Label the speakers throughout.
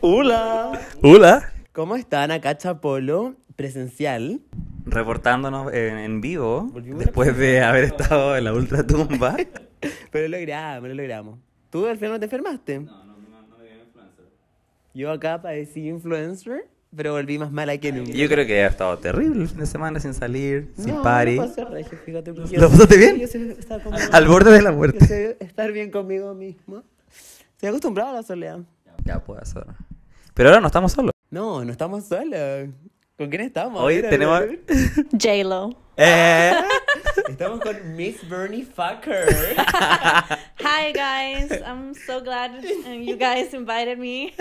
Speaker 1: Hola.
Speaker 2: Hola.
Speaker 1: ¿Cómo están? Acá Chapolo, presencial.
Speaker 2: Reportándonos en, en vivo
Speaker 1: Volvimos a
Speaker 2: después de haber estado en la ultratumba.
Speaker 1: Pero lo logramos, lo logramos. ¿Tú al final no te enfermaste? No, no, no, influencer. Yo acá padecí influencer, pero volví más mala que nunca.
Speaker 2: Yo creo que ha estado terrible una semana sin salir, sin
Speaker 1: no,
Speaker 2: party.
Speaker 1: no pasé regio, fíjate, porque
Speaker 2: ¿Lo
Speaker 1: yo-
Speaker 2: pasaste bien?
Speaker 1: Yo sé estar conmigo-
Speaker 2: Al borde de la
Speaker 1: yo
Speaker 2: muerte.
Speaker 1: sé estar bien conmigo mismo. Estoy acostumbrado a la soledad.
Speaker 2: Ya puedo hacer. Pero ahora no estamos solos.
Speaker 1: No, no estamos solos. ¿Con quién estamos?
Speaker 2: Hoy
Speaker 1: Mira,
Speaker 2: tenemos-
Speaker 1: mira, mira.
Speaker 3: J-Lo.
Speaker 2: Eh,
Speaker 1: Estamos con Miss Bernie Fucker.
Speaker 3: Hi guys, I'm so glad um, you guys invited me.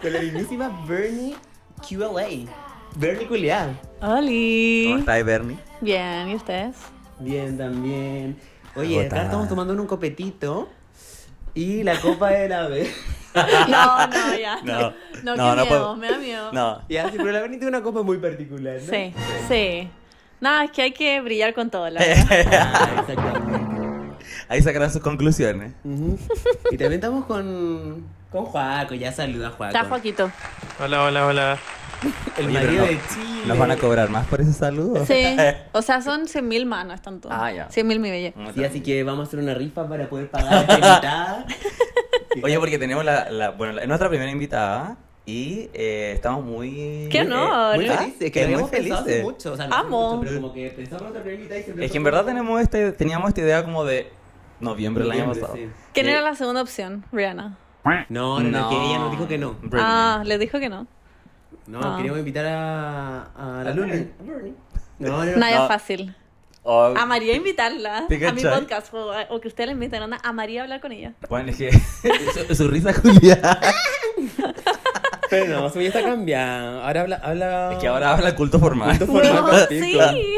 Speaker 1: con la mismísima Bernie QLA. Bernie Culeá.
Speaker 2: ¿Cómo
Speaker 3: Oli.
Speaker 2: estás, Bernie?
Speaker 3: Bien, ¿y ustedes?
Speaker 1: Bien, también. Oye, acá
Speaker 2: Agotada.
Speaker 1: estamos tomando un copetito y la copa de la vez.
Speaker 3: No, no, ya.
Speaker 2: No. No, no
Speaker 3: no, qué miedo,
Speaker 2: puedo.
Speaker 3: me da miedo.
Speaker 2: No.
Speaker 1: Ya, sí, pero la Bernie tiene una copa muy particular, ¿no?
Speaker 3: Sí, sí. Nada, es que hay que brillar con todo,
Speaker 2: Eh.
Speaker 3: la verdad.
Speaker 1: Ah, exactamente.
Speaker 2: Ahí sacarán sus conclusiones.
Speaker 1: Ujú. Y también estamos con, con Juaco, ya saluda
Speaker 2: Ah,
Speaker 1: Juaco.
Speaker 3: Está Joaquito.
Speaker 4: Hola, hola, hola.
Speaker 1: El
Speaker 2: Oye,
Speaker 1: marido
Speaker 2: pero
Speaker 1: de
Speaker 2: no-
Speaker 1: Chile.
Speaker 2: ¿Nos van a cobrar más por ese saludo?
Speaker 3: Sí. O sea, son 100.000 manos, tanto.
Speaker 2: Eh. Ah, ya.
Speaker 3: 100.000 mi bella.
Speaker 1: Sí, así que vamos a hacer una rifa para poder pagar esta invitada.
Speaker 2: Oye, porque tenemos la, la- bueno, la- nuestra primera invitada y eh, estamos muy...
Speaker 3: Qué
Speaker 2: eh,
Speaker 3: honor.
Speaker 1: Muy
Speaker 2: muy
Speaker 1: felices, que
Speaker 2: eh,
Speaker 1: lo habíamos
Speaker 2: muy
Speaker 1: pensado hace
Speaker 2: felices.
Speaker 1: mucho. O sea, no hace
Speaker 3: Amo.
Speaker 1: mucho, pero como que pensamos en otra primera invitada y siempre
Speaker 2: Es que en
Speaker 1: fue
Speaker 2: verdad
Speaker 1: como-
Speaker 2: tenemos este, teníamos esta idea como de noviembre del año
Speaker 1: Noviembre,
Speaker 2: pasado.
Speaker 1: sí.
Speaker 3: ¿Quién era la segunda opción? Rihanna.
Speaker 1: No, no, no, que ella nos dijo que no.
Speaker 2: Britney.
Speaker 3: Ah, les dijo que no.
Speaker 1: No,
Speaker 3: Ah.
Speaker 1: queríamos invitar a, a la
Speaker 2: A
Speaker 1: Luli.
Speaker 2: Bernie.
Speaker 1: No, no,
Speaker 3: Nada
Speaker 2: No.
Speaker 3: fácil.
Speaker 2: Oh,
Speaker 3: Amaría invitarla
Speaker 2: ¿Te
Speaker 3: a mi
Speaker 2: cachai?
Speaker 3: podcast o, o que ustedes la inviten. Onda, amaría hablar con ella.
Speaker 2: bueno, es que su, su risa Julia.
Speaker 1: Pero no, su vida está cambiando. Ahora habla. habla...
Speaker 2: es que ahora habla culto formal.
Speaker 1: Culto formal. Forma
Speaker 3: No,
Speaker 1: contigo.
Speaker 3: sí.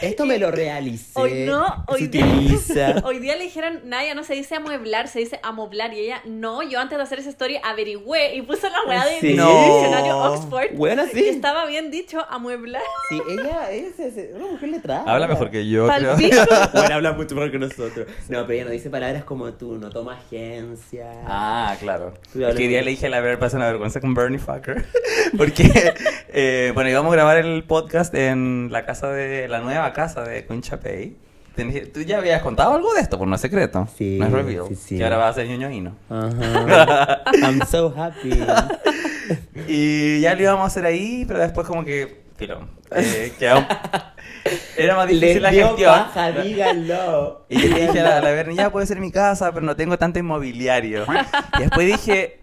Speaker 1: Esto me lo realicé.
Speaker 3: Hoy no, hoy
Speaker 1: se
Speaker 3: día.
Speaker 1: utiliza.
Speaker 3: Hoy día le dijeron, Naya, no se dice amueblar, se dice amoblar. Y ella, no, yo antes de hacer esa historia averigüé y puse la weá de
Speaker 1: Sí.
Speaker 3: del
Speaker 2: No.
Speaker 3: diccionario Oxford.
Speaker 1: Buena, sí.
Speaker 3: Que estaba bien dicho amueblar.
Speaker 1: Sí, ella es, es- es una mujer letrada.
Speaker 2: Habla mejor que yo, creo.
Speaker 3: Palpico.
Speaker 1: Bueno, habla mucho mejor que nosotros. No, pero ella no dice palabras como tú, no toma agencia.
Speaker 2: Ah, claro.
Speaker 1: Tú hablas
Speaker 2: Es que día
Speaker 1: bien.
Speaker 2: le dije a la verdad pasa una vergüenza con Bernie Fucker. Porque, eh, bueno, íbamos a grabar el podcast en la casa de, la nueva casa de Concha Pay. Tenés- Tú ya habías contado algo de esto, por no es secreto.
Speaker 1: Sí,
Speaker 2: No es reveal.
Speaker 1: sí, sí.
Speaker 2: Y ahora vas a ser ñoñino.
Speaker 1: Ajá. I'm so happy.
Speaker 2: Y ya lo íbamos a hacer ahí, pero después como que... filo, eh, quedó- Era más difícil
Speaker 1: Le
Speaker 2: la
Speaker 1: dio
Speaker 2: gestión.
Speaker 1: paja, díganlo.
Speaker 2: Y yo le dije a la, a la Berni, ya puede ser mi casa, pero no tengo tanto inmobiliario. Y después dije,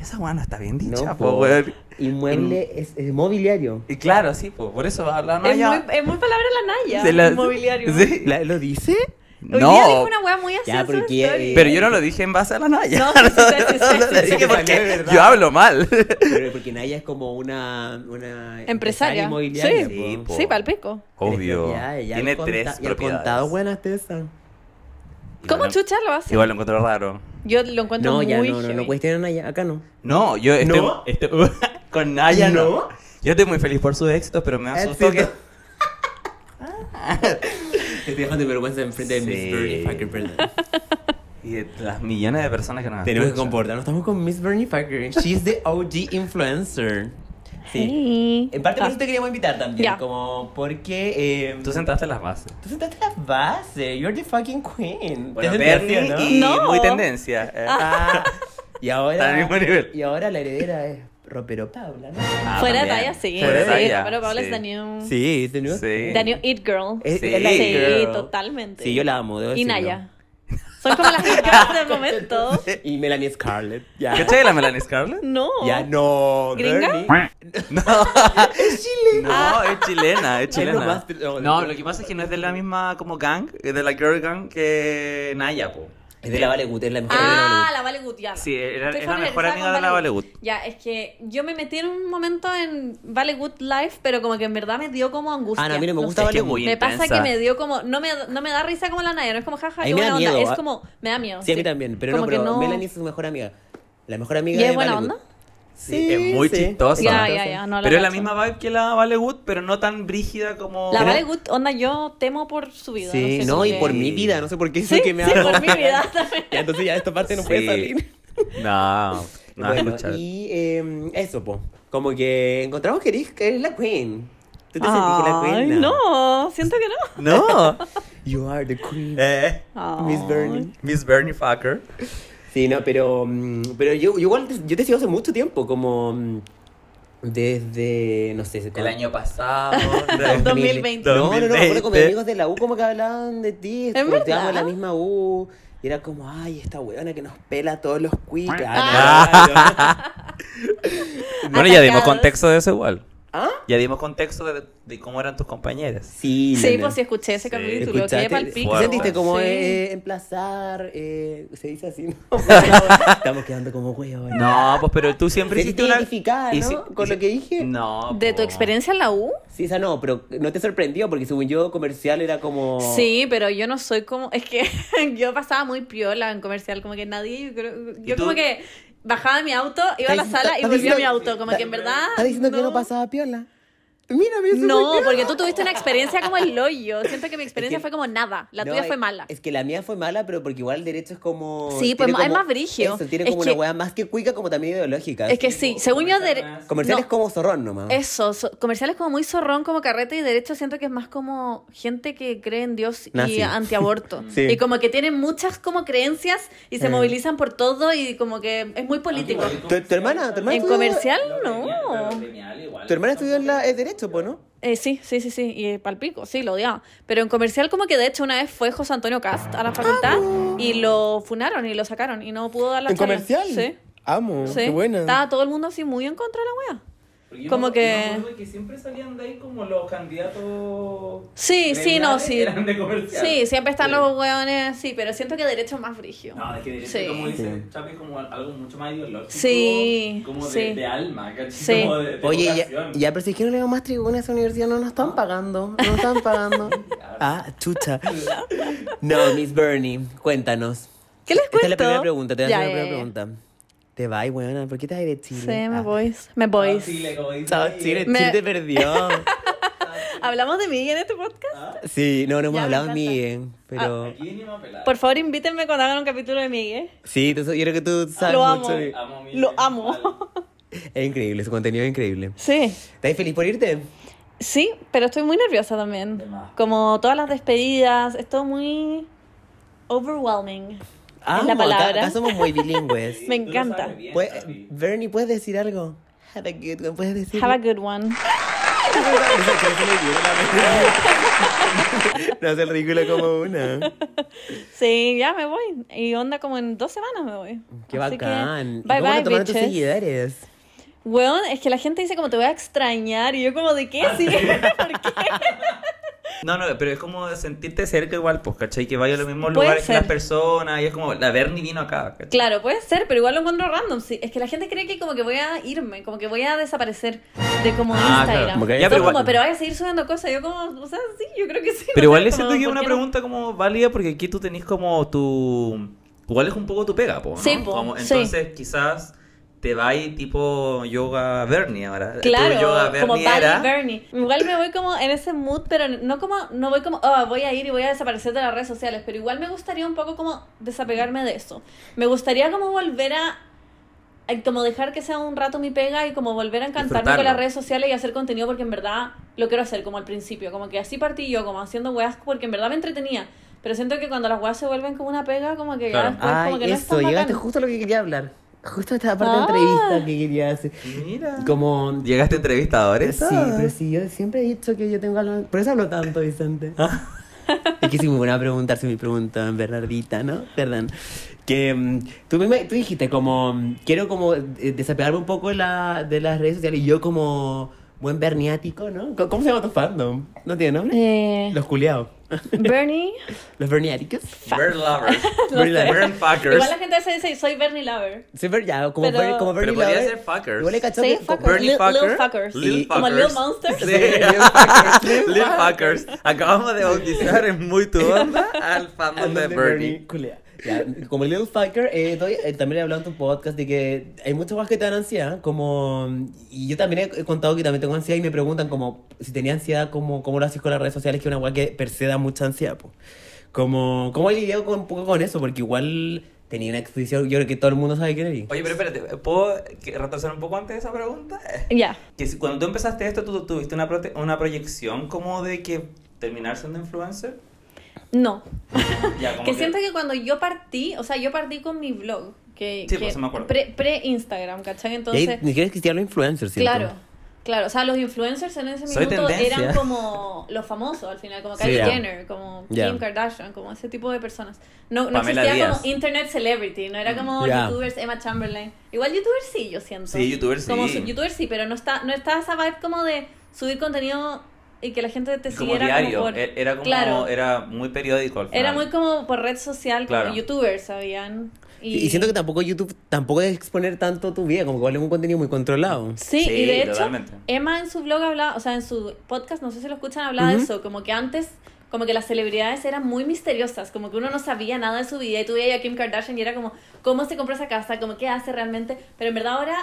Speaker 2: esa weá no está bien dicha,
Speaker 1: No,
Speaker 2: po,
Speaker 1: po.
Speaker 2: weón".
Speaker 1: Inmueble es, es mobiliario.
Speaker 2: Y claro, sí, po, por eso hablando
Speaker 3: es,
Speaker 2: allá.
Speaker 3: muy, es muy palabra la Naya.
Speaker 2: Se la-
Speaker 3: Inmobiliario.
Speaker 2: Sí.
Speaker 1: ¿La- ¿Lo dice?
Speaker 3: Hoy día dijo
Speaker 2: No,
Speaker 3: una weá muy así.
Speaker 1: Ya,
Speaker 3: en su
Speaker 1: porque-
Speaker 3: story.
Speaker 2: pero yo no lo dije en base a la Naya.
Speaker 3: No, sí, sí, sí, sí, sí,
Speaker 2: Le
Speaker 3: sí,
Speaker 2: dije
Speaker 1: sí,
Speaker 2: porque
Speaker 1: sí, es verdad.
Speaker 2: yo hablo mal.
Speaker 1: Pero porque Naya es como una, una
Speaker 3: Empresaria.
Speaker 1: inmobiliaria.
Speaker 2: Sí,
Speaker 1: po.
Speaker 2: po.
Speaker 3: Sí, palpico.
Speaker 2: Obvio. Tiene
Speaker 1: Tres propiedades, ya
Speaker 2: tres
Speaker 1: el conta- Y el
Speaker 2: propiedades.
Speaker 1: contado buenas tesas.
Speaker 3: ¿Cómo
Speaker 2: Igual lo-
Speaker 3: chucha lo hace?
Speaker 2: Igual lo encontró raro.
Speaker 3: Yo lo encuentro
Speaker 1: No,
Speaker 3: muy
Speaker 1: ya no, no, no
Speaker 3: heavy.
Speaker 1: cuestionan allá, acá no.
Speaker 2: No, yo estoy,
Speaker 1: ¿No?
Speaker 2: estoy- con Naya no.
Speaker 1: ¿No?
Speaker 2: Yo estoy muy feliz por sus éxitos, pero me asustó que
Speaker 1: Éxito. Estoy dejando de vergüenza enfrente
Speaker 2: Sí.
Speaker 1: Fucker.
Speaker 2: y de las millones de personas que nos
Speaker 1: Tenemos que
Speaker 2: escuchan.
Speaker 1: comportarnos. Estamos con Miss Bernie Fucker. She's the OG influencer. Sí.
Speaker 3: Sí.
Speaker 1: En parte
Speaker 3: Ah.
Speaker 1: por eso te queríamos invitar también.
Speaker 3: Ya.
Speaker 1: Como porque. eh,
Speaker 2: Tú sentaste las bases.
Speaker 1: Tú sentaste las bases. You're the fucking queen.
Speaker 2: Bueno,
Speaker 1: Te
Speaker 2: Bernie
Speaker 1: sentaste, ¿no?
Speaker 2: y
Speaker 3: No.
Speaker 2: muy tendencia. eh.
Speaker 1: Ah, y ahora.
Speaker 2: Está al mismo nivel.
Speaker 1: Y ahora la heredera es Ropero Paula, ¿no?
Speaker 2: Ah,
Speaker 3: Fuera de
Speaker 2: también.
Speaker 3: talla, sí.
Speaker 2: Fuera de
Speaker 3: sí,
Speaker 2: talla,
Speaker 3: Pero Paula
Speaker 2: sí.
Speaker 3: es the new,
Speaker 1: Sí, de nuevo.
Speaker 2: Mm. Sí.
Speaker 3: the new It Girl.
Speaker 1: Es-
Speaker 2: Sí.
Speaker 1: es la
Speaker 2: Sí,
Speaker 1: girl.
Speaker 3: totalmente.
Speaker 1: Sí, yo la amo, debo
Speaker 3: Y
Speaker 1: decirlo.
Speaker 3: Naya. Son como las It Girls del momento.
Speaker 1: Y Melanie Scarlett. Ya.
Speaker 2: ¿Cachai de la Melanie Scarlett?
Speaker 3: No.
Speaker 1: Ya no.
Speaker 3: ¿Gringa?
Speaker 1: Bernie.
Speaker 2: No.
Speaker 1: Es Chile.
Speaker 2: No, es chilena, es
Speaker 1: Es lo
Speaker 2: chilena.
Speaker 1: más- no,
Speaker 2: No,
Speaker 1: no.
Speaker 2: lo que pasa es que no es de la misma como gang, es de la girl gang que Naya, po.
Speaker 1: Es de la Vale Gut, es la mejor de la Vale
Speaker 3: Ah,
Speaker 1: Gut.
Speaker 3: la Vale Gut, ya.
Speaker 2: Sí, era-
Speaker 3: Estoy
Speaker 2: es la mejor
Speaker 3: familiarizada
Speaker 2: amiga
Speaker 3: con
Speaker 2: de la Vale Gut.
Speaker 3: Ya, es que yo me metí en un momento en Vale Good Life, pero como que en verdad me dio como angustia.
Speaker 1: Ah, no, a mí no me gusta
Speaker 3: sé.
Speaker 1: Vale
Speaker 2: Es que es muy
Speaker 1: Gut.
Speaker 3: Me pasa
Speaker 2: intensa.
Speaker 3: que me dio como. No me, no me da risa como la Naya, no es como jaja,
Speaker 1: A mí
Speaker 3: qué
Speaker 1: me da
Speaker 3: buena onda.
Speaker 1: miedo,
Speaker 3: Es
Speaker 1: ah.
Speaker 3: como. Me da miedo.
Speaker 1: Sí, a mí también, pero no,
Speaker 3: Como que
Speaker 1: pero Melanie es su mejor amiga. La mejor amiga
Speaker 3: ¿Y es
Speaker 1: de
Speaker 3: buena
Speaker 1: Vale Gut.
Speaker 3: onda?
Speaker 2: Sí, es muy chistosa.
Speaker 3: Ya, ya, ya. No la
Speaker 2: pero es la
Speaker 3: cacho.
Speaker 2: misma vibe que la Vale Wood, pero no tan brígida como.
Speaker 3: La Vale Good, onda, yo temo por su vida.
Speaker 1: Sí,
Speaker 3: sé,
Speaker 1: no,
Speaker 3: como
Speaker 1: y
Speaker 3: que-
Speaker 1: por mi vida, no sé por qué eso
Speaker 3: Sí,
Speaker 1: que me
Speaker 3: sí,
Speaker 1: hago.
Speaker 3: por mi vida también.
Speaker 1: Ya, entonces ya esta parte no
Speaker 2: Sí.
Speaker 1: puede salir.
Speaker 2: No, no,
Speaker 1: bueno,
Speaker 2: escucha.
Speaker 1: y eh, eso, po. Como que encontramos que eres, que eres la queen. ¿Tú te
Speaker 3: Ay,
Speaker 1: sentís que la queen?
Speaker 3: no, siento que no.
Speaker 2: No.
Speaker 1: You are the queen.
Speaker 2: Eh,
Speaker 1: Miss
Speaker 3: Ay.
Speaker 1: Bernie.
Speaker 2: Miss Bernie Fucker.
Speaker 1: Sí, no, pero, mm, pero yo, yo igual te- yo te sigo hace mucho tiempo, como mm, desde, no sé,
Speaker 2: El
Speaker 1: como-
Speaker 2: año pasado.
Speaker 3: 2020.
Speaker 1: No, no, no, me acuerdo con mis
Speaker 2: 2020.
Speaker 1: amigos de la U como que hablaban de ti,
Speaker 3: ¿Es
Speaker 1: como te
Speaker 3: verdad?
Speaker 1: la misma U. Y era como, ay, esta weona que nos pela todos los
Speaker 3: Ah.
Speaker 1: cuicas.
Speaker 2: Bueno, ya dimos
Speaker 3: Atacados.
Speaker 2: contexto de eso igual.
Speaker 1: ¿Ah?
Speaker 2: Ya dimos contexto de, de cómo eran tus compañeras.
Speaker 1: Sí,
Speaker 3: Sí,
Speaker 1: nena.
Speaker 3: pues sí, escuché ese
Speaker 2: Sí.
Speaker 3: capítulo. Quedé palpico.
Speaker 2: Fuerte.
Speaker 1: sentiste como
Speaker 3: Sí.
Speaker 1: eh, emplazar, eh, se dice así, ¿no? Estamos quedando como huevos.
Speaker 2: No, pues pero tú siempre
Speaker 1: Te
Speaker 2: hiciste
Speaker 1: sentiste
Speaker 2: una...
Speaker 1: identificada,
Speaker 2: hici-
Speaker 1: ¿no? Con
Speaker 2: hici-
Speaker 1: lo que dije.
Speaker 2: No.
Speaker 3: ¿De tu
Speaker 2: po.
Speaker 3: experiencia en la U?
Speaker 1: Sí, esa no, pero no te sorprendió porque según yo comercial era como...
Speaker 3: Sí, pero yo no soy como. Es que yo pasaba muy piola en comercial, como que nadie. Yo, creo- yo
Speaker 2: ¿Y tú?
Speaker 3: como que bajaba de mi auto, iba a la
Speaker 1: Está-
Speaker 3: sala y
Speaker 1: está
Speaker 3: volvía a mi
Speaker 1: diciendo-
Speaker 3: auto. Como que en verdad.
Speaker 1: Estás diciendo que no pasaba piola. Mira, mira, eso
Speaker 3: No,
Speaker 1: fue yo.
Speaker 3: porque tú tuviste una experiencia como el hoyo. Siento que mi experiencia
Speaker 1: que-
Speaker 3: fue como nada. La
Speaker 1: No,
Speaker 3: tuya
Speaker 1: es-
Speaker 3: fue mala.
Speaker 1: Es que la mía fue mala, pero porque igual el derecho es como.
Speaker 3: Sí,
Speaker 1: tiene
Speaker 3: pues,
Speaker 1: como-
Speaker 3: es más brigio.
Speaker 1: Eso, tiene
Speaker 3: Es
Speaker 1: como
Speaker 3: que-
Speaker 1: una weá más que cuica, como también ideológica.
Speaker 3: Es que sí, según yo. dere-
Speaker 1: Comercial
Speaker 3: no.
Speaker 1: es como zorrón nomás.
Speaker 3: Eso, so- comerciales como muy zorrón, como carrete y derecho, siento que es más como gente que cree en Dios
Speaker 1: Nazi.
Speaker 3: y antiaborto.
Speaker 1: Sí.
Speaker 3: Y como que tienen muchas como creencias y se
Speaker 1: Eh.
Speaker 3: movilizan por todo y como que es muy político.
Speaker 1: ¿Tu, tu hermana, tu hermana.
Speaker 3: En
Speaker 1: estudió-
Speaker 3: comercial, no.
Speaker 1: Tu hermana estudió en la, es derecho, pues, ¿no?
Speaker 3: Eh, sí, sí, sí, sí, y eh, palpico, sí, lo odiaba. Pero en comercial como que de hecho una vez fue José Antonio Cast
Speaker 1: Ah.
Speaker 3: a la facultad y lo funaron y lo sacaron y no pudo dar la
Speaker 1: en
Speaker 3: charla.
Speaker 1: comercial.
Speaker 3: Sí.
Speaker 1: Amo,
Speaker 3: sí.
Speaker 1: qué buena.
Speaker 3: Estaba todo el mundo así muy en contra de la wea.
Speaker 2: Porque yo
Speaker 3: Como
Speaker 2: me-
Speaker 3: que-
Speaker 2: yo me acuerdo que siempre salían de ahí como los candidatos.
Speaker 3: Sí, sí, no,
Speaker 2: gremiales
Speaker 3: sí.
Speaker 2: eran de comercial.
Speaker 3: Sí, siempre están los weones, sí, pero siento que derecho es más frigio.
Speaker 2: No, es que derecho,
Speaker 3: Sí.
Speaker 2: como dice
Speaker 1: Sí.
Speaker 2: Chapi, como algo mucho más ideológico.
Speaker 3: Sí,
Speaker 2: Como de,
Speaker 3: sí.
Speaker 2: de alma, ¿cachai?
Speaker 3: Sí.
Speaker 2: Como de, de
Speaker 1: Oye, ya,
Speaker 2: vocación.
Speaker 1: ya, pero si es que no le hago más tribuna a esa universidad, no nos están pagando. No nos están pagando. ah, chucha. No, Miss Bernie, cuéntanos.
Speaker 3: ¿Qué les
Speaker 1: Esta es la
Speaker 3: cuento?
Speaker 1: primera pregunta, te voy a
Speaker 3: Ya,
Speaker 1: hacer la
Speaker 3: ya,
Speaker 1: primera
Speaker 3: ya.
Speaker 1: pregunta. Te vas, weona, ¿por qué te vas de Chile?
Speaker 3: Sí, me
Speaker 1: Ah.
Speaker 3: voy. Me
Speaker 2: Chao,
Speaker 3: voy.
Speaker 2: Chile, como dice
Speaker 1: Chao,
Speaker 2: ahí.
Speaker 1: Chile,
Speaker 3: Me-
Speaker 1: Chile te perdió.
Speaker 3: ¿Hablamos de Miguel en este podcast?
Speaker 2: Ah,
Speaker 1: Sí, no, no hemos
Speaker 3: Ya, me
Speaker 1: hablado de
Speaker 3: encanta. Ah.
Speaker 1: Miguel, pero...
Speaker 2: Aquí venimos a pelar.
Speaker 3: Por favor, invítenme cuando hagan un capítulo de Miguel.
Speaker 1: Sí, tú- yo creo que tú sabes
Speaker 3: Lo
Speaker 1: mucho.
Speaker 3: amo.
Speaker 1: de-
Speaker 2: Amo a mi
Speaker 3: Lo
Speaker 2: gente,
Speaker 3: amo.
Speaker 2: vale.
Speaker 1: Es increíble, su contenido es increíble.
Speaker 3: Sí.
Speaker 1: ¿Estás feliz por irte?
Speaker 3: Sí, pero estoy muy nerviosa
Speaker 2: De
Speaker 3: también.
Speaker 2: más.
Speaker 3: Como todas las despedidas, es todo muy overwhelming.
Speaker 1: Amo, acá-
Speaker 3: la
Speaker 1: Acá,
Speaker 3: palabra.
Speaker 1: somos muy bilingües.
Speaker 3: Me
Speaker 2: Tú lo
Speaker 3: encanta.
Speaker 2: sabes bien,
Speaker 1: Puede-
Speaker 2: Chapi.
Speaker 1: Bernie, ¿puedes decir algo? Have a good one, ¿puedes decir?
Speaker 3: Have a good one.
Speaker 1: No hace el ridículo como una.
Speaker 3: Sí, ya me voy. Y onda como en dos semanas me voy.
Speaker 1: Qué
Speaker 3: Así que,
Speaker 1: bacán. ¿Y
Speaker 3: bye
Speaker 1: ¿Cómo lo
Speaker 3: bye,
Speaker 1: tomaron tus
Speaker 3: bitches. Pues,
Speaker 1: seguidores?
Speaker 3: Weón, es que la gente dice como te voy a extrañar y yo como de qué, sí, ¿por qué?
Speaker 2: No, no, pero es como sentirte cerca igual, pues, ¿cachai? Que vaya a los mismos
Speaker 3: Puede
Speaker 2: lugares que las
Speaker 3: ser.
Speaker 2: personas. Y es como, la Bernie vino acá, ¿cachai?
Speaker 3: Claro, puede ser, pero igual lo encuentro random. Sí, es que la gente cree que como que voy a irme, como que voy a desaparecer de como
Speaker 2: Ah, claro.
Speaker 3: Instagram.
Speaker 1: Como
Speaker 2: Ya,
Speaker 1: que-
Speaker 3: Son
Speaker 2: pero
Speaker 3: como,
Speaker 2: igual-
Speaker 3: pero vaya a seguir subiendo cosas. Yo como, o sea, sí, yo creo que sí.
Speaker 2: Pero
Speaker 3: o
Speaker 2: igual
Speaker 3: sea,
Speaker 2: le siento
Speaker 3: como,
Speaker 2: que es
Speaker 3: ¿por
Speaker 2: una
Speaker 3: qué no?
Speaker 2: pregunta como válida porque aquí tú tenés como tu... Igual es un poco tu pega, po, ¿no?
Speaker 3: Sí, po,
Speaker 2: Como-
Speaker 3: sí.
Speaker 2: Entonces quizás te va ahí tipo yoga Bernie ahora.
Speaker 3: Claro,
Speaker 2: Tu yoga
Speaker 3: como
Speaker 2: Bernie
Speaker 3: Bali
Speaker 2: era...
Speaker 3: Bernie. Igual me voy como en ese mood, pero no como, no voy como, oh, voy a ir y voy a desaparecer de las redes sociales, pero igual me gustaría un poco como desapegarme de eso. Me gustaría como volver a, a como dejar que sea un rato mi pega y como volver a encantarme con
Speaker 2: Disfrutarlo.
Speaker 3: las redes sociales y hacer contenido porque en verdad lo quiero hacer como al principio, como que así partí yo, como haciendo weas porque en verdad me entretenía. Pero siento que cuando las weas se vuelven como una pega, como que
Speaker 2: Claro.
Speaker 3: ya después
Speaker 1: Ay,
Speaker 3: como que no es
Speaker 1: eso,
Speaker 3: tan
Speaker 1: llegaste
Speaker 3: bacán.
Speaker 1: justo a lo que quería hablar. Justo a esta parte de
Speaker 3: Ah.
Speaker 1: entrevista que quería hacer.
Speaker 2: Mira.
Speaker 1: Como.
Speaker 2: Llegaste entrevistadores. Ah.
Speaker 1: Sí, pues. pero sí, yo siempre he dicho que yo tengo algo. Por eso hablo tanto, Vicente. es que sí, me buena a preguntarse mi pregunta, Bernardita, ¿no? Perdón. Que mm, tú, misma- tú dijiste, como, mm, quiero como eh, desapegarme un poco de, la- de las redes sociales y yo, como buen berniático, ¿no? ¿Cómo cómo se llama tu fandom? ¿No tiene nombre?
Speaker 3: Eh,
Speaker 1: Los culiados.
Speaker 3: Bernie.
Speaker 1: Los berniáticos.
Speaker 2: Bird lovers.
Speaker 1: Bird lovers.
Speaker 2: Bird fuckers.
Speaker 3: Igual la gente a veces dice, soy Bernie Lover.
Speaker 1: Sí, pero ya, como,
Speaker 3: Pero-
Speaker 1: Bernie- como
Speaker 2: Pero
Speaker 1: Bernie
Speaker 2: podría
Speaker 1: Lover.
Speaker 2: ser fuckers.
Speaker 1: Igual le cachó
Speaker 3: Sí,
Speaker 1: que-
Speaker 3: fuckers.
Speaker 2: Bernie
Speaker 3: Lil-
Speaker 2: fucker.
Speaker 3: Lil fuckers.
Speaker 2: Lil
Speaker 3: Como
Speaker 2: fuckers.
Speaker 3: Lil Monsters.
Speaker 2: Sí.
Speaker 1: Lil
Speaker 2: Lil,
Speaker 1: fuckers.
Speaker 2: fuckers. Acabamos de bautizar en muy tu onda al fandom de Bernie.
Speaker 1: Culea. Ya, como Little Fucker, eh, doy- eh, también he hablado en tu podcast de que hay muchas cosas que te dan ansiedad, como... Y yo también he, he contado que también tengo ansiedad y me preguntan como si tenía ansiedad, como, cómo lo haces con las redes sociales, que es una weá que perceda mucha ansiedad, po. Como, ¿Cómo he lidiado con, un poco con eso? Porque igual Tenía una exposición, yo creo que todo el mundo sabe que era
Speaker 2: Oye, pero espérate, ¿puedo que- retroceder un poco antes de esa pregunta?
Speaker 3: Ya.
Speaker 2: Que si- cuando tú empezaste esto, ¿tú tuviste una, prote- una proyección como de que terminar siendo influencer?
Speaker 3: No.
Speaker 2: Ya, como
Speaker 3: Que siento que cuando yo partí, o sea, yo partí con mi blog. Que,
Speaker 2: Sí,
Speaker 3: que
Speaker 2: pues, me acuerdo.
Speaker 3: pre- Pre-Instagram, ¿cachai?
Speaker 1: y
Speaker 3: Entonces.
Speaker 1: ahí ni siquiera existían los influencers, ¿cierto?
Speaker 3: Claro, claro. O sea, los influencers en ese
Speaker 2: Soy
Speaker 3: minuto
Speaker 2: tendencia.
Speaker 3: eran como los famosos al final, como
Speaker 1: Sí,
Speaker 3: Kylie
Speaker 1: ya.
Speaker 3: Jenner, como
Speaker 1: Ya.
Speaker 3: Kim Kardashian, como ese tipo de personas. No, no
Speaker 2: Pamela
Speaker 3: existía
Speaker 2: Díaz.
Speaker 3: como internet celebrity, no era como
Speaker 1: Ya.
Speaker 3: youtubers, Emma Chamberlain. Igual youtubers sí, yo siento.
Speaker 2: Sí, youtubers sí.
Speaker 3: Como su- youtubers sí, pero no está, no está esa vibe como de subir contenido y que la gente te
Speaker 2: como
Speaker 3: siguiera
Speaker 2: diario,
Speaker 3: como por...
Speaker 2: e- era como,
Speaker 3: Claro.
Speaker 2: era muy periódico al final.
Speaker 3: Era muy como por red social,
Speaker 2: Claro.
Speaker 3: como youtubers, ¿sabían?
Speaker 1: Y... y siento que tampoco YouTube tampoco es exponer tanto tu vida, como que igual es un contenido muy controlado.
Speaker 3: Sí,
Speaker 2: Sí,
Speaker 3: y de hecho,
Speaker 2: totalmente.
Speaker 3: Emma en su blog hablaba, o sea, en su podcast, no sé si lo escuchan, hablaba de
Speaker 1: Ujú.
Speaker 3: eso, como que antes, como que las celebridades eran muy misteriosas, como que uno no sabía nada de su vida y tú veías a Kim Kardashian y era como, ¿cómo se compró esa casa? ¿Cómo qué hace realmente? Pero en verdad ahora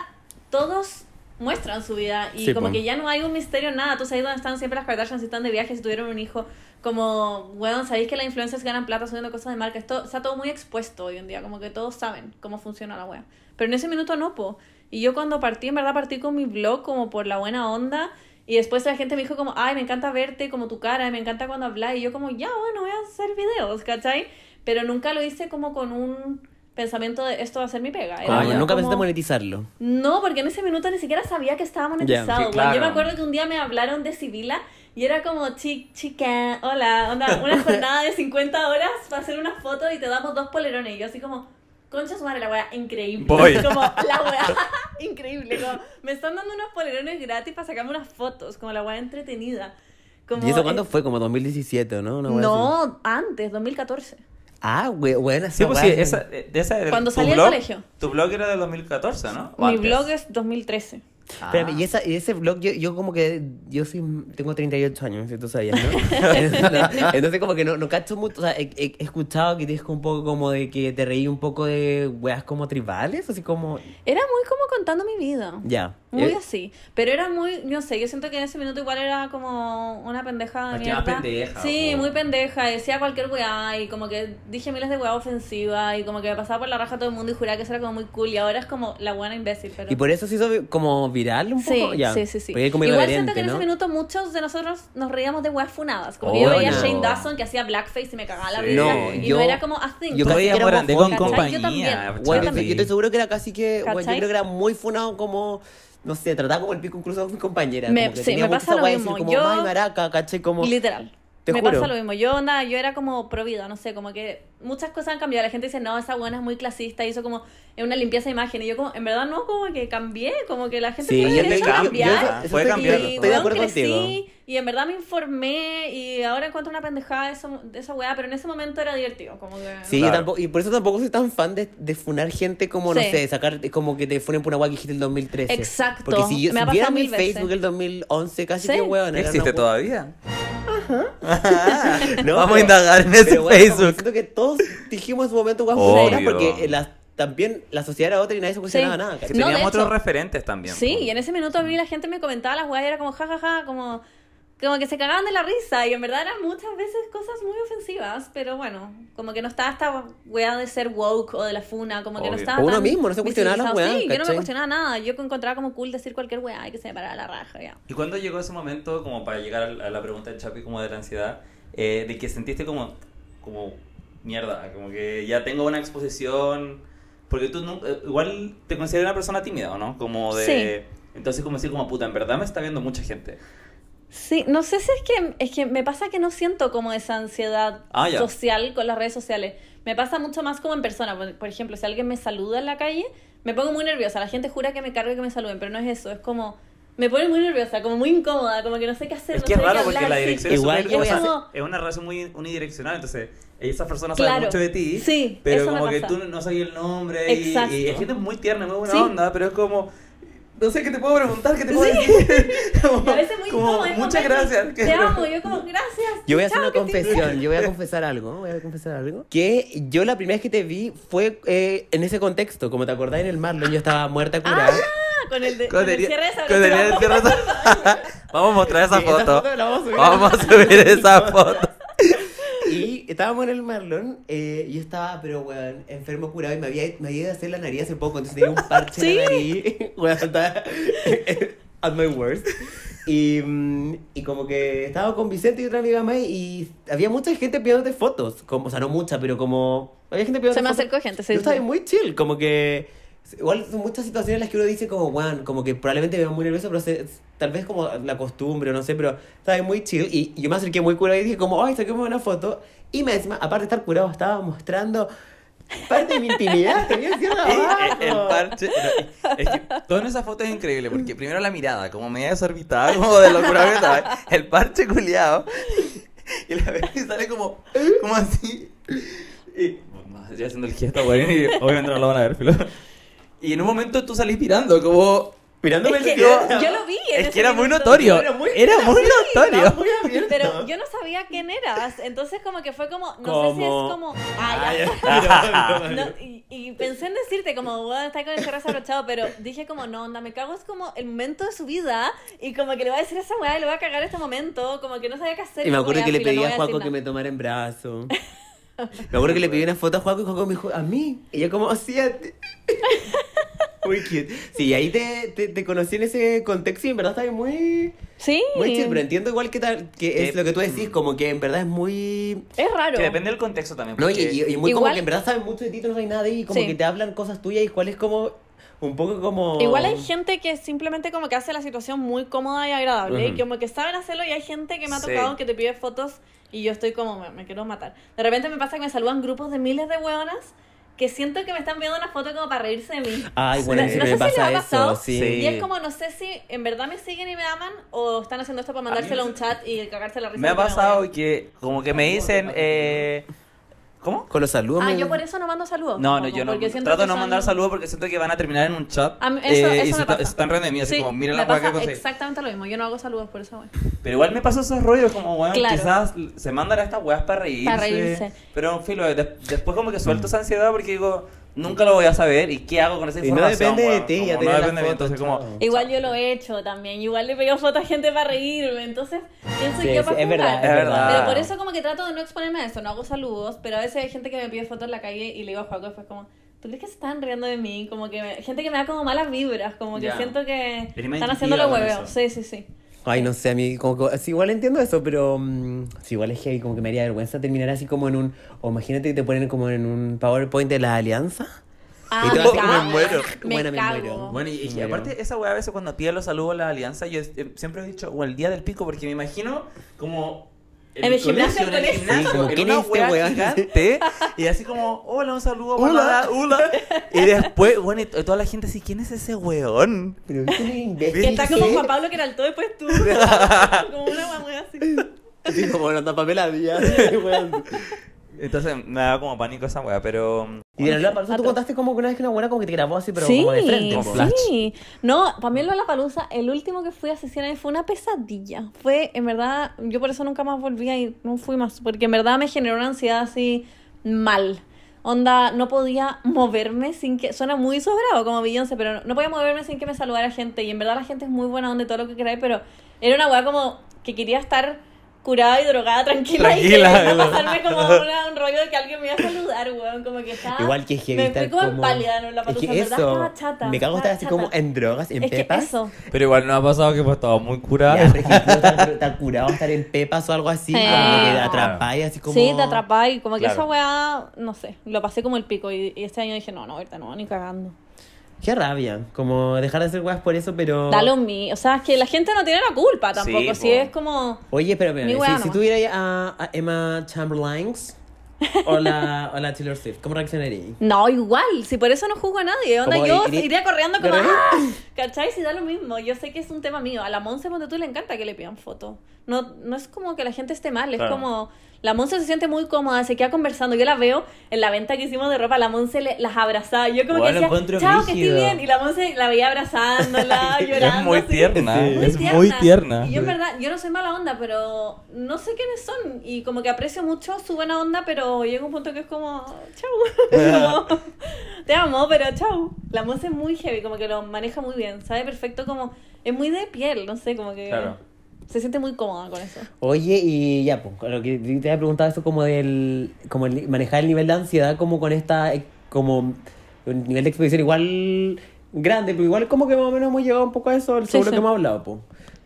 Speaker 3: todos muestran su vida y
Speaker 1: Sí,
Speaker 3: como
Speaker 1: po.
Speaker 3: que ya no hay un misterio, nada, tú sabes dónde están siempre las Kardashians, si están de viaje, si tuvieron un hijo, como, bueno, sabéis que las influencers ganan plata subiendo cosas de marca, esto está todo muy expuesto hoy en día, como que todos saben cómo funciona la wea. Pero en ese minuto no, po. Y yo cuando partí, en verdad partí con mi blog como por la buena onda. Y después la gente me dijo como, ay, me encanta verte, como tu cara, me encanta cuando hablas. Y yo como, ya, bueno, voy a hacer videos, ¿cachai? Pero nunca lo hice como con un pensamiento de esto va a ser mi pega. Era
Speaker 1: Como
Speaker 2: ya.
Speaker 1: nunca
Speaker 3: como-
Speaker 1: pensaste monetizarlo.
Speaker 3: no, porque en ese minuto ni siquiera sabía que estaba monetizado.
Speaker 1: Ya,
Speaker 2: sí,
Speaker 3: weón.
Speaker 2: claro.
Speaker 3: Yo me acuerdo que un día me hablaron de Sibila y era como, "Chi- chica, hola, onda, una jornada de 50 horas para hacer una foto y te damos dos polerones. Y yo así como, concha su madre, la weá, increíble.
Speaker 2: Voy.
Speaker 3: Así como, la weá, increíble. Como, me están dando unos polerones gratis para sacarme unas fotos, como la weá entretenida. Como,
Speaker 1: ¿Y eso
Speaker 3: eh,
Speaker 1: cuándo fue? Como 2017, ¿no? Una wea así.
Speaker 3: No, antes, 2014.
Speaker 1: Ah, we- bueno,
Speaker 2: Sí,
Speaker 1: esa
Speaker 2: pues sí,
Speaker 1: wea-
Speaker 2: esa, de esa era-
Speaker 3: Cuando
Speaker 2: tu
Speaker 3: salí del
Speaker 2: blog-
Speaker 3: colegio.
Speaker 2: Tu blog era del 2014, ¿no?
Speaker 3: Mi blog es 2013.
Speaker 2: Ah.
Speaker 1: Espérame, y, esa, y ese blog, yo, yo como que, yo sí tengo 38 años, si tú sabías, ¿no? entonces, entonces como que no, no cacho mucho, o sea, he, he- he escuchado que tienes un poco como de que te reí un poco de weas como tribales, así como,
Speaker 3: Era muy como contando mi vida.
Speaker 1: ya.
Speaker 3: Muy
Speaker 1: Eh,
Speaker 3: así. Pero era muy, no sé, yo siento que en ese minuto igual era como una pendeja de
Speaker 2: Más que más
Speaker 3: mierda.
Speaker 2: pendeja,
Speaker 3: sí,
Speaker 2: po.
Speaker 3: muy pendeja. y Decía cualquier weá y como que dije miles de weá ofensivas y como que me pasaba por la raja a todo el mundo y juraba que eso era como muy cool y ahora es como la buena imbécil. Pero...
Speaker 1: y por eso se hizo vi- como viral un
Speaker 3: Sí,
Speaker 1: poco, ya.
Speaker 3: sí, sí, sí.
Speaker 1: Porque es como
Speaker 3: Igual siento
Speaker 1: irreverente,
Speaker 3: que en
Speaker 1: ¿no?
Speaker 3: ese minuto muchos de nosotros nos reíamos de weas funadas. Como que yo
Speaker 1: Oh,
Speaker 3: veía
Speaker 1: no.
Speaker 3: a Shane Dawson que hacía blackface y me cagaba la
Speaker 2: Sí.
Speaker 3: risa.
Speaker 1: No,
Speaker 3: y
Speaker 1: yo-
Speaker 3: no era como a thing.
Speaker 1: yo
Speaker 2: Yo
Speaker 1: casi
Speaker 2: veía
Speaker 1: que era
Speaker 2: por Andé con
Speaker 1: homofóbico,
Speaker 3: ¿cachai? Yo
Speaker 2: compañía.
Speaker 3: también.
Speaker 1: Bueno, yo,
Speaker 2: Charlie.
Speaker 1: yo estoy seguro que era casi que, bueno, yo
Speaker 3: ¿Cachai?
Speaker 1: creo que era muy funado como, no sé, trataba como el pico incluso con mis compañeras.
Speaker 3: Me-
Speaker 1: como que
Speaker 3: sí,
Speaker 1: tenía
Speaker 3: me
Speaker 1: mucho
Speaker 3: pasa
Speaker 1: esa
Speaker 3: lo
Speaker 1: wea de decir
Speaker 3: mismo,
Speaker 1: Como,
Speaker 3: yo-
Speaker 1: "Ay, maraca, caché, como...
Speaker 3: Literal.
Speaker 1: Te
Speaker 3: me
Speaker 1: juro.
Speaker 3: pasa lo mismo. Yo, onda, yo era como pro vida, no sé, como que muchas cosas han cambiado. La gente dice, no, esa buena es muy clasista, hizo como una limpieza de imagen. Y yo, como, en verdad, no, como que cambié, como que la gente
Speaker 1: Sí,
Speaker 3: tiene
Speaker 1: yo
Speaker 2: te
Speaker 3: derecho a
Speaker 2: cambio,
Speaker 3: cambiar.
Speaker 2: yo- Puede
Speaker 1: estoy-
Speaker 2: cambiar,
Speaker 1: estoy
Speaker 3: Y,
Speaker 1: de
Speaker 3: weón,
Speaker 1: acuerdo
Speaker 3: crecí,
Speaker 1: contigo.
Speaker 3: y en verdad me informé y ahora encuentro una pendejada de, eso- de esa weá, pero en ese momento era divertido, como que...
Speaker 1: Sí,
Speaker 2: Claro.
Speaker 1: yo tampoco, y por eso tampoco soy tan fan de, de funar gente como, no
Speaker 3: Sí.
Speaker 1: sé, de sacar, de como que te funen por una guay que dijiste el 2013.
Speaker 3: Exacto,
Speaker 1: Porque si yo
Speaker 3: me ha
Speaker 1: si viera
Speaker 3: pasado
Speaker 1: mi
Speaker 3: mil veces.
Speaker 1: Facebook el 2011, casi
Speaker 3: Sí.
Speaker 1: que hueón. era
Speaker 2: ¿Existe
Speaker 1: una-
Speaker 2: todavía?
Speaker 1: No,
Speaker 2: Vamos a
Speaker 1: pero-
Speaker 2: indagar en ese
Speaker 1: pero, weón, como que
Speaker 2: Facebook.
Speaker 1: Siento que todos dijimos en su momento guay
Speaker 2: Obvio.
Speaker 1: funeras porque eh, las- también la sociedad era otra y nadie se cuestionaba
Speaker 3: Sí.
Speaker 1: nada.
Speaker 2: Que
Speaker 1: ¿cachai?
Speaker 3: No,
Speaker 2: teníamos
Speaker 3: de
Speaker 2: otros
Speaker 3: hecho.
Speaker 2: referentes también.
Speaker 3: Sí,
Speaker 1: pues.
Speaker 2: po.
Speaker 3: y en ese minuto a mí la gente me comentaba las weas y era como jajaja, como, como que se cagaban de la risa. Y en verdad eran muchas veces cosas muy ofensivas, pero bueno, como que no estaba esta wea de ser woke o de la funa, como que no
Speaker 2: Obvio.
Speaker 3: estaba.
Speaker 1: O uno
Speaker 3: tan
Speaker 1: mismo, no se cuestionaba las
Speaker 3: visibilizado.
Speaker 1: weas,
Speaker 3: Sí, yo no me
Speaker 1: ¿cachai?
Speaker 3: cuestionaba nada. Yo encontraba como cool decir cualquier wea y que se me parara la raja, ya.
Speaker 2: ¿Y cuándo llegó ese momento, como para llegar a la a la pregunta del Chapi, como de la ansiedad, eh, de que sentiste como, como mierda, como que ya tengo una exposición? Porque tú nu- eh, igual te consideras una persona tímida, ¿o no? Como de... Entonces, como decir, como puta, en verdad me está viendo mucha gente.
Speaker 3: Sí, no sé si es que es que me pasa que no siento como esa ansiedad
Speaker 2: Ah, ya.
Speaker 3: social con las redes sociales. Me pasa mucho más como en persona. Por, por ejemplo, si alguien me saluda en la calle, me pongo muy nerviosa. La gente jura que me cargo y que me saluden, pero no es eso. Es como me pone muy nerviosa, como muy incómoda, como que no sé qué hacer.
Speaker 2: es
Speaker 3: no
Speaker 2: que es
Speaker 3: sé de qué
Speaker 2: raro porque
Speaker 3: hablar,
Speaker 2: la
Speaker 3: sí.
Speaker 2: dirección es,
Speaker 1: Igual
Speaker 2: súper-
Speaker 1: yo
Speaker 2: o
Speaker 1: voy a-
Speaker 2: sea,
Speaker 3: No.
Speaker 2: es una relación muy unidireccional, entonces esas personas saben
Speaker 3: Claro.
Speaker 2: mucho de ti,
Speaker 3: Sí,
Speaker 2: pero
Speaker 3: eso me
Speaker 2: como que
Speaker 3: pasa.
Speaker 2: tú no sabes el nombre y,
Speaker 3: Exacto.
Speaker 2: y hay gente muy tierna, muy buena
Speaker 3: Sí.
Speaker 2: onda, pero es como... No sé qué te puedo preguntar, qué te puedo
Speaker 3: Sí.
Speaker 2: decir. Como-
Speaker 3: Y a veces muy
Speaker 2: como,
Speaker 3: incómoda. es como,
Speaker 2: Muchas
Speaker 3: "Ven,
Speaker 2: gracias.
Speaker 3: Te amo. Yo como gracias.
Speaker 1: Yo voy a hacer
Speaker 3: chao,
Speaker 1: una
Speaker 3: que estés bien".
Speaker 1: confesión, yo voy a confesar algo, voy a confesar algo. Que yo la primera vez que te vi fue eh, en ese contexto, como te acordás en el Marlon, yo estaba muerta curada.
Speaker 3: Ah, Con el, de,
Speaker 2: Con
Speaker 3: con el
Speaker 2: el-
Speaker 3: cierre de esa
Speaker 2: con el
Speaker 3: abertura.
Speaker 2: cierre de esa- Vamos a mostrar esa
Speaker 1: Sí, esa
Speaker 2: foto.
Speaker 1: foto la vamos a subir.
Speaker 2: Vamos a subir esa foto.
Speaker 1: Y estábamos en el Marlon, eh, yo estaba, pero weón, enfermo curado y me había, me había ido a hacer la nariz hace poco, entonces tenía un parche en la nariz. Weón, estaba at my worst. Y, mm, y como que estaba con Vicente y otra amiga más y había mucha gente pidiéndote fotos. Como, o sea, no mucha, pero como. Había gente pidiéndote
Speaker 3: Se me
Speaker 1: fotos.
Speaker 3: acercó gente, se
Speaker 1: Yo estaba
Speaker 3: dice.
Speaker 1: muy chill, como que. Igual son muchas situaciones en las que uno dice como, weón, como que probablemente me veo muy nervioso, pero se- tal vez como la costumbre, o no sé, pero estaba muy chill. Y yo me acerqué muy curado y dije como, ay, saquemos una foto. Y me encima, aparte de estar curado, estaba mostrando parte de mi intimidad, tenía cierto
Speaker 2: Eh, El
Speaker 1: abajo.
Speaker 2: parche. no, Es que toda esa foto es increíble porque primero la mirada, como media desorbitada, como de locura que estaba, El parche culiado. Y la vez que sale como, como así. Y no, estoy haciendo el gesto, güey. Y obviamente no lo van a ver, filo. Y en un momento tú salís mirando, como.
Speaker 1: Mirándome
Speaker 3: Es
Speaker 1: el
Speaker 3: que
Speaker 1: video.
Speaker 3: yo lo vi. en
Speaker 2: Es
Speaker 3: ese
Speaker 2: que era muy
Speaker 3: minuto.
Speaker 2: notorio.
Speaker 1: Era muy-
Speaker 2: Era muy
Speaker 1: Estaba
Speaker 2: notorio.
Speaker 1: muy abierto.
Speaker 3: Pero yo no sabía quién eras, entonces como que fue como, no sé si es
Speaker 1: Como-
Speaker 3: como, ah, ya. No, y, y pensé en decirte como, bueno, está con el cerro abrochado, pero dije como, no, onda, me cago, es como el momento de su vida, y como que le va a decir a esa weá y le va a cagar este momento, como que no sabía qué hacer.
Speaker 1: Y me
Speaker 3: como,
Speaker 1: acuerdo
Speaker 3: ya,
Speaker 1: que le
Speaker 3: filo, no
Speaker 1: pedí a
Speaker 3: voy
Speaker 1: Juaco
Speaker 3: decir
Speaker 1: que me
Speaker 3: nada.
Speaker 1: tomara en brazo. Me acuerdo que le pedí una foto a Juaco y Juaco me dijo, a mí. Y yo como, sí, a ti". Muy cute. Sí, ahí te, te, te conocí en ese contexto y en verdad estaba muy,
Speaker 3: Sí.
Speaker 1: muy chill. Pero entiendo igual que, tal, que es
Speaker 2: Que-
Speaker 1: lo que tú decís, como que en verdad es muy...
Speaker 3: Es raro.
Speaker 2: Que depende del contexto también.
Speaker 1: No, y,
Speaker 2: porque-
Speaker 1: y- y muy como
Speaker 3: Igual-
Speaker 1: que en verdad saben mucho de ti, tú no sabes nada de ellos y como
Speaker 3: Sí.
Speaker 1: que te hablan cosas tuyas y cuál es como un poco como...
Speaker 3: Igual
Speaker 2: Oh.
Speaker 3: hay gente que simplemente como que hace la situación muy cómoda y agradable,
Speaker 1: Ujú.
Speaker 3: y como que saben hacerlo y hay gente que me ha
Speaker 2: Sí.
Speaker 3: tocado que te pide fotos y yo estoy como, me, me quiero matar. De repente me pasa que me saludan grupos de miles de hueonas que siento que me están viendo una foto como para reírse de mí.
Speaker 1: Ay, bueno,
Speaker 3: No- no
Speaker 1: siempre
Speaker 3: sé
Speaker 1: me
Speaker 3: si les ha
Speaker 1: pasa
Speaker 3: pasado.
Speaker 1: eso, sí.
Speaker 2: Sí.
Speaker 3: Y es como, no sé si en verdad me siguen y me aman o están haciendo esto para mandárselo a un chat y cagarse la risa.
Speaker 2: Me ha
Speaker 3: porque
Speaker 2: pasado
Speaker 3: voy
Speaker 2: y que, como que me dicen. eh, ¿Cómo?
Speaker 1: Con los saludos.
Speaker 3: a- Ah,
Speaker 1: me-
Speaker 3: yo por eso no mando saludos.
Speaker 2: No, no,
Speaker 3: tampoco,
Speaker 2: yo no.
Speaker 3: porque siento
Speaker 2: Trato de
Speaker 3: que
Speaker 2: no
Speaker 3: son-
Speaker 2: mandar saludos porque siento que van a terminar en un chat.
Speaker 3: A mí- eso-
Speaker 2: eh, y se,
Speaker 3: eso me
Speaker 2: está-
Speaker 3: pasa.
Speaker 2: se están riendo de mí, así
Speaker 3: Sí,
Speaker 2: como, mira
Speaker 3: me
Speaker 2: la weá que
Speaker 3: pasa
Speaker 2: conseguí.
Speaker 3: exactamente lo mismo. Yo no hago saludos por esa wea.
Speaker 2: Pero igual me pasó esos rollos, como, weón,
Speaker 3: Claro.
Speaker 2: quizás se mandan a estas weas para reírse.
Speaker 3: Para reírse.
Speaker 2: Pero, filo, de- después como que suelto esa ansiedad porque digo, nunca lo voy a saber y qué hago con esa
Speaker 1: Y no
Speaker 2: información.
Speaker 1: depende de
Speaker 2: weón?
Speaker 1: ti, ya
Speaker 2: Como
Speaker 1: tenés
Speaker 2: no
Speaker 1: la
Speaker 2: depende de mí,
Speaker 1: foto,
Speaker 2: entonces
Speaker 1: chao.
Speaker 2: como.
Speaker 3: Igual yo lo he hecho también. Igual le he pedido fotos a gente para reírme. Entonces, ¿quién soy
Speaker 1: Sí,
Speaker 3: yo
Speaker 1: sí,
Speaker 3: para
Speaker 1: es verdad,
Speaker 3: juzgar?
Speaker 1: es
Speaker 2: verdad.
Speaker 3: Pero por eso como que trato de no exponerme a eso. No hago saludos, pero a veces hay gente que me pide fotos en la calle y le digo a Juaco después como... ¿Tú crees que se están riendo de mí? Como que me- gente que me da como malas vibras, como que
Speaker 2: Ya.
Speaker 3: siento que
Speaker 2: Eres más
Speaker 3: están haciendo los
Speaker 2: intuitiva con
Speaker 3: hueveos. Sí, sí, sí.
Speaker 1: Ay, no sé, a mí como que, sí, igual entiendo eso, pero mm, sí, igual es heavy, como que me haría vergüenza terminar así como en un, o imagínate que te ponen como en un PowerPoint de la alianza.
Speaker 3: Ah,
Speaker 1: y te
Speaker 3: me
Speaker 1: vas a
Speaker 3: cago.
Speaker 1: me muero.
Speaker 3: Me
Speaker 1: Bueno, me
Speaker 3: cago.
Speaker 1: muero.
Speaker 2: Bueno, y, y
Speaker 1: Bueno.
Speaker 2: aparte esa weá a veces cuando piden los saludos a la alianza, yo eh, siempre he dicho, o el día del pico, porque me imagino como...
Speaker 3: En el gimnasio,
Speaker 2: en el
Speaker 3: con eso.
Speaker 1: Sí,
Speaker 2: gimnasio,
Speaker 1: como,
Speaker 2: en
Speaker 1: ¿quién
Speaker 2: una
Speaker 1: es este
Speaker 2: weá
Speaker 1: weón?
Speaker 2: gigante, y así como, hola, un saludo,
Speaker 1: Hola.
Speaker 2: hola, hola, y después, bueno, y t- toda la gente así, ¿quién es ese weón?
Speaker 1: Pero tú eres imbécil.
Speaker 3: Que está como
Speaker 1: ¿qué?
Speaker 3: Juan Pablo que era alto después tú. como una mamá así.
Speaker 1: Sí, como la tapa peladilla.
Speaker 2: Entonces me da como pánico esa weá, pero... mm,
Speaker 1: Y de la Lola Palusa, tú contaste como que una vez que una buena como que te grabó así, pero como de frente.
Speaker 2: como
Speaker 1: po.
Speaker 2: flash.
Speaker 3: sí. No, para mí la Palusa, el último que fui a Cecilia fue una pesadilla. Fue, en verdad, yo por eso nunca más volví y no fui más, porque en verdad me generó una ansiedad así mal. Onda, no podía moverme sin que. Suena muy sobrado como Beyoncé, pero no podía moverme sin que me saludara gente. Y en verdad la gente es muy buena onda y todo lo que queráis, pero era una weá como que quería estar curada y drogada, tranquila.
Speaker 2: Tranquila,
Speaker 3: y que no
Speaker 2: ¿no?
Speaker 3: pasarme como una- un rollo de que alguien me iba a saludar, weón. Como que estaba.
Speaker 1: Igual que es heavy
Speaker 3: Me fui
Speaker 1: estar
Speaker 3: como,
Speaker 1: como...
Speaker 3: pálida, ¿no? La
Speaker 1: es
Speaker 3: palusa,
Speaker 1: que
Speaker 3: en verdad
Speaker 1: eso,
Speaker 3: estaba chata.
Speaker 1: me cago estar
Speaker 3: estaba
Speaker 1: así
Speaker 3: chata.
Speaker 1: como en drogas, en
Speaker 3: Es que
Speaker 1: pepas.
Speaker 3: eso.
Speaker 2: Pero igual no ha pasado que he estado muy curada.
Speaker 1: Ya, pero es que tú estar, estar curado, estar en pepas o algo así,
Speaker 3: Sí. Ah.
Speaker 1: como que te atrapáis así como...
Speaker 3: Sí, te atrapáis. y Como que
Speaker 2: Claro.
Speaker 3: esa weá, no sé, lo pasé como el pico. Y, y este año dije, no, no, ahorita no, ni cagando.
Speaker 1: Qué rabia, como dejar de hacer weas por eso, pero...
Speaker 3: Dale un mí. O sea, es que la gente no tiene la culpa tampoco.
Speaker 2: Sí,
Speaker 3: si
Speaker 2: po.
Speaker 3: es como.
Speaker 1: Oye, pero mira,
Speaker 3: Mi
Speaker 1: si,
Speaker 3: wea
Speaker 1: si
Speaker 3: nomás.
Speaker 1: tuviera a, a Emma Chamberlain o la, o la Taylor Swift, ¿cómo reaccionaría?
Speaker 3: No, igual, si por eso no juzgo a nadie. Onda,
Speaker 1: Como
Speaker 3: yo
Speaker 1: ir- ir-
Speaker 3: iría corriendo como.
Speaker 1: ¿Verdad?
Speaker 3: ¡Ah! ¿Cachai? Si da lo mismo. Yo sé que es un tema mío. A la Monse Monte tú le encanta que le pidan fotos. No, no es como que la gente esté mal, es
Speaker 2: Claro.
Speaker 3: como. La Monse se siente muy cómoda, se queda conversando. Yo la veo en la venta que hicimos de ropa, la Monse le- las abrazaba. Yo
Speaker 2: Guau,
Speaker 3: como
Speaker 2: lo
Speaker 3: que decía,
Speaker 2: encuentro
Speaker 3: chao, que estoy
Speaker 2: brígido".
Speaker 3: bien. Y la Monse la veía abrazándola, llorando.
Speaker 2: es muy
Speaker 3: así.
Speaker 2: tierna,
Speaker 1: Sí.
Speaker 2: es muy tierna.
Speaker 3: Y yo en verdad, yo no soy mala onda, pero no sé quiénes son. Y como que aprecio mucho su buena onda, pero llega un punto que es como, chau. Como, te amo, pero chau. La moza es muy heavy, como que lo maneja muy bien, sabe perfecto como, es muy de piel, no sé, como que...
Speaker 2: Claro.
Speaker 3: Se siente muy cómoda con eso.
Speaker 1: Oye, y ya, pues, lo que te había preguntado eso como del, como el- manejar el nivel de ansiedad como con esta, eh, como un nivel de exposición igual grande, pero igual como que más o menos hemos llegado un poco a eso,
Speaker 3: Sí,
Speaker 1: sobre lo
Speaker 3: sí.
Speaker 1: que hemos hablado, pues.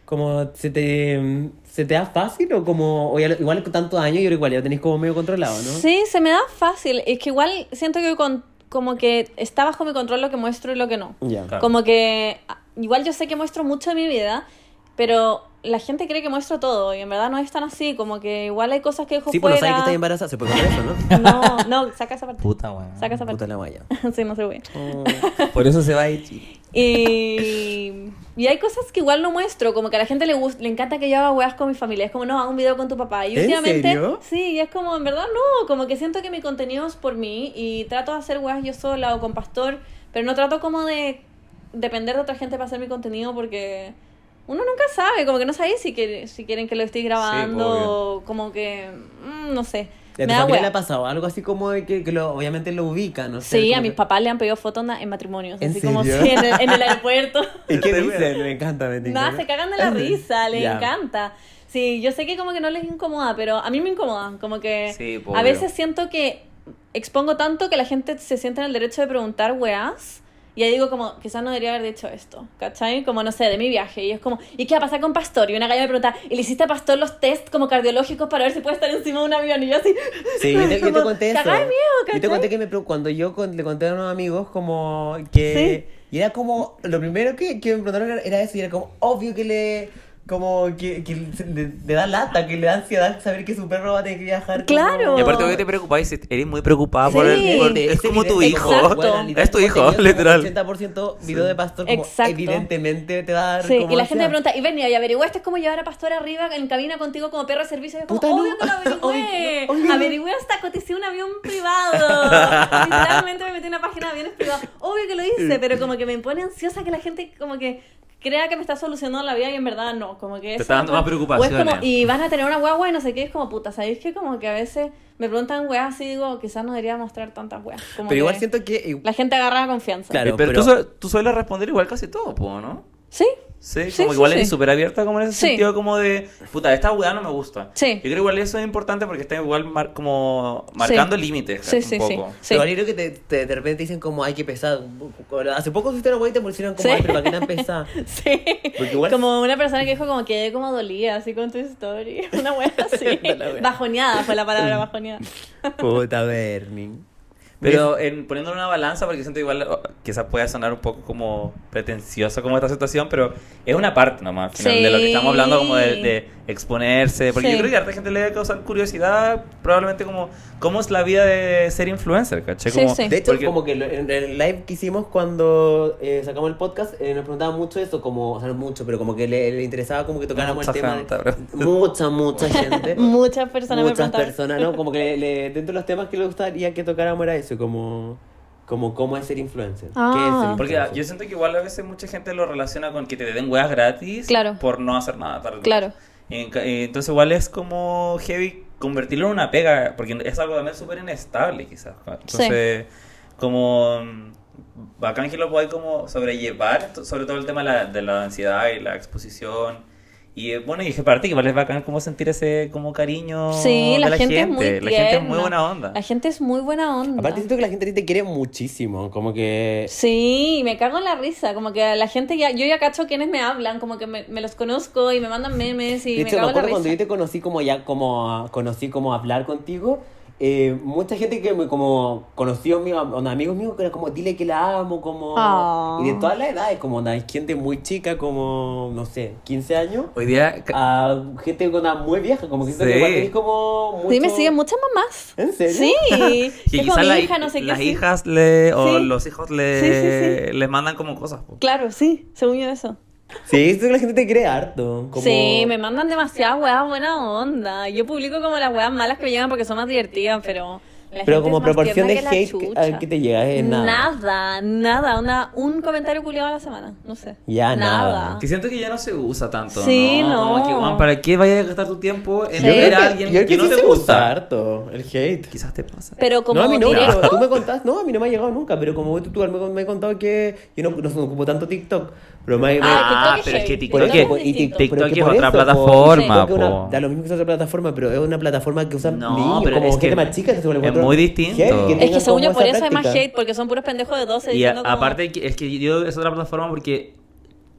Speaker 1: Como, ¿se te, ¿se te da fácil o como, o ya lo- igual con tantos años y ahora igual ya lo tenéis como medio controlado, Ah, ¿no?
Speaker 3: Sí, se me da fácil. Es que igual siento que con- como que está bajo mi control lo que muestro y lo que no.
Speaker 1: Ya.
Speaker 2: Claro.
Speaker 3: Como que ah, igual yo sé que muestro mucho de mi vida, pero la gente cree que muestro todo y en verdad no es tan así. Como que igual hay cosas que dejo
Speaker 1: Sí, pues no
Speaker 3: fuera.
Speaker 1: sabes que estás embarazada, se puede contar eso, ¿no?
Speaker 3: No, no, saca esa parte.
Speaker 2: Puta, weón.
Speaker 3: Saca esa
Speaker 1: Puta
Speaker 3: parte.
Speaker 1: la malla.
Speaker 3: sí, no se ve.
Speaker 1: Oh.
Speaker 2: Por eso se va a ir.
Speaker 3: Y, y hay cosas que igual no muestro, como que a la gente le gusta, le encanta que yo haga weas con mi familia. Es como, no, hago un video con tu papá. Y
Speaker 1: ¿En
Speaker 3: últimamente,
Speaker 1: serio?
Speaker 3: sí, y es como, en verdad no, como que siento que mi contenido es por mí y trato de hacer weas yo sola o con pastor, pero no trato como de depender de otra gente para hacer mi contenido porque uno nunca sabe, como que no sabéis si, quiere- si quieren que lo estéis grabando,
Speaker 2: obvio.
Speaker 3: o como que, mm, no sé.
Speaker 1: ¿Y ¿A tu
Speaker 3: Me da
Speaker 1: familia le
Speaker 3: wea.
Speaker 1: ha pasado algo así como de que, que lo, obviamente lo ubica, no sé?
Speaker 3: Sí,
Speaker 1: como
Speaker 3: a mis
Speaker 1: que-
Speaker 3: papás le han pedido fotos na- en matrimonios,
Speaker 1: ¿En
Speaker 3: así como sí,
Speaker 1: serio?
Speaker 3: en el- en el aeropuerto.
Speaker 1: ¿Y qué dicen? Me encanta, me
Speaker 3: No,
Speaker 1: encanta.
Speaker 3: se cagan de la risa, les
Speaker 1: Ya.
Speaker 3: encanta. Sí, yo sé que como que no les incomoda, pero a mí me incomoda. Como que
Speaker 2: Sí, po,
Speaker 3: Eh, a
Speaker 2: obvio.
Speaker 3: veces siento que expongo tanto que la gente se siente en el derecho de preguntar weás. Y ahí digo como, quizás no debería haber dicho esto, ¿cachai? Como, no sé, de mi viaje. Y es como, ¿y qué va a pasar con Pastor? Y una galla me pregunta, ¿y le hiciste a Pastor los test como cardiológicos para ver si puede estar encima de un avión? Y yo así,
Speaker 1: Sí, yo te, yo te
Speaker 3: Como,
Speaker 1: conté eso.
Speaker 3: cagada de miedo,
Speaker 1: yo te
Speaker 3: ¿cachai?
Speaker 1: conté que me, pregun- cuando yo con- le conté a unos amigos como que... Y era como, lo primero que, que me preguntaron era- era eso, y era como obvio que le... Como que, que se- le, le da lata, que le da ansiedad saber que su perro va a tener que viajar. como-
Speaker 3: Claro.
Speaker 2: Y aparte, ¿qué te preocupáis? Eres muy preocupada
Speaker 3: Sí.
Speaker 2: por el. por-
Speaker 1: Evidente,
Speaker 2: es como tu
Speaker 1: evidente,
Speaker 2: hijo.
Speaker 1: como,
Speaker 3: Exacto.
Speaker 1: bueno, literal,
Speaker 2: es tu hijo,
Speaker 1: contenido,
Speaker 2: literal.
Speaker 1: 80% video de pastor, como
Speaker 3: Exacto.
Speaker 1: evidentemente te va a dar
Speaker 3: Sí,
Speaker 1: como
Speaker 3: y la gente me
Speaker 1: ansiedad.
Speaker 3: pregunta, y ven, y averigüaste cómo llevar a Pastor arriba en cabina contigo como perro de servicio. Y yo como,
Speaker 1: Puta, no.
Speaker 3: obvio que lo averigüé.
Speaker 1: Obvio, obvio no.
Speaker 3: averigüé hasta coticé un avión privado. Literalmente me metí en una página de aviones privados. Obvio que lo
Speaker 1: Eh.
Speaker 3: hice, pero como que me pone ansiosa que la gente como que crea que me está solucionando la vida y en verdad no. Como que
Speaker 2: Te
Speaker 3: eso
Speaker 2: está dando
Speaker 3: me-
Speaker 2: más preocupaciones.
Speaker 3: o es como, y van a tener una guagua y no sé qué. Es como, puta, ¿sabéis que como que a veces me preguntan weas así digo, quizás no debería mostrar tantas weas. Como
Speaker 1: Pero igual
Speaker 3: que
Speaker 1: siento que... eh,
Speaker 3: La gente agarra confianza.
Speaker 1: Claro.
Speaker 2: Eh, pero
Speaker 1: pero-
Speaker 2: Tú, su- tú sueles responder igual casi todo, po, ¿no?
Speaker 3: Sí,
Speaker 2: Sí,
Speaker 3: Sí,
Speaker 2: como
Speaker 3: sí,
Speaker 2: igual
Speaker 3: sí.
Speaker 2: eres súper abierta como en ese
Speaker 3: Sí.
Speaker 2: sentido como de, puta, esta weá no me gusta.
Speaker 3: Sí.
Speaker 2: Yo creo igual eso es importante porque está igual mar- como marcando límites
Speaker 3: sí,
Speaker 2: un
Speaker 3: sí, sí.
Speaker 2: poco.
Speaker 3: sí.
Speaker 1: Pero Valerio que te, te- de repente dicen como, ay, qué pesado. Hace poco fuiste a la wea y te pusieron como,
Speaker 3: Sí.
Speaker 1: ay, pero ¿para qué tan pesado?
Speaker 3: Sí.
Speaker 1: Porque igual-
Speaker 3: Como una persona que dijo como que como dolía así con tu historia. Una wea así.
Speaker 1: De la wea.
Speaker 3: bajoneada fue la palabra bajoneada.
Speaker 1: Puta Bernie.
Speaker 2: Pero en, poniéndole una balanza, porque siento igual, oh, quizás pueda sonar un poco como pretencioso como esta situación, pero es una parte nomás, al final, de lo que estamos hablando como de, de exponerse. Porque
Speaker 3: Sí.
Speaker 2: yo creo que a harta gente le debe causar curiosidad, probablemente como, ¿cómo es la vida de ser influencer? ¿Caché?
Speaker 3: Sí,
Speaker 2: Como,
Speaker 3: sí.
Speaker 1: De hecho,
Speaker 2: porque-
Speaker 1: como que lo- en el live que hicimos cuando eh, sacamos el podcast, eh, nos preguntaban mucho eso, como, o sea, no mucho, pero como que le, le interesaba como que tocáramos
Speaker 2: Mucha
Speaker 1: el tema. de-
Speaker 2: gente, bro.
Speaker 1: mucha, mucha gente.
Speaker 3: Muchas personas me
Speaker 1: Muchas
Speaker 3: preguntaban.
Speaker 1: personas, ¿no? Como que le- le- dentro de los temas que le gustaría que tocáramos era eso, como, como cómo es ser influencer. ¿Qué es ser
Speaker 3: Ah.
Speaker 2: Porque ah,
Speaker 1: influencer?
Speaker 2: yo siento que igual a veces mucha gente lo relaciona con que te den weas gratis
Speaker 3: Claro.
Speaker 2: por no hacer nada. tal-
Speaker 3: Claro.
Speaker 2: En ca- eh, Entonces igual es como heavy convertirlo en una pega, porque es algo también súper inestable quizás. ¿no? Entonces, como mm, bacán que lo podáis como sobrellevar, to- sobre todo el tema de la, de la ansiedad y la exposición. Y eh, bueno, y dije, parte que igual es bacán como sentir ese como cariño
Speaker 3: Sí,
Speaker 2: de
Speaker 3: la, gente, es muy
Speaker 2: la gente es
Speaker 3: tierna.
Speaker 2: muy buena onda.
Speaker 3: La gente es muy buena onda.
Speaker 1: Aparte siento que la gente a ti te quiere muchísimo, como que...
Speaker 3: Sí, me cago en la risa, como que la gente ya, yo ya cacho quienes me hablan, como que me, me los conozco y me mandan memes y
Speaker 1: De
Speaker 3: me
Speaker 1: hecho, me
Speaker 3: cago en la
Speaker 1: acuerdo
Speaker 3: risa.
Speaker 1: cuando yo te conocí como ya como conocí como hablar contigo, eh, mucha gente que me como conoció mío, onda, amigos míos que era como dile que la amo, como
Speaker 3: Ah.
Speaker 1: y de todas las edades, como onda, hay gente muy chica, como no sé, 15 años,
Speaker 2: Hoy
Speaker 3: Ah,
Speaker 2: día... ca-
Speaker 1: a gente onda, muy vieja, como que siento que
Speaker 2: Sí.
Speaker 1: igual tenés como mucho...
Speaker 3: Sí, me siguen muchas mamás.
Speaker 1: ¿En serio?
Speaker 3: Sí,
Speaker 2: que
Speaker 3: es como
Speaker 2: quizás
Speaker 3: mi
Speaker 2: la-
Speaker 3: hija, no sé qué.
Speaker 2: las
Speaker 3: sí.
Speaker 2: hijas le, o
Speaker 3: Sí.
Speaker 2: los hijos le,
Speaker 3: Sí,
Speaker 2: les mandan como cosas. po.
Speaker 3: Claro, sí, según yo eso.
Speaker 1: Sí, siento que la gente te quiere harto, como
Speaker 3: Sí, me mandan demasiadas weas buena onda. Yo publico como las weas malas que me llegan porque son más divertidas, pero. la gente
Speaker 1: Pero como
Speaker 3: es más
Speaker 1: proporción de
Speaker 3: tierna que la
Speaker 1: hate que,
Speaker 3: chucha.
Speaker 1: al que te llega es nada.
Speaker 3: Nada, nada, Una, un comentario culiado a la semana. No sé.
Speaker 1: Ya, nada.
Speaker 2: Que siento que ya no se usa tanto.
Speaker 3: Sí,
Speaker 2: ¿no? Como
Speaker 3: no.
Speaker 2: que, bueno, ¿para qué vayas a gastar tu tiempo en
Speaker 3: Sí.
Speaker 1: Yo creo
Speaker 2: ver
Speaker 1: que-
Speaker 2: a alguien
Speaker 1: yo creo
Speaker 2: que, no
Speaker 1: sí
Speaker 2: te
Speaker 1: se usa
Speaker 2: gusta?
Speaker 1: harto el hate.
Speaker 2: Quizás te pasa.
Speaker 3: Pero como.
Speaker 1: no, a mí no,
Speaker 3: directo-
Speaker 1: pero tú me contás, no, a mí no me ha llegado nunca, pero como tú, tú me, me has contado que yo no, no ocupo tanto TikTok, Pero más, más-
Speaker 2: Ah,
Speaker 3: TikTok es
Speaker 2: pero es que
Speaker 3: heavy,
Speaker 2: TikTok-
Speaker 3: TikTok
Speaker 1: Pero
Speaker 3: es
Speaker 1: que- y
Speaker 3: distinto.
Speaker 1: TikTok-
Speaker 2: TikTok
Speaker 1: que
Speaker 2: es
Speaker 1: por
Speaker 2: otra
Speaker 1: eso, po.
Speaker 2: plataforma,
Speaker 1: TikTok es una-
Speaker 2: po.
Speaker 1: da lo mismo que es otra plataforma, pero es una plataforma que usan
Speaker 2: No,
Speaker 1: niños,
Speaker 2: pero
Speaker 1: como
Speaker 2: es
Speaker 1: gente
Speaker 2: que
Speaker 1: más chica. entonces me lo
Speaker 2: es
Speaker 1: encuentro
Speaker 2: muy distinto.
Speaker 1: heavy,
Speaker 2: Es que
Speaker 3: Es
Speaker 1: tengan
Speaker 3: que según yo
Speaker 1: como
Speaker 3: por
Speaker 1: esa
Speaker 3: eso hay más
Speaker 1: práctica.
Speaker 3: hate, porque son puros pendejos de 12
Speaker 2: Y a-
Speaker 3: diciendo como...
Speaker 2: aparte que- es que yo es otra plataforma porque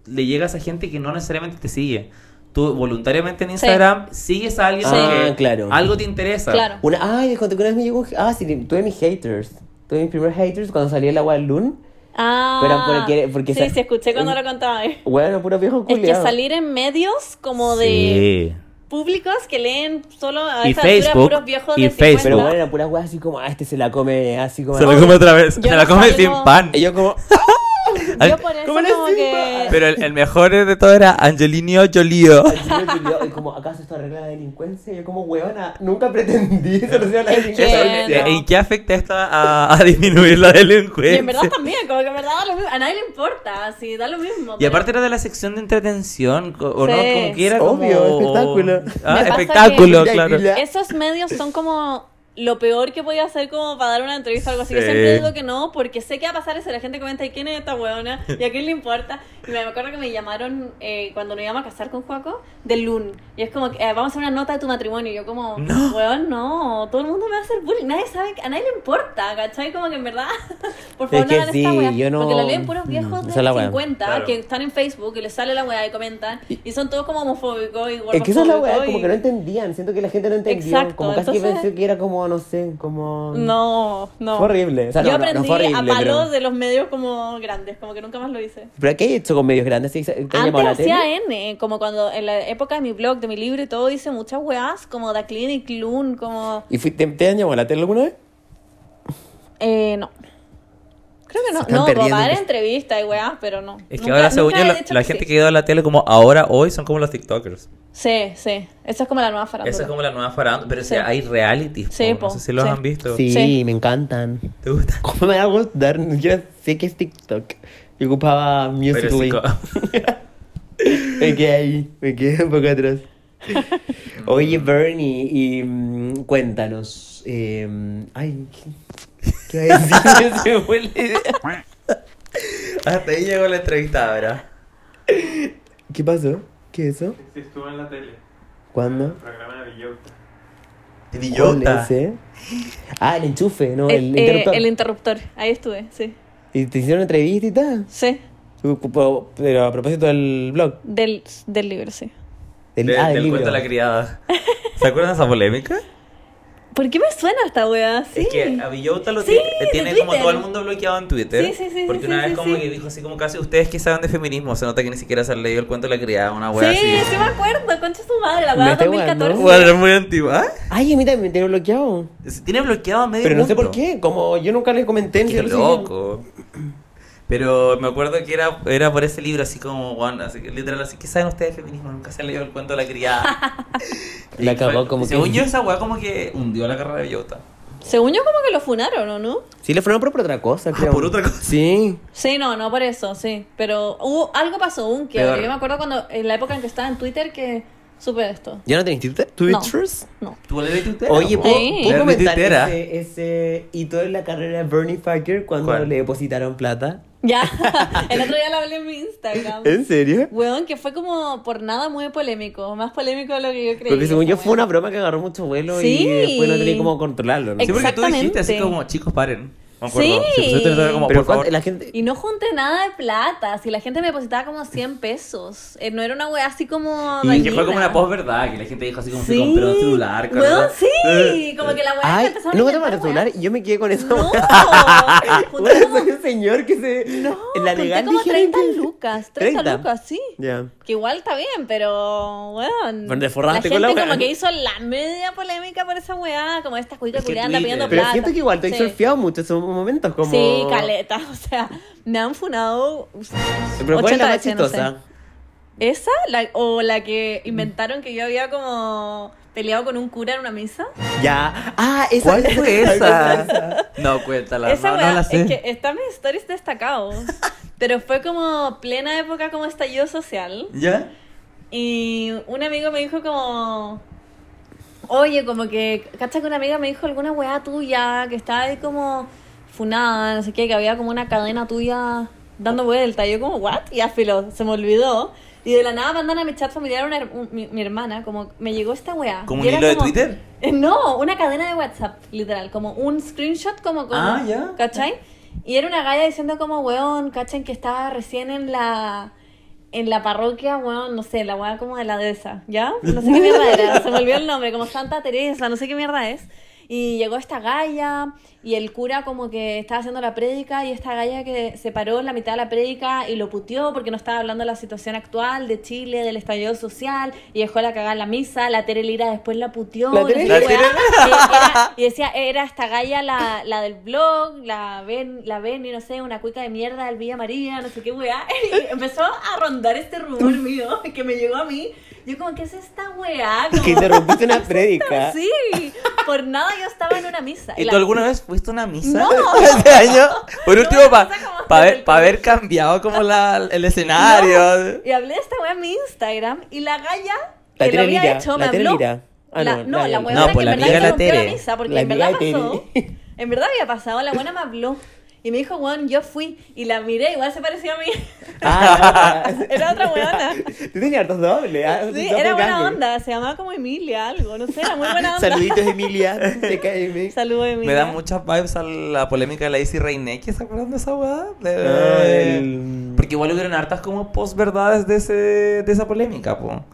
Speaker 2: le llega a esa gente que no necesariamente te sigue. Tú voluntariamente en Instagram sigues a alguien
Speaker 1: Sí.
Speaker 2: porque
Speaker 1: Ah, claro.
Speaker 2: algo te interesa.
Speaker 3: Claro.
Speaker 1: Una, ay, cuando una vez me llegó un- Ah, sí, tuve mis haters. Tuve mis primeros haters cuando salí el agua del Loon.
Speaker 3: Ah,
Speaker 1: Pero porque- porque
Speaker 3: sí,
Speaker 1: sa-
Speaker 3: sí, escuché cuando
Speaker 1: es-
Speaker 3: lo contaba. Es
Speaker 1: Bueno, puro viejo culiao.
Speaker 3: que salir en medios como de
Speaker 2: Sí.
Speaker 3: públicos que leen solo a
Speaker 2: Y
Speaker 3: esta altura
Speaker 2: Facebook,
Speaker 3: puros viejos
Speaker 2: y
Speaker 3: de
Speaker 2: Facebook.
Speaker 1: Pero
Speaker 3: 50.
Speaker 1: bueno, era pura weá así como, ah, este se la come así como.
Speaker 2: Se la come otra vez.
Speaker 3: Yo
Speaker 2: Se la
Speaker 3: no
Speaker 2: come
Speaker 3: salgo-
Speaker 2: sin pan.
Speaker 1: Y yo como.
Speaker 3: Yo por eso
Speaker 1: ¿Cómo le
Speaker 3: como
Speaker 1: decimos?
Speaker 3: que...
Speaker 2: Pero el, el mejor de todo era Angelino Jolio.
Speaker 1: Y como, ¿acaso esto arregla la delincuencia? Y yo como, huevona, nunca pretendí solucionar la delincuencia.
Speaker 3: Eh, no.
Speaker 2: ¿Y qué afecta esto a, a disminuir la delincuencia?
Speaker 3: Y en verdad también, como que en verdad da lo mismo. A nadie le importa, sí, da lo mismo.
Speaker 2: Y
Speaker 3: pero-
Speaker 2: aparte era de la sección de entretención, co- ¿o
Speaker 3: Sí.
Speaker 2: no? Como que era
Speaker 1: Obvio,
Speaker 2: como... Ah,
Speaker 1: espectáculo.
Speaker 3: Me pasa
Speaker 2: espectáculo,
Speaker 1: que-
Speaker 2: claro.
Speaker 1: Mira,
Speaker 3: Esos medios son como lo peor que podía hacer como para dar una entrevista o algo así. Yo
Speaker 2: Sí.
Speaker 3: siempre digo que no, porque sé que va a pasar eso. La gente comenta, ¿y quién es esta huevona? ¿Y a quién le importa? Y me acuerdo que me llamaron eh, cuando nos íbamos a casar con Juaco, de Lun. Y es como, que, eh, vamos a hacer una nota de tu matrimonio. Y yo como,
Speaker 2: No.
Speaker 3: huevón, no, todo el mundo me va a hacer bullying. Nadie sabe, a nadie le importa, ¿cachai? Como que en verdad, por favor,
Speaker 1: Es que
Speaker 3: no hagan esta
Speaker 1: sí,
Speaker 3: hueá.
Speaker 1: yo no-
Speaker 3: Porque lo leen puros viejos
Speaker 1: no,
Speaker 3: de
Speaker 1: esa es la hueá.
Speaker 3: 50
Speaker 2: Claro.
Speaker 3: que están en Facebook y les sale la hueá y comentan. Y son todos como homofóbicos y
Speaker 1: Es que esa es la weá,
Speaker 3: gordofóbicos
Speaker 1: como
Speaker 3: y-
Speaker 1: que no entendían. Siento que la gente no entendió.
Speaker 3: Exacto,
Speaker 1: como casi que
Speaker 3: entonces-
Speaker 1: pensó que era como, no sé, como.
Speaker 3: No, no.
Speaker 1: Fue horrible. O sea,
Speaker 3: Yo
Speaker 1: no, no, no
Speaker 3: aprendí
Speaker 1: fue horrible,
Speaker 3: a palos
Speaker 1: pero-
Speaker 3: de los medios como grandes, como que nunca más lo hice.
Speaker 1: ¿Pero qué he hecho con medios grandes? ¿Sí? ¿Te han llamado
Speaker 3: Antes
Speaker 1: la tele?
Speaker 3: hacía N, como cuando en la época de mi blog, de mi libro y todo, hice muchas weas, como The Clinic, Loon, como...
Speaker 1: ¿Y fui- te, te han llamado la tele alguna vez?
Speaker 3: Eh, no. Creo que no.
Speaker 1: están
Speaker 3: No,
Speaker 1: perdiendo
Speaker 3: como para
Speaker 1: que-
Speaker 3: entrevistas y weas, pero no.
Speaker 2: Es que
Speaker 3: Nunca-
Speaker 2: ahora, según
Speaker 3: nunca
Speaker 2: yo,
Speaker 3: he
Speaker 2: la,
Speaker 3: dicho
Speaker 2: la
Speaker 3: que
Speaker 2: gente
Speaker 3: sí.
Speaker 2: que quedó en la tele como ahora, hoy, son como los TikTokers.
Speaker 3: Sí, sí. Esa es como la nueva farándula.
Speaker 2: Esa es como la nueva farándula. Pero o
Speaker 3: Sí.
Speaker 2: sea, hay reality.
Speaker 3: Sí,
Speaker 2: po.
Speaker 3: po,
Speaker 2: No sé si los
Speaker 3: sí.
Speaker 2: han visto.
Speaker 1: Sí,
Speaker 3: Sí.
Speaker 1: me encantan.
Speaker 2: ¿Te gusta?
Speaker 1: ¿Cómo me va a gustar? Ni siquiera sé que es TikTok. Yo ocupaba
Speaker 2: Pero sí,
Speaker 1: Musical.ly.
Speaker 2: co-
Speaker 1: Me quedé ahí, me quedé un poco atrás. Oye, Bernie, y mm, cuéntanos. eh, ay, ¿qué, qué iba a decir? Se me fue la idea.
Speaker 2: Hasta ahí llegó la entrevistadora.
Speaker 1: ¿Qué pasó? ¿Qué es eso?
Speaker 4: Sí, Este estuvo en la tele.
Speaker 1: ¿Cuándo?
Speaker 4: El programa de Villota.
Speaker 1: ¿Cuál
Speaker 2: Villota.
Speaker 1: es, eh? Ah, el enchufe, no, el,
Speaker 3: El, eh,
Speaker 1: interruptor.
Speaker 3: el interruptor. Ahí estuve, sí.
Speaker 1: ¿Y te hicieron entrevista y tal?
Speaker 3: Sí.
Speaker 1: Pero pero a propósito del blog.
Speaker 3: Del, del libro, sí.
Speaker 1: Del,
Speaker 2: De-
Speaker 1: ah, del
Speaker 2: del
Speaker 1: libro.
Speaker 2: cuento de la criada. ¿Se acuerdan de esa polémica?
Speaker 3: ¿Por qué me suena esta wea? Sí.
Speaker 2: Es que a Villota lo
Speaker 3: Sí,
Speaker 2: tiene,
Speaker 3: de
Speaker 2: tiene como
Speaker 3: Twitter.
Speaker 2: todo el mundo bloqueado en Twitter.
Speaker 3: Sí, sí, sí,
Speaker 2: Porque
Speaker 3: sí,
Speaker 2: una
Speaker 3: sí,
Speaker 2: vez
Speaker 3: sí,
Speaker 2: como
Speaker 3: sí.
Speaker 2: que dijo así como casi, ustedes que saben de feminismo, se nota que ni siquiera se han leído el cuento de la criada, una wea
Speaker 3: Sí,
Speaker 2: así.
Speaker 3: sí me acuerdo, concha su madre, la
Speaker 1: Me
Speaker 3: weá
Speaker 1: está guardando.
Speaker 3: 2014.
Speaker 2: Bueno, es muy antigua.
Speaker 1: Ay, a mí también me tiene bloqueado.
Speaker 2: Se tiene bloqueado a medio
Speaker 1: Pero no sé por
Speaker 2: mundo.
Speaker 1: qué, como yo nunca le comenté.
Speaker 2: Qué
Speaker 1: yo lo sé.
Speaker 2: loco. Pero me acuerdo que era, era por ese libro, así como, bueno, así que literal, así que saben ustedes de feminismo, nunca se han leído el cuento de la criada.
Speaker 1: La acabó como que-
Speaker 2: Según yo, esa weá como que hundió la carrera de Villota.
Speaker 3: Según yo como que lo funaron, ¿o no?
Speaker 1: Sí, le fueron por, Ah, por otra cosa, creo.
Speaker 2: por otra cosa.
Speaker 1: Sí.
Speaker 3: Sí, no, no por eso, sí. Pero hubo, algo pasó, un que
Speaker 2: Peor.
Speaker 3: yo me acuerdo cuando, en la época en que estaba en Twitter, que supe esto.
Speaker 1: ¿Ya no tenés Twitter?
Speaker 3: No.
Speaker 1: ¿Twitters?
Speaker 3: No.
Speaker 2: ¿Tú le de Twitter?
Speaker 1: Oye, ¿puedo,
Speaker 3: Sí.
Speaker 1: ¿puedo
Speaker 2: Era
Speaker 1: comentar
Speaker 2: tuitera.
Speaker 1: ese, ese hito en la carrera de Bernie Parker cuando
Speaker 2: ¿Cuál?
Speaker 1: le depositaron plata?
Speaker 3: Ya, el otro día lo hablé en mi Instagram.
Speaker 2: ¿Eh?
Speaker 1: serio?
Speaker 3: Weón, que fue como por nada muy polémico, más polémico de lo que yo creía.
Speaker 1: Porque según yo
Speaker 3: esa
Speaker 1: fue
Speaker 3: weá.
Speaker 1: una broma que agarró mucho vuelo y
Speaker 3: Sí.
Speaker 1: después no tenía cómo controlarlo, ¿no?
Speaker 2: Sí, porque tú dijiste así
Speaker 3: Exactamente.
Speaker 2: como, chicos, paren. Me acuerdo.
Speaker 3: Sí.
Speaker 2: Sí, tú eres como,
Speaker 1: Pero
Speaker 2: por favor.
Speaker 1: ¿cuánta- la gente...
Speaker 3: Y no junté nada de plata, si la gente me depositaba como 100 pesos. Eh, no era una weá así como...
Speaker 2: Y que fue como
Speaker 3: dañina.
Speaker 2: una posverdad, que la gente dijo así como se compró un celular.
Speaker 3: Weón,
Speaker 2: ¿verdad?
Speaker 1: Eh.
Speaker 3: sí, como que la weá
Speaker 1: Ay,
Speaker 3: empezaron
Speaker 1: no
Speaker 3: a
Speaker 1: me tomaste
Speaker 3: inventar
Speaker 1: el celular
Speaker 3: weá.
Speaker 1: y yo me quedé con eso.
Speaker 3: No,
Speaker 1: Bueno,
Speaker 3: junté como,
Speaker 1: soy un señor que se...
Speaker 3: no,
Speaker 1: en la
Speaker 3: junté
Speaker 1: legal
Speaker 3: como
Speaker 1: dijeron
Speaker 3: 30
Speaker 1: que-
Speaker 3: lucas, 30,
Speaker 1: 30.
Speaker 3: lucas, sí.
Speaker 1: Ya.
Speaker 3: Que igual está bien, pero, weón.
Speaker 1: Pero te forraste
Speaker 3: la
Speaker 1: con
Speaker 3: gente
Speaker 1: la weá.
Speaker 3: como que hizo la media polémica por esa weá, como esta cuica
Speaker 2: Es que
Speaker 3: culiada anda
Speaker 2: Twitter.
Speaker 3: pidiendo
Speaker 1: Pero
Speaker 3: plata.
Speaker 1: siento que igual te he
Speaker 3: Sí.
Speaker 1: surfeado mucho esos momentos como...
Speaker 3: Sí, caleta, o sea, me han funado.
Speaker 1: Pero ¿cuál es la
Speaker 3: 80
Speaker 1: más
Speaker 3: veces, no sé.
Speaker 1: chistosa?
Speaker 3: ¿Esa? La- ¿O la que inventaron que yo había como peleado con un cura en una misa?
Speaker 1: Ya. Ah, esa
Speaker 2: ¿Cuál fue esa? No, cuéntala.
Speaker 3: Esa
Speaker 2: no,
Speaker 3: weá,
Speaker 2: no la sé.
Speaker 3: es que está en mis stories destacados. pero fue como plena época como estallido social.
Speaker 2: ¿Ya?
Speaker 3: Y un amigo me dijo como... Oye, como que... ¿Cachai que una amiga me dijo alguna weá tuya que estaba ahí como funada, no sé qué, que había como una cadena tuya dando vuelta. Y yo como, ¿what? Y afiló, se me olvidó. Y de la nada mandan a mi chat familiar una her- un- mi, mi hermana, como, me llegó esta weá.
Speaker 2: ¿Como
Speaker 3: Y
Speaker 2: un
Speaker 3: Ah, era
Speaker 2: hilo de
Speaker 3: como-
Speaker 2: Twitter?
Speaker 3: Eh, No, una cadena de WhatsApp, literal, como un screenshot como con...
Speaker 2: Ah, ya.
Speaker 3: ¿Cachai? Y era una galla diciendo como, weón, cachen que estaba recién en la... En la parroquia, weón, no sé, la weá como de la dehesa, ¿ya? No sé qué mierda era, se me olvidó el nombre, como Santa Teresa, no sé qué mierda es. Y llegó esta galla y el cura como que estaba haciendo la prédica y esta galla que se paró en la mitad de la prédica y lo puteó porque no estaba hablando de la situación actual de Chile, del estallido social y dejó la cagada en la misa, la Tere Lira después la puteó.
Speaker 1: La
Speaker 3: no sé
Speaker 1: Tere Lira.
Speaker 3: qué
Speaker 2: La Tere
Speaker 3: weá. Y, era- y decía, era esta galla la, la del blog, la ven, la ven y no sé, una cuica de mierda del Villa María, no sé qué weá. Y empezó a rondar este rumor mío que me llegó a mí. Yo como, ¿qué es esta weá? Como-
Speaker 1: Que interrumpiste una prédica.
Speaker 3: Sí, por nada yo estaba en una misa.
Speaker 2: ¿Y
Speaker 3: la-
Speaker 2: tú alguna vez fuiste a una misa
Speaker 3: No.
Speaker 2: este año? Por
Speaker 3: No,
Speaker 2: último, para
Speaker 3: esa como-
Speaker 2: haber, pa haber cambiado como la, el escenario.
Speaker 3: Y hablé de esta weá en mi Instagram y la galla
Speaker 1: La
Speaker 3: que lo
Speaker 1: Tere
Speaker 3: había
Speaker 1: Lira,
Speaker 3: hecho
Speaker 1: la
Speaker 3: me
Speaker 1: Tere
Speaker 3: habló.
Speaker 1: Lira. Ah,
Speaker 3: La-
Speaker 1: no,
Speaker 3: no,
Speaker 1: la-
Speaker 3: la
Speaker 1: no,
Speaker 3: weona que
Speaker 2: pues la
Speaker 3: en verdad
Speaker 2: amiga de la
Speaker 3: interrumpió
Speaker 2: Tere.
Speaker 3: misa porque
Speaker 1: La
Speaker 3: en verdad
Speaker 1: amiga de
Speaker 3: pasó.
Speaker 1: Tere.
Speaker 3: En verdad había pasado, la buena me habló y me dijo, weón, yo fui y la miré, igual se parecía a mí.
Speaker 1: Ah, la-
Speaker 3: Era otra weona.
Speaker 1: Tú tenías hartos dobles. ah,
Speaker 3: Sí,
Speaker 1: doble
Speaker 3: era buena
Speaker 1: cambio.
Speaker 3: onda, se llamaba como Emilia, algo, no sé, era muy buena onda.
Speaker 1: Saluditos, Emilia. Te cae bien.
Speaker 3: Saludos, Emilia.
Speaker 2: Me da muchas vibes a la polémica de la Izzy Reineque, ¿se acuerdan de esa weá? De-
Speaker 1: Ah, el-
Speaker 2: Porque igual hubieron hartas como post-verdades de, ese, de esa polémica, po.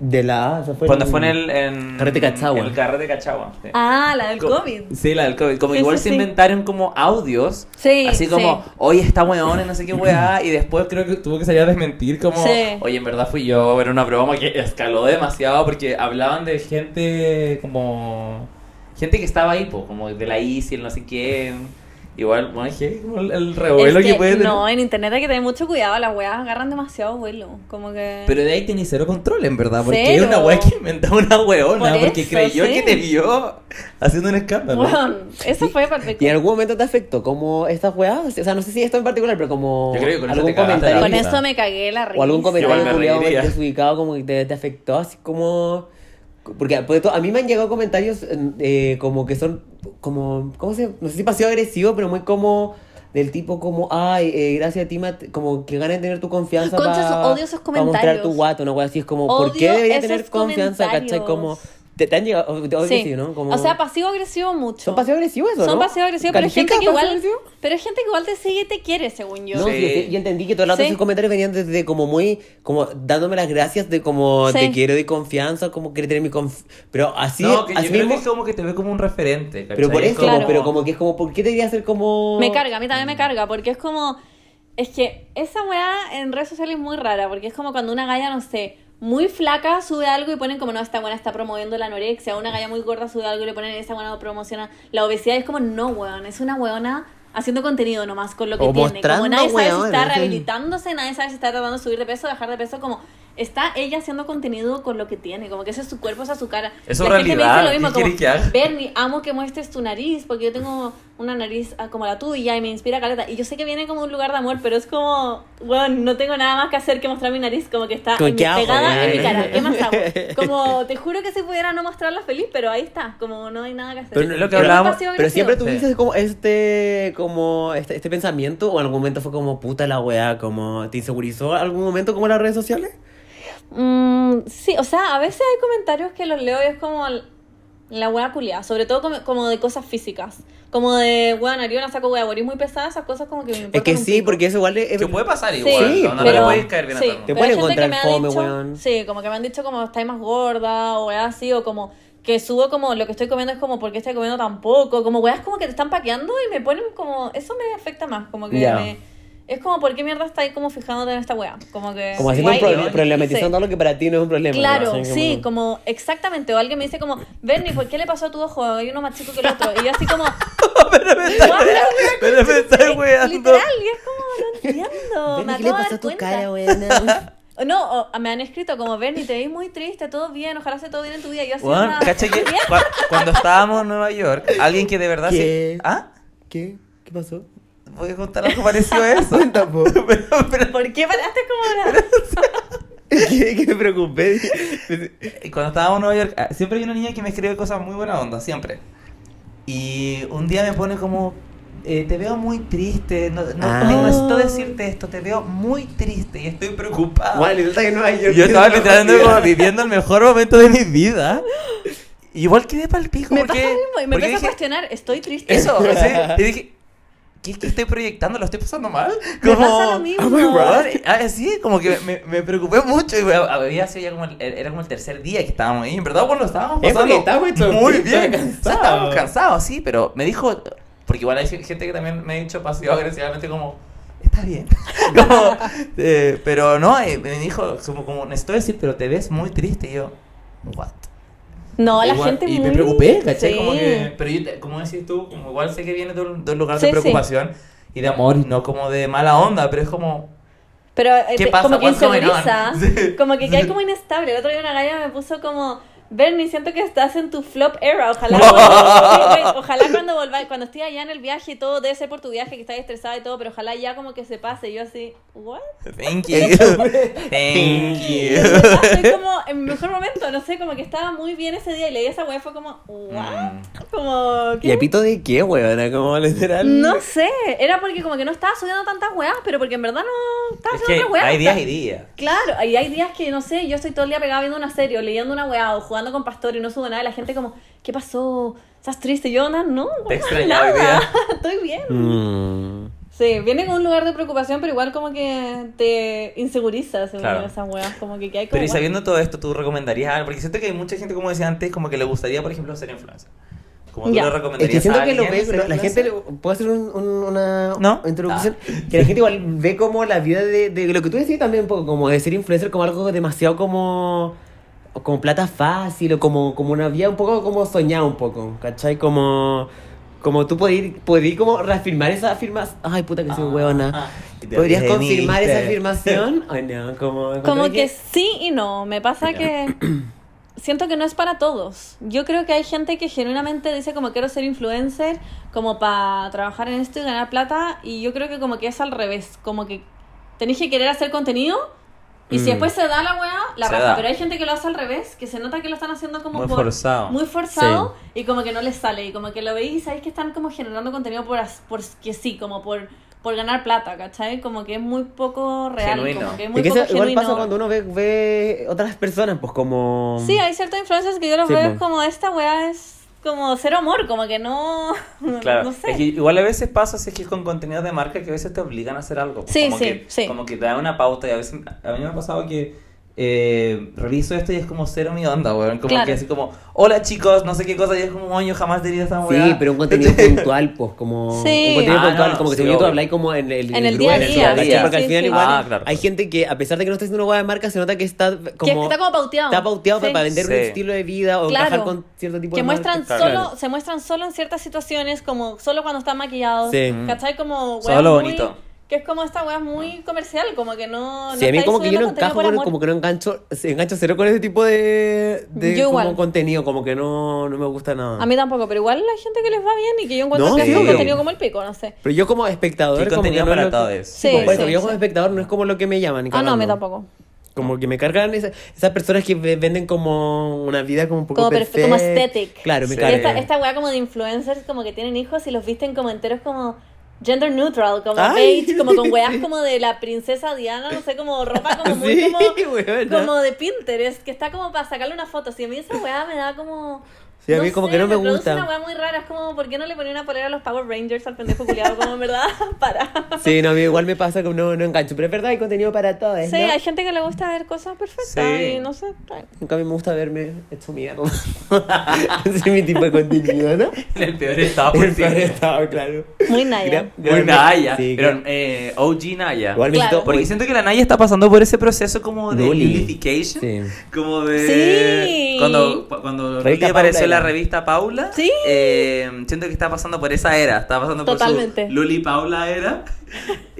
Speaker 1: De la A, esa fue
Speaker 2: Cuando fue en el... En,
Speaker 1: Carrete Cachagua.
Speaker 2: en El carrete Cachagua. sí.
Speaker 3: Ah, la del
Speaker 2: Co-
Speaker 3: COVID.
Speaker 2: Sí, la del COVID. Como
Speaker 3: Sí,
Speaker 2: igual
Speaker 3: sí,
Speaker 2: se
Speaker 3: sí.
Speaker 2: inventaron como audios.
Speaker 3: Sí,
Speaker 2: Así como,
Speaker 3: sí.
Speaker 2: oye, está weón, y no sé qué weá. Y después creo que tuvo que salir a desmentir como,
Speaker 3: Sí.
Speaker 2: oye, en verdad fui yo. Era una broma que escaló demasiado porque hablaban de gente como... Gente que estaba ahí, po, como de la ICI, el no sé qué. Igual, bueno, es que como el, el revuelo
Speaker 3: Es
Speaker 2: que,
Speaker 3: que,
Speaker 2: puede tener.
Speaker 3: no, en internet hay que tener mucho cuidado, las weas agarran demasiado vuelo, como que...
Speaker 2: Pero de ahí tenés cero control, en verdad. Porque
Speaker 3: Cero.
Speaker 2: es una weá que inventó una weona.
Speaker 3: Por
Speaker 2: porque
Speaker 3: eso,
Speaker 2: creyó
Speaker 3: sí.
Speaker 2: que te vio haciendo un escándalo.
Speaker 3: Weón, eso fue perfecto.
Speaker 1: ¿Y en algún momento te afectó? Como estas weas. O sea, no sé si esto en particular, pero como.
Speaker 2: Yo creo que con eso
Speaker 1: algún
Speaker 2: te cagaste la
Speaker 1: comentario.
Speaker 3: Con
Speaker 2: risa.
Speaker 3: eso me cagué la risa.
Speaker 1: O algún
Speaker 2: Igual
Speaker 1: comentario
Speaker 2: me
Speaker 1: culiado
Speaker 2: reiría.
Speaker 1: desubicado como que te, te afectó, así como... Porque pues, to- a mí me han llegado comentarios eh, como que son, como, ¿cómo se? No sé si pasivo agresivo, pero muy como del tipo como, ay, eh, gracias a ti, Mate-", como que ganas de tener tu confianza
Speaker 3: Concha,
Speaker 1: para
Speaker 3: odio esos
Speaker 1: mostrar tu
Speaker 3: comentarios.
Speaker 1: guato, una wea así, es como, ¿por
Speaker 3: Odio
Speaker 1: qué debería
Speaker 3: esos
Speaker 1: tener confianza, cachai?
Speaker 3: comentarios.
Speaker 1: Como, te, te han llegado, o- te odio
Speaker 3: Sí.
Speaker 1: sí, ¿no? Como,
Speaker 3: O sea, pasivo-agresivo mucho.
Speaker 1: son pasivo agresivos eso,
Speaker 3: Son
Speaker 1: ¿no?
Speaker 3: pasivo-agresivo, pero hay gente
Speaker 1: ¿Califica
Speaker 3: que igual...
Speaker 1: pasivo-agresivo?
Speaker 3: Pero hay gente que igual te sigue y te quiere, según yo.
Speaker 1: No,
Speaker 2: Sí.
Speaker 1: sí, sí, yo entendí que todos los
Speaker 3: Sí.
Speaker 1: esos comentarios venían desde como muy, como dándome las gracias de como
Speaker 3: Sí.
Speaker 1: te quiero de confianza, como quiero tener mi confianza. Pero así,
Speaker 2: no, que yo
Speaker 1: así
Speaker 2: creo
Speaker 1: mismo.
Speaker 2: que es como que te ve como un referente. ¿cachai?
Speaker 1: pero por
Speaker 2: Es
Speaker 1: eso,
Speaker 3: Claro.
Speaker 1: pero como que es como, ¿por qué te debería ser como.
Speaker 3: Me carga, a mí también me carga, porque es como... Es que esa weá en redes sociales es muy rara, porque es como cuando una galla, no sé, muy flaca sube algo y ponen como, no, esta buena está promoviendo la anorexia, una galla muy gorda sube algo y le ponen, esta buena promociona la obesidad, y es como, no, weón, es una weona haciendo contenido nomás con lo que
Speaker 1: O
Speaker 3: tiene. Como
Speaker 1: mostrando,
Speaker 3: nadie sabe si
Speaker 1: weón,
Speaker 3: está
Speaker 1: es el-
Speaker 3: rehabilitándose, nadie sabe si está tratando de subir de peso, bajar de peso, como... Está ella haciendo contenido con lo que tiene, como que ese es su cuerpo, esa es su cara.
Speaker 2: Eso
Speaker 3: La gente me
Speaker 2: realidad,
Speaker 3: dice lo mismo,
Speaker 2: ¿qué quieres
Speaker 3: como,
Speaker 2: que haga?
Speaker 3: Bernie, amo que muestres tu nariz, porque yo tengo una nariz ah, como la tuya y me inspira caleta. Y yo sé que viene como un lugar de amor, pero es como, bueno, no tengo nada más que hacer que mostrar mi nariz, como que está
Speaker 1: Como,
Speaker 3: en mi-
Speaker 1: ¿qué hago,
Speaker 3: pegada en mi
Speaker 1: weón?
Speaker 3: cara. ¿Qué más hago? Como, te juro que si pudiera no mostrarla feliz, pero ahí está, como no hay nada que hacer.
Speaker 1: Pero es lo que
Speaker 3: Muy
Speaker 2: hablábamos,
Speaker 3: pasivo-agresivo.
Speaker 1: Pero siempre
Speaker 2: Sí.
Speaker 1: tuviste como este, como este, este pensamiento, o en algún momento fue como puta la weá, como te insegurizó algún momento como las redes sociales.
Speaker 3: Mm, sí, o sea, a veces hay comentarios que los leo y es como l- la hueá culiada, sobre todo como, como de cosas físicas. Como de, weón, Ariona saco hueá, morir muy pesada, esas cosas como que me
Speaker 1: Es
Speaker 3: importan
Speaker 1: que
Speaker 3: un
Speaker 1: sí,
Speaker 3: pico.
Speaker 1: porque eso igual es.
Speaker 2: Que puede pasar
Speaker 3: Sí,
Speaker 2: igual.
Speaker 1: Sí,
Speaker 2: no, no
Speaker 1: pero-
Speaker 2: le puedes caer bien a
Speaker 3: sí,
Speaker 2: todo el mundo.
Speaker 1: Te
Speaker 3: pero hay
Speaker 1: pueden
Speaker 3: gente que
Speaker 1: encontrar
Speaker 3: me ha
Speaker 1: fome,
Speaker 3: dicho-
Speaker 1: weón.
Speaker 3: Sí, como que me han dicho como estáis más gorda o weá así, o como que subo como lo que estoy comiendo es como porque estoy comiendo tan poco, como weas como que te están paqueando y me ponen como, eso me afecta más, como que
Speaker 1: Ya.
Speaker 3: me- es como por qué mierda estáis como fijándote en esta wea, como que...
Speaker 1: Como haciendo un
Speaker 3: Guay,
Speaker 1: problema,
Speaker 3: ¿no?
Speaker 1: problematizando
Speaker 3: Sí.
Speaker 1: lo que para ti no es un problema.
Speaker 3: Claro,
Speaker 1: ¿no? Así
Speaker 3: sí, como exactamente. O alguien me dice como, Bernie, ¿por qué le pasó a tu ojo? Hay uno más chico que el otro. Y yo así como,
Speaker 2: Pero me estás
Speaker 3: literal, y
Speaker 2: weando.
Speaker 3: es como, no entiendo.
Speaker 1: Ven,
Speaker 3: me
Speaker 1: ¿Qué le
Speaker 3: acabo
Speaker 1: pasó
Speaker 3: de dar
Speaker 1: a tu
Speaker 3: cuenta.
Speaker 1: cara, weona?
Speaker 3: No, o- me han escrito como, Bernie, te vi muy triste, todo bien, ojalá sea todo bien en tu vida. Y Yo así,
Speaker 2: Weón,
Speaker 3: nada,
Speaker 2: cacha que
Speaker 3: ¿todo bien?
Speaker 2: cua- cuando estábamos en Nueva York, alguien que de verdad se-
Speaker 1: ¿Qué?
Speaker 2: ¿Ah?
Speaker 1: ¿Qué? ¿Qué pasó?
Speaker 2: Voy a contar algo parecido a eso.
Speaker 1: Tampoco.
Speaker 2: pero, pero-
Speaker 3: ¿Por qué paraste como ahora?
Speaker 1: ¿Qué, me preocupé?
Speaker 2: eh, cuando estábamos en Nueva York, ah, siempre hay una niña que me escribe cosas muy buena onda, siempre. Y un día me pone como, eh, te veo muy triste, no, no,
Speaker 1: Ah.
Speaker 2: no necesito decirte esto, te veo muy triste y estoy preocupada.
Speaker 1: Bueno, yo estaba en Nueva York.
Speaker 2: Ah. Yo estaba
Speaker 1: no
Speaker 2: literalmente
Speaker 1: podía.
Speaker 2: como viviendo el mejor momento de mi vida. Y Igual quedé pa'l pico
Speaker 3: Me
Speaker 2: porque...
Speaker 3: pasa lo mismo y me
Speaker 2: porque
Speaker 3: empiezo a
Speaker 2: dije,
Speaker 3: cuestionar, estoy triste.
Speaker 2: Eso, sí, y dije... ¿Qué es que estoy proyectando? ¿Lo estoy pasando mal?
Speaker 3: Me pasa lo mismo.
Speaker 1: Oh my God.
Speaker 2: Ah, sí, como que me, me preocupé mucho y bueno, había sido ya como el, era como el tercer día que estábamos ahí. En verdad, bueno, estábamos
Speaker 1: Es porque
Speaker 2: pasando
Speaker 1: estábamos hechos
Speaker 2: muy
Speaker 1: pico,
Speaker 2: bien.
Speaker 1: cansados.
Speaker 2: O sea, estábamos cansados, sí, pero me dijo, porque igual hay gente que también me ha dicho pasivo-agresivamente como, está bien. Como, eh, pero no, eh, me dijo, como, como, necesito decir, pero te ves muy triste. Y yo, what?
Speaker 3: No, la
Speaker 2: Igual-
Speaker 3: gente
Speaker 2: y
Speaker 3: muy...
Speaker 2: me preocupé, ¿cachai? Como
Speaker 3: Sí.
Speaker 2: que, pero yo, te- como decís tú, como igual sé que viene de un, de un lugar
Speaker 3: Sí,
Speaker 2: de
Speaker 3: sí.
Speaker 2: preocupación y de amor y no como de mala onda, pero es como...
Speaker 3: Pero eh,
Speaker 2: ¿Qué
Speaker 3: te-
Speaker 2: pasa?
Speaker 3: como que
Speaker 2: What's going
Speaker 3: inseguriza,
Speaker 2: on? Sí.
Speaker 3: como que cae como inestable. El otro día una galla me puso como, Bernie, siento que estás en tu flop era. Ojalá, cuando, sí, güey, ojalá cuando volváis, cuando estés allá en el viaje y todo, debe ser por tu viaje que estás estresada y todo, pero ojalá ya como que se pase. Y yo así, ¿what?
Speaker 2: Thank you. Thank
Speaker 3: Y en
Speaker 2: you.
Speaker 3: verdad Estoy como en mi mejor momento, no sé, como que estaba muy bien ese día y leí esa weá y fue como, ¿what?
Speaker 2: Mm.
Speaker 3: Como,
Speaker 1: ¿Y
Speaker 3: ¿qué?
Speaker 1: el pito de qué, weón? Como literal.
Speaker 3: No sé, era porque como que no estaba subiendo tantas weas, pero porque en verdad no estaba
Speaker 2: Es
Speaker 3: subiendo
Speaker 2: que
Speaker 3: otras weas.
Speaker 2: hay días y días.
Speaker 3: Claro, y hay días que, no sé, yo estoy todo el día pegada viendo una serie o leyendo una weá o jugando con Pastor y no subo nada y la gente como, ¿qué pasó? ¿Estás triste? Y Yo, no, no,
Speaker 2: Te
Speaker 3: no,
Speaker 2: extrañaba hoy
Speaker 3: nada,
Speaker 2: día.
Speaker 3: estoy bien.
Speaker 1: Mm.
Speaker 3: Sí, viene con un lugar de preocupación, pero igual como que te inseguriza según
Speaker 2: Claro.
Speaker 3: esas weas, como que, que hay como...
Speaker 2: Pero y
Speaker 3: weas.
Speaker 2: sabiendo todo esto, ¿tú recomendarías algo? Porque siento que hay mucha gente, como decía antes, como que le gustaría, por ejemplo, ser influencer. Como tú
Speaker 3: Ya.
Speaker 2: le
Speaker 1: Es que
Speaker 2: recomendarías
Speaker 1: siento
Speaker 2: a
Speaker 1: que lo
Speaker 2: alguien
Speaker 1: ve,
Speaker 2: ser
Speaker 1: lo- la gente,
Speaker 2: influencer?
Speaker 1: lo- puedo hacer un- un- una
Speaker 2: ¿No?
Speaker 1: introducción,
Speaker 2: Ah.
Speaker 1: que la gente igual ve como la vida de, de lo que tú decís también, un poco, como de ser influencer como algo demasiado como, o como plata fácil, o como, como una vida un poco como soñada un poco, ¿cachai? Como, como tú podías podías como reafirmar esas afirmaciones, ay puta que soy
Speaker 2: Ah,
Speaker 1: huevona,
Speaker 2: ah.
Speaker 1: ¿podrías
Speaker 2: Te
Speaker 1: confirmar esa
Speaker 2: viniste.
Speaker 1: afirmación? Ay no, como...
Speaker 3: Como
Speaker 1: encontré
Speaker 3: que sí y no. Me pasa
Speaker 2: Ya.
Speaker 3: que siento que no es para todos. Yo creo que hay gente que genuinamente dice como quiero ser influencer, como para trabajar en esto y ganar plata. Y yo creo que como que es al revés. Como que tenéis que querer hacer contenido. Y si
Speaker 1: Mm.
Speaker 3: después se da la weá, la
Speaker 2: Se
Speaker 3: raja.
Speaker 2: da.
Speaker 3: Pero hay gente que lo hace al revés, que se nota que lo están haciendo como
Speaker 2: Muy
Speaker 3: por-
Speaker 2: forzado.
Speaker 3: Muy forzado y como que no les sale. Y como que lo veis y sabéis que están como generando contenido por, as- por que sí, como por, por ganar plata, ¿cachai? Como que es muy poco real.
Speaker 2: Genuino.
Speaker 3: Como que es
Speaker 1: Es
Speaker 3: muy
Speaker 1: que
Speaker 3: poco
Speaker 1: eso igual pasa
Speaker 3: genuino.
Speaker 1: cuando uno ve, ve otras personas, pues como...
Speaker 3: Sí, hay ciertos influencers que yo los
Speaker 1: Sí, pues.
Speaker 3: veo
Speaker 1: po.
Speaker 3: como esta weá es como cero amor, como que no.
Speaker 2: Claro,
Speaker 3: no sé.
Speaker 2: es que igual a veces pasa si es que es con contenido de marca que a veces te obligan a hacer algo.
Speaker 3: Sí,
Speaker 2: como
Speaker 3: sí,
Speaker 2: que,
Speaker 3: sí.
Speaker 2: Como que te dan una pauta y a veces a mí me ha pasado que eh, realizo esto y es como cero mi onda, weón. Como
Speaker 3: Claro.
Speaker 2: que así como, hola chicos, no sé qué cosa, y es como, oño, jamás diría esa
Speaker 1: Sí,
Speaker 2: weá.
Speaker 1: pero un contenido puntual, pues, como...
Speaker 3: Ah, Sí.
Speaker 1: Un contenido
Speaker 2: Ah,
Speaker 1: puntual,
Speaker 2: no,
Speaker 1: como
Speaker 2: sí,
Speaker 1: que según yo tú
Speaker 2: obvio.
Speaker 1: habláis como en el...
Speaker 3: En el día a
Speaker 1: grueso,
Speaker 2: día,
Speaker 1: ¿cachai?
Speaker 2: sí,
Speaker 1: Porque al
Speaker 3: sí,
Speaker 1: final
Speaker 3: sí.
Speaker 1: igual
Speaker 2: Ah, claro.
Speaker 1: hay gente que, a pesar de que no está haciendo una hueá de marca, se nota que está
Speaker 3: que
Speaker 1: como...
Speaker 3: está como pauteado.
Speaker 1: está pauteado
Speaker 3: Sí.
Speaker 1: para vender un
Speaker 2: Sí.
Speaker 1: estilo de vida o
Speaker 3: Claro.
Speaker 1: trabajar con cierto tipo
Speaker 3: Que
Speaker 1: de
Speaker 3: muestran
Speaker 1: marca.
Speaker 3: solo,
Speaker 1: Claro.
Speaker 3: se muestran solo en ciertas situaciones, como solo cuando están maquillados.
Speaker 1: Sí.
Speaker 3: ¿Cachai? Como weá.
Speaker 2: Solo
Speaker 3: muy-
Speaker 2: bonito.
Speaker 3: Que es como esta weá muy comercial, como que no.
Speaker 1: Sí, a mí
Speaker 3: estáis
Speaker 1: como que yo
Speaker 3: subiendo
Speaker 1: no
Speaker 3: contenido
Speaker 1: encajo,
Speaker 3: por
Speaker 1: con-
Speaker 3: amor.
Speaker 1: como que no engancho, se engancho cero con ese tipo de, de
Speaker 3: Yo
Speaker 1: como
Speaker 3: igual.
Speaker 1: contenido, como que no, no me gusta nada.
Speaker 3: A mí tampoco, pero igual hay gente que les va bien y que yo encuentro
Speaker 1: Ah. No, sí,
Speaker 3: que hace un
Speaker 1: obvio.
Speaker 3: contenido como el pico, no sé.
Speaker 1: Pero yo como espectador...
Speaker 2: Sí,
Speaker 1: como que
Speaker 2: contenido
Speaker 1: no es
Speaker 2: para
Speaker 1: lo que-
Speaker 2: todos.
Speaker 1: Sí,
Speaker 3: Sí,
Speaker 1: por eso,
Speaker 3: sí,
Speaker 1: yo como
Speaker 3: sí.
Speaker 1: espectador no es como lo que me llaman.
Speaker 3: Ah, no, a mí
Speaker 1: cagando.
Speaker 3: tampoco.
Speaker 1: Como que me cargan esa- esas personas que ve- venden como una vida como un poco
Speaker 3: Como perfe- como
Speaker 1: perfect.
Speaker 3: aesthetic.
Speaker 1: Claro, me
Speaker 2: Sí.
Speaker 3: Y
Speaker 1: cargan.
Speaker 3: esta, esta weá como de influencers, como que tienen hijos y los visten como enteros como gender neutral, como
Speaker 1: Ay.
Speaker 3: beige, como con weas como de la princesa Diana, no sé, como ropa como muy
Speaker 1: Sí,
Speaker 3: como,
Speaker 1: weona.
Speaker 3: como de Pinterest, que está como para sacarle una foto. Si a mí esa weá me da como...
Speaker 1: Sí, a mí como que no me
Speaker 3: produce
Speaker 1: gusta.
Speaker 3: una weá muy rara, es como, ¿por qué no le ponía una polera a los Power Rangers al pendejo culiado? Como, en verdad, para.
Speaker 1: Sí, no, a mí igual me pasa que no, no engancho. Pero es verdad, hay contenido para todos,
Speaker 3: Sí,
Speaker 1: ¿no?
Speaker 3: hay gente que le gusta ver cosas perfectas
Speaker 2: Sí.
Speaker 3: y no sé. ay.
Speaker 1: Nunca a mí me gusta verme hecho mierda. Ese es mi tipo de contenido, ¿no?
Speaker 2: En el peor estado
Speaker 1: El peor
Speaker 2: posible.
Speaker 1: estado, claro.
Speaker 3: Muy naya.
Speaker 1: Gra-
Speaker 2: Ah, pues Muy Naya.
Speaker 1: Sí,
Speaker 2: pero
Speaker 1: claro.
Speaker 2: eh, OG Naya.
Speaker 1: Igual
Speaker 3: Claro.
Speaker 1: necesito...
Speaker 2: Porque siento que la Naya está pasando por ese proceso como de
Speaker 1: Luli.
Speaker 2: nullification.
Speaker 1: Sí.
Speaker 2: Como de.
Speaker 3: Sí.
Speaker 2: Cuando, cu- cuando
Speaker 1: Revista
Speaker 2: Luli apareció
Speaker 1: Paula
Speaker 2: en la
Speaker 1: era.
Speaker 2: revista Paula,
Speaker 3: Sí.
Speaker 2: eh, siento que está pasando por esa era. Está pasando
Speaker 3: Totalmente.
Speaker 2: por su Luli Paula era.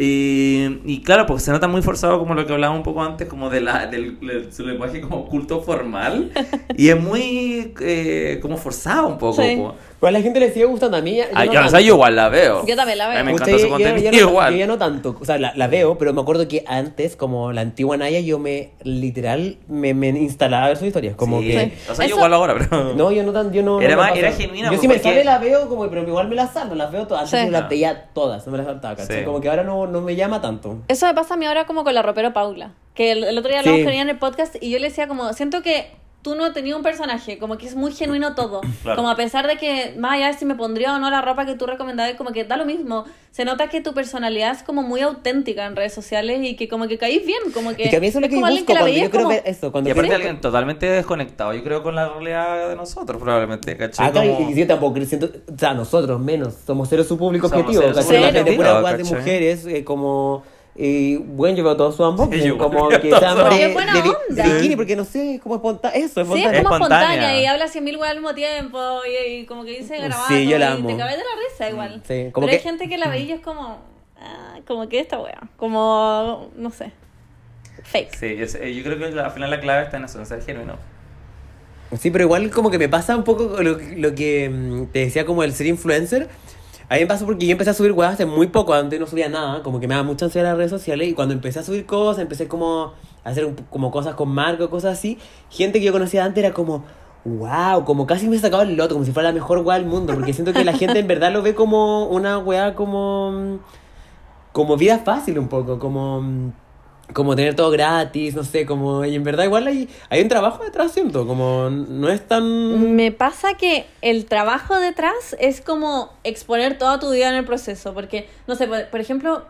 Speaker 2: Y, y claro, porque se nota muy forzado como lo que hablaba un poco antes, como de la, del, del- su lenguaje como culto formal. Y es muy eh, como forzado un poco.
Speaker 3: Sí.
Speaker 2: como-
Speaker 1: Pues a la gente le sigue gustando a mí. ya-
Speaker 5: Ah,
Speaker 1: no
Speaker 5: ya, o sea,
Speaker 1: tanto.
Speaker 5: yo igual la veo.
Speaker 3: Yo también la
Speaker 5: Ay, me
Speaker 3: veo.
Speaker 5: encanta
Speaker 1: Usted-
Speaker 5: su
Speaker 1: yo ya-
Speaker 5: contenido
Speaker 1: ya no-
Speaker 5: igual.
Speaker 1: yo ya no tanto, o sea, la, la veo, pero me acuerdo que antes, como la antigua Naya, yo me literal me, me instalaba a ver sus historias. Como
Speaker 5: Sí.
Speaker 1: que.
Speaker 5: O
Speaker 3: Eso-
Speaker 5: sea, yo igual ahora, pero.
Speaker 1: No, yo no tan, yo no.
Speaker 5: Era
Speaker 1: no me
Speaker 5: más-
Speaker 1: pasa.
Speaker 5: era genuina, pues,
Speaker 1: Yo si me
Speaker 5: porque-
Speaker 1: sale la veo como, pero igual me las salto, las veo todas. Antes
Speaker 3: Sí.
Speaker 1: yo las
Speaker 5: Ah.
Speaker 1: veía todas, no me las saltaba, ¿cachai?
Speaker 5: Sí.
Speaker 1: Como que ahora no, no me llama tanto.
Speaker 3: Eso me pasa a mí ahora como con la ropero Paula. Que el, el otro día hablamos
Speaker 1: Sí.
Speaker 3: con ella en el podcast y yo le decía como, siento que tú no tenías un personaje, como que es muy genuino todo.
Speaker 2: Claro.
Speaker 3: Como a pesar de que, más allá de si me pondría o no la ropa que tú recomendabas, como que da lo mismo. Se nota que tu personalidad es como muy auténtica en redes sociales y que como que caís bien, como que...
Speaker 1: Y que a mí eso es lo que
Speaker 3: como alguien
Speaker 1: busco
Speaker 3: la
Speaker 1: cuando
Speaker 3: veía
Speaker 1: yo quiero
Speaker 3: como-
Speaker 1: ver eso. Cuando
Speaker 5: Y aparte
Speaker 1: quiero-
Speaker 5: alguien totalmente desconectado, yo creo, con la realidad de nosotros, probablemente, ¿cachai?
Speaker 1: Ah, claro,
Speaker 5: Como-
Speaker 1: y yo tampoco siento, o sea, nosotros menos, somos cero su público
Speaker 5: Somos
Speaker 1: objetivo,
Speaker 5: cero su
Speaker 1: ¿cachai? La
Speaker 3: público
Speaker 1: gente pura
Speaker 5: objetivo,
Speaker 1: guas de
Speaker 5: ¿cachai?
Speaker 1: mujeres, eh, como, eh, bueno, yo veo todos sus ambos,
Speaker 5: Sí, yo
Speaker 1: como
Speaker 5: veo
Speaker 1: que
Speaker 5: todos
Speaker 1: sean
Speaker 5: sus
Speaker 1: de,
Speaker 3: ambos. Qué buena
Speaker 1: de bi-
Speaker 3: onda.
Speaker 1: de bikini, porque no sé, es como espontáneo, eso, es
Speaker 3: Sí, es
Speaker 1: espontáneo.
Speaker 3: como
Speaker 5: espontánea.
Speaker 3: espontánea y habla 100.000 mil weas al mismo tiempo y, y como que dice grabado
Speaker 1: Sí, yo la
Speaker 3: y te
Speaker 1: amo.
Speaker 3: cabes de la risa igual.
Speaker 1: Sí, como
Speaker 3: pues. Pero hay
Speaker 1: que-
Speaker 3: gente que la ve y es como, ah, como que esta wea, como, no sé, fake.
Speaker 5: Sí, yo, sé- yo creo que al final la clave está en eso, en ser genuino.
Speaker 1: Sí, pero igual como que me pasa un poco lo, lo que mm, te decía como el ser influencer. A mí me pasó porque yo empecé a subir weas hace muy poco, antes no subía nada, como que me daba mucha ansiedad las redes sociales y cuando empecé a subir cosas, empecé como a hacer un- como cosas con Marco, cosas así, gente que yo conocía antes era como, wow, como casi me sacaba el loto, como si fuera la mejor wea del mundo, porque siento que la gente en verdad lo ve como una wea como... mm, como vida fácil un poco, como, mm, como tener todo gratis, no sé, como, y en verdad igual hay, hay un trabajo detrás, siento, como no es tan...
Speaker 3: Me pasa que el trabajo detrás es como exponer toda tu vida en el proceso, porque, no sé, por, por ejemplo,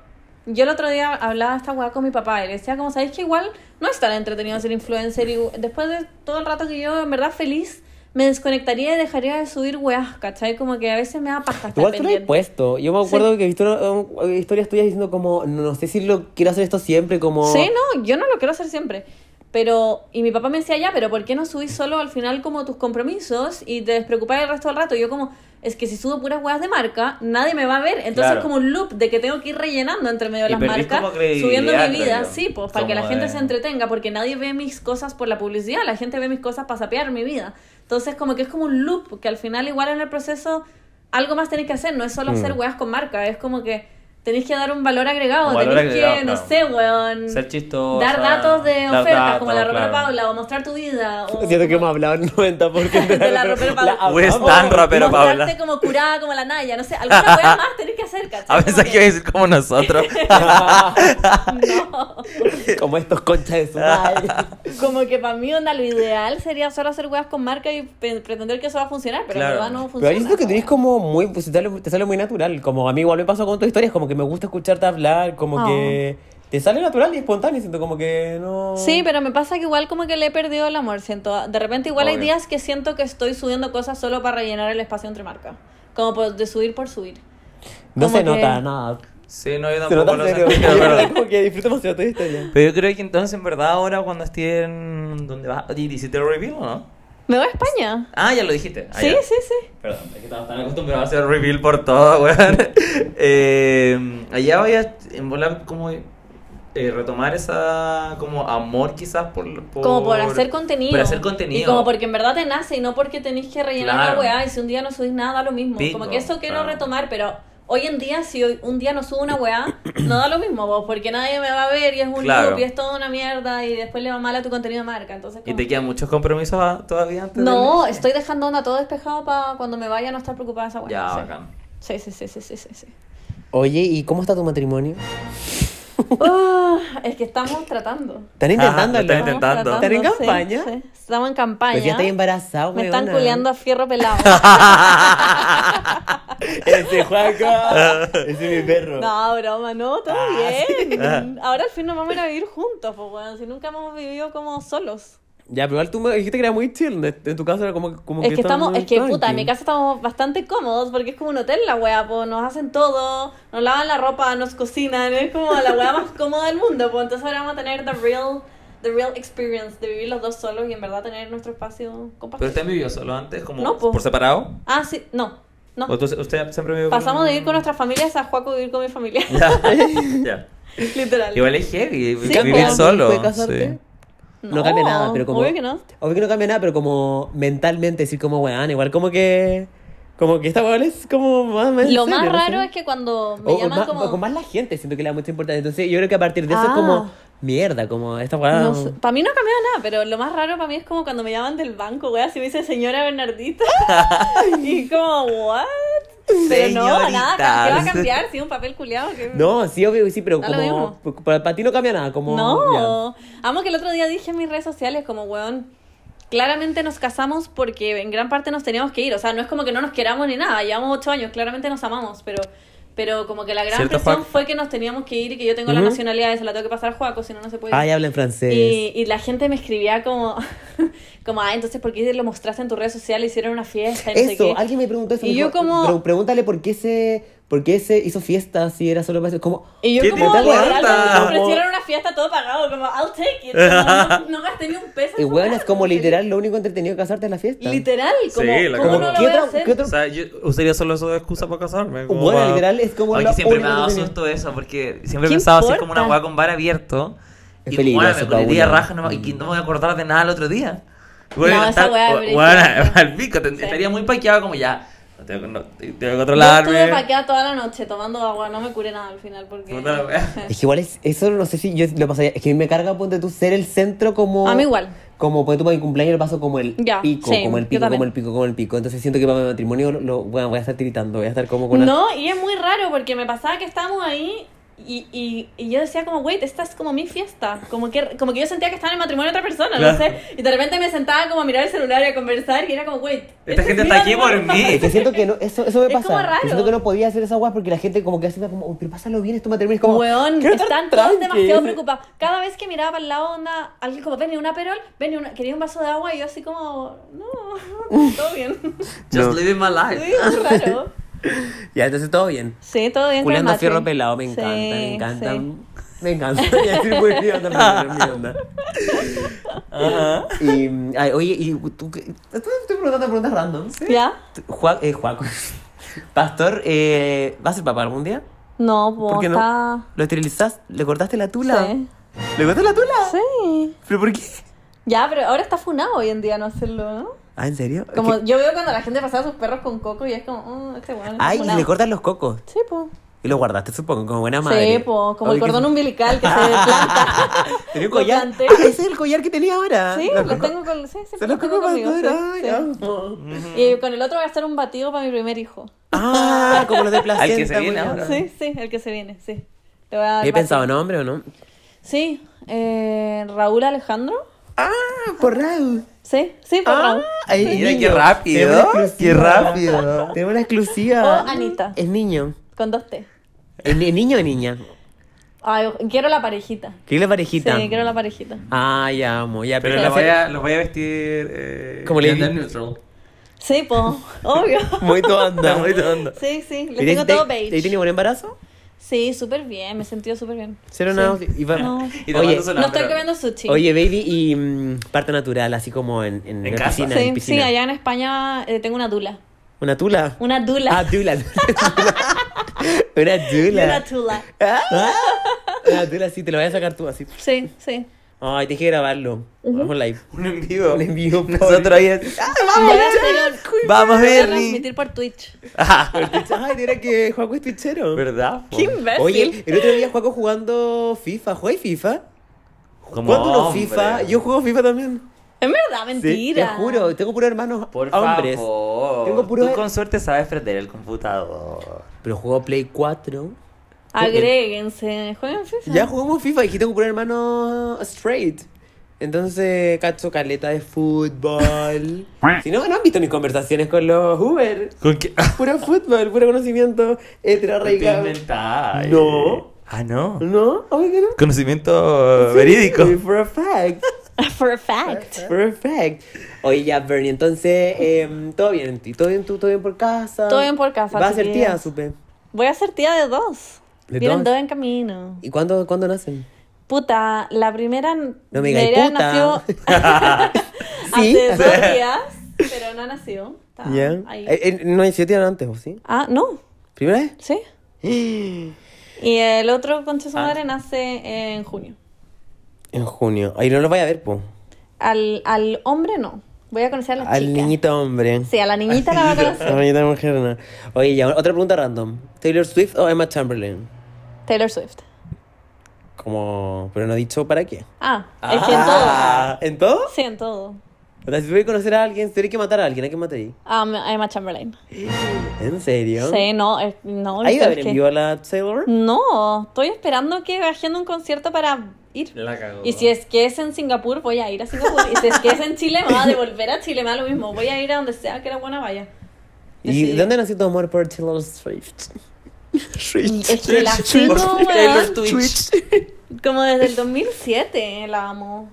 Speaker 3: yo el otro día hablaba esta weá con mi papá y le decía como, ¿sabéis que igual no es tan entretenido ser influencer? Y después de todo el rato que yo en verdad feliz, me desconectaría y dejaría de subir weas, ¿cachai? Como que a veces me da paja estar
Speaker 1: Igual tú lo has
Speaker 3: pendiente.
Speaker 1: puesto, yo me
Speaker 3: Sí.
Speaker 1: acuerdo que he visto eh, historias tuyas diciendo como, no sé si lo quiero hacer esto siempre, como...
Speaker 3: Sí, no, yo no lo quiero hacer siempre. Pero, y mi papá me decía, ya, pero ¿por qué no subís solo al final como tus compromisos y te despreocupás el resto del rato? Y yo como, es que si subo puras huevas de marca, nadie me va a ver. Entonces
Speaker 5: Claro.
Speaker 3: es como un loop de que tengo que ir rellenando entre medio de
Speaker 5: Y
Speaker 3: las
Speaker 5: perdís
Speaker 3: marcas,
Speaker 5: como
Speaker 3: subiendo
Speaker 5: credibilidad,
Speaker 3: mi vida,
Speaker 5: creo yo.
Speaker 3: sí, pues, para que la
Speaker 5: Como
Speaker 3: gente
Speaker 5: de-
Speaker 3: se entretenga, porque nadie ve mis cosas por la publicidad, la gente ve mis cosas para sapear mi vida. Entonces como que es como un loop, que al final igual en el proceso algo más tenés que hacer, no es
Speaker 5: Hmm.
Speaker 3: solo
Speaker 1: Mm.
Speaker 3: hacer huevas con marca, es como que tenés que dar un valor agregado,
Speaker 5: Un valor
Speaker 3: tenés que,
Speaker 5: agregado,
Speaker 3: no
Speaker 5: claro.
Speaker 3: sé, weón,
Speaker 5: Ser chistoso.
Speaker 3: Mm, Dar datos de
Speaker 5: dar
Speaker 3: ofertas,
Speaker 5: datos,
Speaker 3: como la ropera
Speaker 5: claro.
Speaker 3: Paula, o mostrar tu vida. O
Speaker 1: Siento que hemos hablado el 90%
Speaker 3: De la ropera Paula.
Speaker 1: la
Speaker 5: Pues
Speaker 1: amamos.
Speaker 5: tan ropero,
Speaker 3: mostrarte
Speaker 5: Paula.
Speaker 3: como curada, como la Naya, no sé, alguna wea más tenés que hacer, ¿cachai?
Speaker 5: A veces
Speaker 3: Como
Speaker 5: hay que decir como nosotros.
Speaker 3: No.
Speaker 1: Como estos conchas de su madre.
Speaker 3: Como que para mí, onda, lo ideal sería solo hacer weas con marca y pe- pretender que eso va a funcionar, pero en
Speaker 5: Claro.
Speaker 3: verdad no
Speaker 1: Pero
Speaker 3: funciona.
Speaker 1: yo siento que tenés como muy, pues, te sale, te sale muy natural. Como a mí igual me pasó con tus historias, como que me gusta escucharte hablar, como
Speaker 3: Oh.
Speaker 1: que te sale natural y espontáneo, siento como que no...
Speaker 3: Sí, pero me pasa que igual como que le he perdido el amor, siento. De repente igual hay
Speaker 5: Obvio.
Speaker 3: días que siento que estoy subiendo cosas solo para rellenar el espacio entre marcas. Como por- de subir por subir.
Speaker 1: No
Speaker 3: como
Speaker 1: se
Speaker 3: que-
Speaker 1: nota nada.
Speaker 5: Sí, no, yo
Speaker 1: Se
Speaker 5: tampoco
Speaker 1: nota
Speaker 5: lo
Speaker 1: en serio.
Speaker 5: sentí,
Speaker 1: Yo
Speaker 5: pero-
Speaker 1: como que disfruto demasiado tu historia.
Speaker 5: Pero yo creo que entonces, en verdad, ahora cuando esté en... ¿Dónde vas? Oye, ¿hiciste el reveal o no?
Speaker 3: Me voy a España.
Speaker 5: Ah, ya lo dijiste. Ah,
Speaker 3: Sí,
Speaker 5: ya.
Speaker 3: sí, sí.
Speaker 5: Perdón, es que estamos tan acostumbrados a hacer reveal por todo, weón. Eh, allá voy a en volar como eh, retomar esa como amor quizás por, por-
Speaker 3: Como por hacer contenido.
Speaker 5: Por hacer contenido.
Speaker 3: Y como porque en verdad te nace y no porque tenéis que rellenar
Speaker 5: Claro.
Speaker 3: la weá. Y si un día no subís nada, da lo mismo. como
Speaker 5: Bingo,
Speaker 3: que eso quiero
Speaker 5: claro.
Speaker 3: retomar, pero hoy en día, si hoy, un día no subo una weá, no da lo mismo vos, porque nadie me va a ver y es un
Speaker 5: Claro.
Speaker 3: loop y es toda una mierda y después le va mal a tu contenido de marca. Entonces,
Speaker 5: ¿Y
Speaker 3: como-
Speaker 5: te quedan muchos compromisos ah, todavía antes?
Speaker 3: no,
Speaker 5: del-
Speaker 3: estoy dejando onda todo despejado para cuando me vaya no estar preocupada de esa weá.
Speaker 5: Ya,
Speaker 3: sí.
Speaker 5: bacán.
Speaker 3: Sí, sí, sí, sí, sí, sí, sí.
Speaker 1: Oye, ¿y cómo está tu matrimonio?
Speaker 3: Ah, es que estamos tratando.
Speaker 1: ¿Están
Speaker 5: lo
Speaker 1: intentándolo?
Speaker 5: están intentando.
Speaker 1: ¿Están en
Speaker 3: sí,
Speaker 1: campaña?
Speaker 3: sí. Estamos en campaña.
Speaker 1: Pues ya estoy embarazada,
Speaker 3: Me están
Speaker 1: weona.
Speaker 3: culeando a fierro pelado.
Speaker 1: Ese Juaco. Ese es mi perro.
Speaker 3: No, broma, no, todo
Speaker 1: Ah,
Speaker 3: bien. Ahora al fin nos vamos a ir a vivir juntos, pues bueno, si nunca hemos vivido como solos.
Speaker 1: Ya, pero igual tú me dijiste que era muy chill. En en tu casa era como, como
Speaker 3: es que
Speaker 1: estaba
Speaker 3: estamos,
Speaker 1: muy
Speaker 3: es que puta, en
Speaker 1: tranqui.
Speaker 3: mi casa estamos bastante cómodos porque es como un hotel la wea, pues nos hacen todo, nos lavan la ropa, nos cocinan, es como la wea más cómoda del mundo, pues entonces ahora vamos a tener the real, the real experience de vivir los dos solos y en verdad tener nuestro espacio
Speaker 5: ¿Pero
Speaker 3: compartido.
Speaker 5: usted vivió solo antes? Como
Speaker 3: No, po.
Speaker 5: ¿Por separado?
Speaker 3: Ah, sí, no. No.
Speaker 2: ¿O tú- usted siempre me...
Speaker 3: Pasamos de ir con nuestras familias a Juaco vivir con mi familia.
Speaker 2: Ya, ya.
Speaker 3: Literal.
Speaker 2: Igual es heavy
Speaker 3: Sí,
Speaker 2: vivir
Speaker 3: po.
Speaker 2: solo.
Speaker 1: ¿Puedes casarte?
Speaker 2: sí.
Speaker 1: No, cambia nada, pero como.
Speaker 3: Obvio que no.
Speaker 1: obvio que no cambia nada, pero como mentalmente decir como, weón, igual como que. Como que esta weón es como más. más Pues, en
Speaker 3: Lo más
Speaker 1: serio, no sé.
Speaker 3: raro es que cuando me
Speaker 1: O- o
Speaker 3: llaman
Speaker 1: más-
Speaker 3: como...
Speaker 1: o con más la gente, siento que le da mucha importancia. Entonces, yo creo que a partir de eso es
Speaker 3: Ah.
Speaker 1: como mierda, como esta weá.
Speaker 3: para mí no ha cambiado nada, pero lo más raro para mí es como cuando me llaman del banco, güey, así me dice señora Bernardita. y como, ¿what? Pero no, nada, ¿qué va a
Speaker 5: Señorita.
Speaker 3: cambiar? Sí, un papel culiado. que-
Speaker 1: No, sí, obvio, que sí, pero
Speaker 3: Da lo
Speaker 1: como. Para, para ti no cambia nada, como.
Speaker 3: No. Amo que el otro día dije en mis redes sociales como, weón, claramente nos casamos porque en gran parte nos teníamos que ir. O sea, no es como que no nos queramos ni nada. Llevamos ocho años, claramente nos amamos, pero... Pero como que la gran
Speaker 2: Cierto
Speaker 3: presión
Speaker 2: fact.
Speaker 3: fue que nos teníamos que ir y que yo tengo la
Speaker 1: Ujú.
Speaker 3: nacionalidad y se la tengo que pasar a Juaco, si no, no se puede
Speaker 1: ya.
Speaker 3: ir.
Speaker 1: Ay, habla en francés.
Speaker 3: Y, y la gente me escribía como, como, ah, entonces, ¿por qué lo mostraste en tus redes sociales? Hicieron una fiesta, y no sé
Speaker 1: Eso,
Speaker 3: qué.
Speaker 1: alguien me preguntó eso.
Speaker 3: Y
Speaker 1: me
Speaker 3: yo
Speaker 1: dijo,
Speaker 3: como-
Speaker 1: "Pero Pregúntale por qué se. ¿Por qué se hizo fiesta si era solo para eso? Como.
Speaker 3: Y yo
Speaker 2: ¿Qué
Speaker 3: como,
Speaker 1: te
Speaker 3: literal,
Speaker 2: cuesta?
Speaker 3: me ofrecieron una fiesta todo pagado, como, I'll take it. Como, no, no gasté ni un peso.
Speaker 1: Y
Speaker 3: en esa
Speaker 1: eh, weón, es
Speaker 3: weá,
Speaker 1: como
Speaker 3: como que-
Speaker 1: literal lo único entretenido de casarte es la fiesta.
Speaker 3: Literal, como,
Speaker 2: Sí, la
Speaker 3: ¿cómo
Speaker 2: cagó.
Speaker 3: no lo
Speaker 1: ¿Qué
Speaker 3: voy a
Speaker 1: otra-
Speaker 3: hacer?
Speaker 1: qué otra-
Speaker 2: O sea, yo usaría solo eso de excusa para casarme. como
Speaker 1: Bueno,
Speaker 2: para-
Speaker 1: literal es como
Speaker 2: Ay,
Speaker 1: la
Speaker 2: que siempre me
Speaker 1: única
Speaker 2: ha dado
Speaker 1: que tenía.
Speaker 2: susto eso, porque siempre he
Speaker 3: ¿Qué
Speaker 2: pensado así como una
Speaker 3: importa?
Speaker 2: hueá con bar abierto.
Speaker 1: Es
Speaker 2: y
Speaker 1: peligroso
Speaker 2: bueno, me
Speaker 1: pa'
Speaker 2: pondría
Speaker 1: uno.
Speaker 2: raja no, y que no me voy a acordar de nada el otro día.
Speaker 3: No, esa hueá es
Speaker 2: Bueno,
Speaker 3: brillante.
Speaker 2: al pico, te-
Speaker 3: Sí.
Speaker 2: estaría muy paqueado como ya. No tengo, que- no, tengo que
Speaker 3: Yo
Speaker 2: controlarme.
Speaker 3: estuve paqueada toda la noche tomando agua, no me curé nada al final porque...
Speaker 2: Puta la wea.
Speaker 1: Es que igual es, eso no sé si yo lo pasaría. Es que a mí me carga, ponte tú, ser el centro como.
Speaker 3: A
Speaker 2: oh.
Speaker 3: mí igual.
Speaker 1: Como ponte tú para mi cumpleaños lo paso como el
Speaker 3: Ya,
Speaker 1: pico,
Speaker 3: sí,
Speaker 1: como el
Speaker 3: yo
Speaker 1: pico, como
Speaker 3: también.
Speaker 1: el pico, como el pico. Entonces siento que para mi matrimonio lo, lo- bueno, voy a estar tiritando, voy a estar como con una-
Speaker 3: No, y es muy raro porque me pasaba que estábamos ahí y, y, y yo decía como, wait, esta es como mi fiesta. Como que, como que yo sentía que estaba en el matrimonio de otra persona,
Speaker 2: Claro.
Speaker 3: no sé. Y de repente me sentaba como a mirar el celular y a conversar y era como, wait.
Speaker 2: Esta
Speaker 3: este
Speaker 2: gente
Speaker 3: es
Speaker 2: está
Speaker 3: mi
Speaker 2: aquí por
Speaker 3: matrimonio.
Speaker 2: mí.
Speaker 1: Este Es que siento que no, eso, eso me
Speaker 3: Es
Speaker 1: pasa.
Speaker 3: como raro.
Speaker 1: Que siento que no podía hacer esas guas porque la gente como que hace como, "Oh, pero pásalo bien, esto matrimonio es como.
Speaker 3: Weón,
Speaker 1: quiero estar
Speaker 3: están todos
Speaker 1: tranqui.
Speaker 3: demasiado preocupados. Cada vez que miraba para el lado, onda, alguien como, ven y una perol, ven y una, quería un vaso de agua y yo así como, no, todo bien.
Speaker 2: Just
Speaker 1: No.
Speaker 2: living my life.
Speaker 3: Sí, es raro.
Speaker 1: Ya, entonces todo bien.
Speaker 3: Sí, todo bien. con el
Speaker 1: Culeando a
Speaker 3: matri.
Speaker 1: fierro pelado, me encanta,
Speaker 3: Sí,
Speaker 1: me encanta.
Speaker 3: sí. Ah.
Speaker 1: Me encanta. Y así muy bien, también, mi onda.
Speaker 2: Ajá.
Speaker 1: Y, mm, ay, oye, y tú, qué- te estoy estoy preguntando preguntas random.
Speaker 3: ¿Ya?
Speaker 1: Juan, eh, Juaco. Pastor, eh, ¿va a ser papá algún día?
Speaker 3: No,
Speaker 1: ¿Por qué
Speaker 3: pues
Speaker 1: no?
Speaker 3: está...
Speaker 1: ¿Lo esterilizaste? ¿Le cortaste la tula?
Speaker 3: Sí.
Speaker 1: ¿Le cortaste la tula?
Speaker 3: Sí.
Speaker 1: ¿Pero por qué?
Speaker 3: Ya, pero ahora está funado hoy en día no hacerlo, ¿no?
Speaker 1: Ah, ¿en serio? ¿Qué?
Speaker 3: Como yo veo cuando la gente pasaba a sus perros con coco y es como, "Mm, este bueno.
Speaker 1: Ay, le cortan los cocos.
Speaker 3: Sí, po.
Speaker 1: Y los guardaste, supongo, como buena madre.
Speaker 3: Sí, po. Como
Speaker 1: Oye,
Speaker 3: el
Speaker 1: que-
Speaker 3: cordón umbilical que se planta.
Speaker 1: Tenía un
Speaker 3: Lo
Speaker 1: collar.
Speaker 3: planté.
Speaker 1: Ah, ese es el collar que tenía ahora.
Speaker 3: Sí,
Speaker 1: Los
Speaker 3: los
Speaker 1: cocos.
Speaker 3: tengo con. Sí, sí,
Speaker 1: Se los cocos
Speaker 3: conmigo.
Speaker 1: Pastor,
Speaker 3: sí,
Speaker 1: ay,
Speaker 3: sí.
Speaker 1: amo.
Speaker 3: Y con el otro voy a hacer un batido para mi primer hijo.
Speaker 1: Ah, como los de placenta.
Speaker 5: Al que se viene
Speaker 1: weón.
Speaker 5: ahora.
Speaker 3: Sí, sí, el que se viene, sí. Le voy a dar
Speaker 1: He pensado
Speaker 3: batido.
Speaker 1: nombre o no.
Speaker 3: Sí, eh, Raúl Alejandro.
Speaker 1: Ah, por Raúl.
Speaker 3: Sí, sí,
Speaker 1: Ah.
Speaker 3: por Raúl.
Speaker 1: Ay,
Speaker 5: Mira,
Speaker 1: es
Speaker 5: qué
Speaker 1: niño.
Speaker 5: rápido,
Speaker 1: Tenemos una exclusiva.
Speaker 5: qué rápido.
Speaker 1: Tenemos una exclusiva.
Speaker 3: O Oh, Anita.
Speaker 1: Es niño.
Speaker 3: Con dos T.
Speaker 1: ¿Es ni- niño o niña?
Speaker 3: Ay, quiero la parejita.
Speaker 1: ¿Qué es la parejita?
Speaker 3: Sí, quiero la parejita.
Speaker 1: Ay, amo. Ah, Ya,
Speaker 2: Pero
Speaker 1: pero
Speaker 2: los
Speaker 1: la
Speaker 2: voy, a, los voy a vestir. Eh,
Speaker 1: Como Lady.
Speaker 2: gender neutral.
Speaker 3: Sí, po, obvio.
Speaker 1: Muy tu onda, muy tu onda.
Speaker 3: Sí, sí,
Speaker 1: ¿Y
Speaker 3: le tengo
Speaker 1: te-
Speaker 3: todo
Speaker 1: te- ¿Te tiene
Speaker 3: beige.
Speaker 1: buen embarazo?
Speaker 3: Sí, súper bien, me he sentido súper bien.
Speaker 1: Cero
Speaker 3: Sí.
Speaker 1: nada. y va-
Speaker 3: No.
Speaker 2: Y te
Speaker 1: Oye,
Speaker 2: mando
Speaker 3: No estoy
Speaker 2: pero-
Speaker 3: comiendo sushi.
Speaker 1: oye, baby, y mm, parto natural, así como en, en,
Speaker 2: En
Speaker 1: la
Speaker 2: casa.
Speaker 1: piscina. en
Speaker 3: sí, sí,
Speaker 1: piscina.
Speaker 3: allá en España eh, tengo una dula.
Speaker 1: ¿Una tula?
Speaker 3: Una
Speaker 1: Ah,
Speaker 3: dula.
Speaker 1: tula. Una
Speaker 3: Y una
Speaker 1: tula.
Speaker 3: tula.
Speaker 1: Ah, Una tula, sí, te lo voy a sacar tú así.
Speaker 3: Sí, sí.
Speaker 1: Ay, te que grabarlo. Vamos live.
Speaker 5: Un en vivo.
Speaker 1: Un en vivo, pobre.
Speaker 5: Nosotros ahí. es- ¡Ah,
Speaker 3: Voy a hacer un-
Speaker 5: Vamos,
Speaker 3: voy a
Speaker 5: Bernie.
Speaker 3: transmitir por Twitch.
Speaker 1: Ay, mira que Juaco es twitchero.
Speaker 5: ¿Verdad? po?
Speaker 3: ¡Qué imbécil!
Speaker 1: Oye, el otro día Juaco jugando FIFA. ¿Juegas FIFA?
Speaker 2: Como
Speaker 1: ¿Cuándo no
Speaker 2: hombre.
Speaker 1: FIFA? Yo juego FIFA también.
Speaker 3: Es verdad,
Speaker 1: Sí,
Speaker 3: mentira.
Speaker 1: te juro, tengo puros hermanos
Speaker 5: Por
Speaker 1: hombres.
Speaker 5: favor.
Speaker 1: Tengo puro-
Speaker 5: Tú con suerte sabes prender el computador.
Speaker 1: Pero juego Play 4.
Speaker 3: Agréguense, jueguen FIFA.
Speaker 1: Ya jugamos FIFA y aquí tengo puros hermanos straight. Entonces, cacho caleta de fútbol. si no, no han visto mis conversaciones con los Uber.
Speaker 2: ¿Con qué?
Speaker 1: Puro fútbol, puro conocimiento heteroarraigado.
Speaker 5: inventar.
Speaker 1: No.
Speaker 5: Ah, no.
Speaker 1: ¿No? Obvio que no.
Speaker 5: Conocimiento verídico.
Speaker 1: Sí, For a fact.
Speaker 3: For a fact.
Speaker 1: Perfect. Oye, ya, Bernie, entonces, em, todo bien en ti? todo bien tú, todo bien por casa.
Speaker 3: Todo bien por casa,
Speaker 1: Va a ser tía,
Speaker 3: chiquillas.
Speaker 1: supe.
Speaker 3: Voy a ser tía de dos.
Speaker 1: ¿De
Speaker 3: Vienen
Speaker 1: dos?
Speaker 3: dos en camino.
Speaker 1: ¿Y cuándo, cuándo nacen?
Speaker 3: Puta, la primera
Speaker 1: No me digas,
Speaker 3: debería
Speaker 1: puta.
Speaker 3: nació
Speaker 1: Sí.
Speaker 3: hace dos días, pero no nació. Está
Speaker 1: ¿Ya?
Speaker 3: ahí.
Speaker 1: Eh, eh, no iniciaron antes, ¿o sí?
Speaker 3: Ah, no,
Speaker 1: ¿Primera vez?
Speaker 3: sí. Y el otro concha su
Speaker 2: Ah.
Speaker 3: madre nace en junio.
Speaker 1: En junio. Ahí no lo vaya a ver, po.
Speaker 3: Al, al hombre no. Voy a conocer a la
Speaker 1: Al
Speaker 3: chica.
Speaker 1: niñito hombre.
Speaker 3: Sí, a la niñita la va a
Speaker 1: A la
Speaker 3: conocer.
Speaker 1: niñita mujer, no. Oye, ya, otra pregunta random. ¿Taylor Swift o Emma Chamberlain?
Speaker 3: Taylor Swift.
Speaker 1: Como... Pero no he dicho para qué.
Speaker 3: Ah, es que en todo.
Speaker 1: Ah, ¿En todo?
Speaker 3: Sí, en todo.
Speaker 1: O sea, si voy a conocer a alguien, si tuviera que matar a alguien, ¿a quién mataría?
Speaker 3: Ah, me- Emma Chamberlain.
Speaker 1: ¿En serio?
Speaker 3: Sí, no, es- no.
Speaker 1: ¿Ha ido a
Speaker 3: es
Speaker 1: ver en
Speaker 3: que-
Speaker 1: vivo a la Taylor?
Speaker 3: No, estoy esperando que agende un concierto para ir.
Speaker 2: La cagó.
Speaker 3: Y si es que es en Singapur, voy a ir a Singapur. Y si es que es en Chile, me va a devolver a Chile. Me da lo mismo. Voy a ir a donde sea que la buena vaya.
Speaker 1: ¿Y
Speaker 3: Sí.
Speaker 1: dónde nació tu amor por Taylor Swift? Swift.
Speaker 3: Es que la sigo,
Speaker 5: Taylor
Speaker 3: weón.
Speaker 5: Twitch.
Speaker 3: Como desde el 2007 la amo.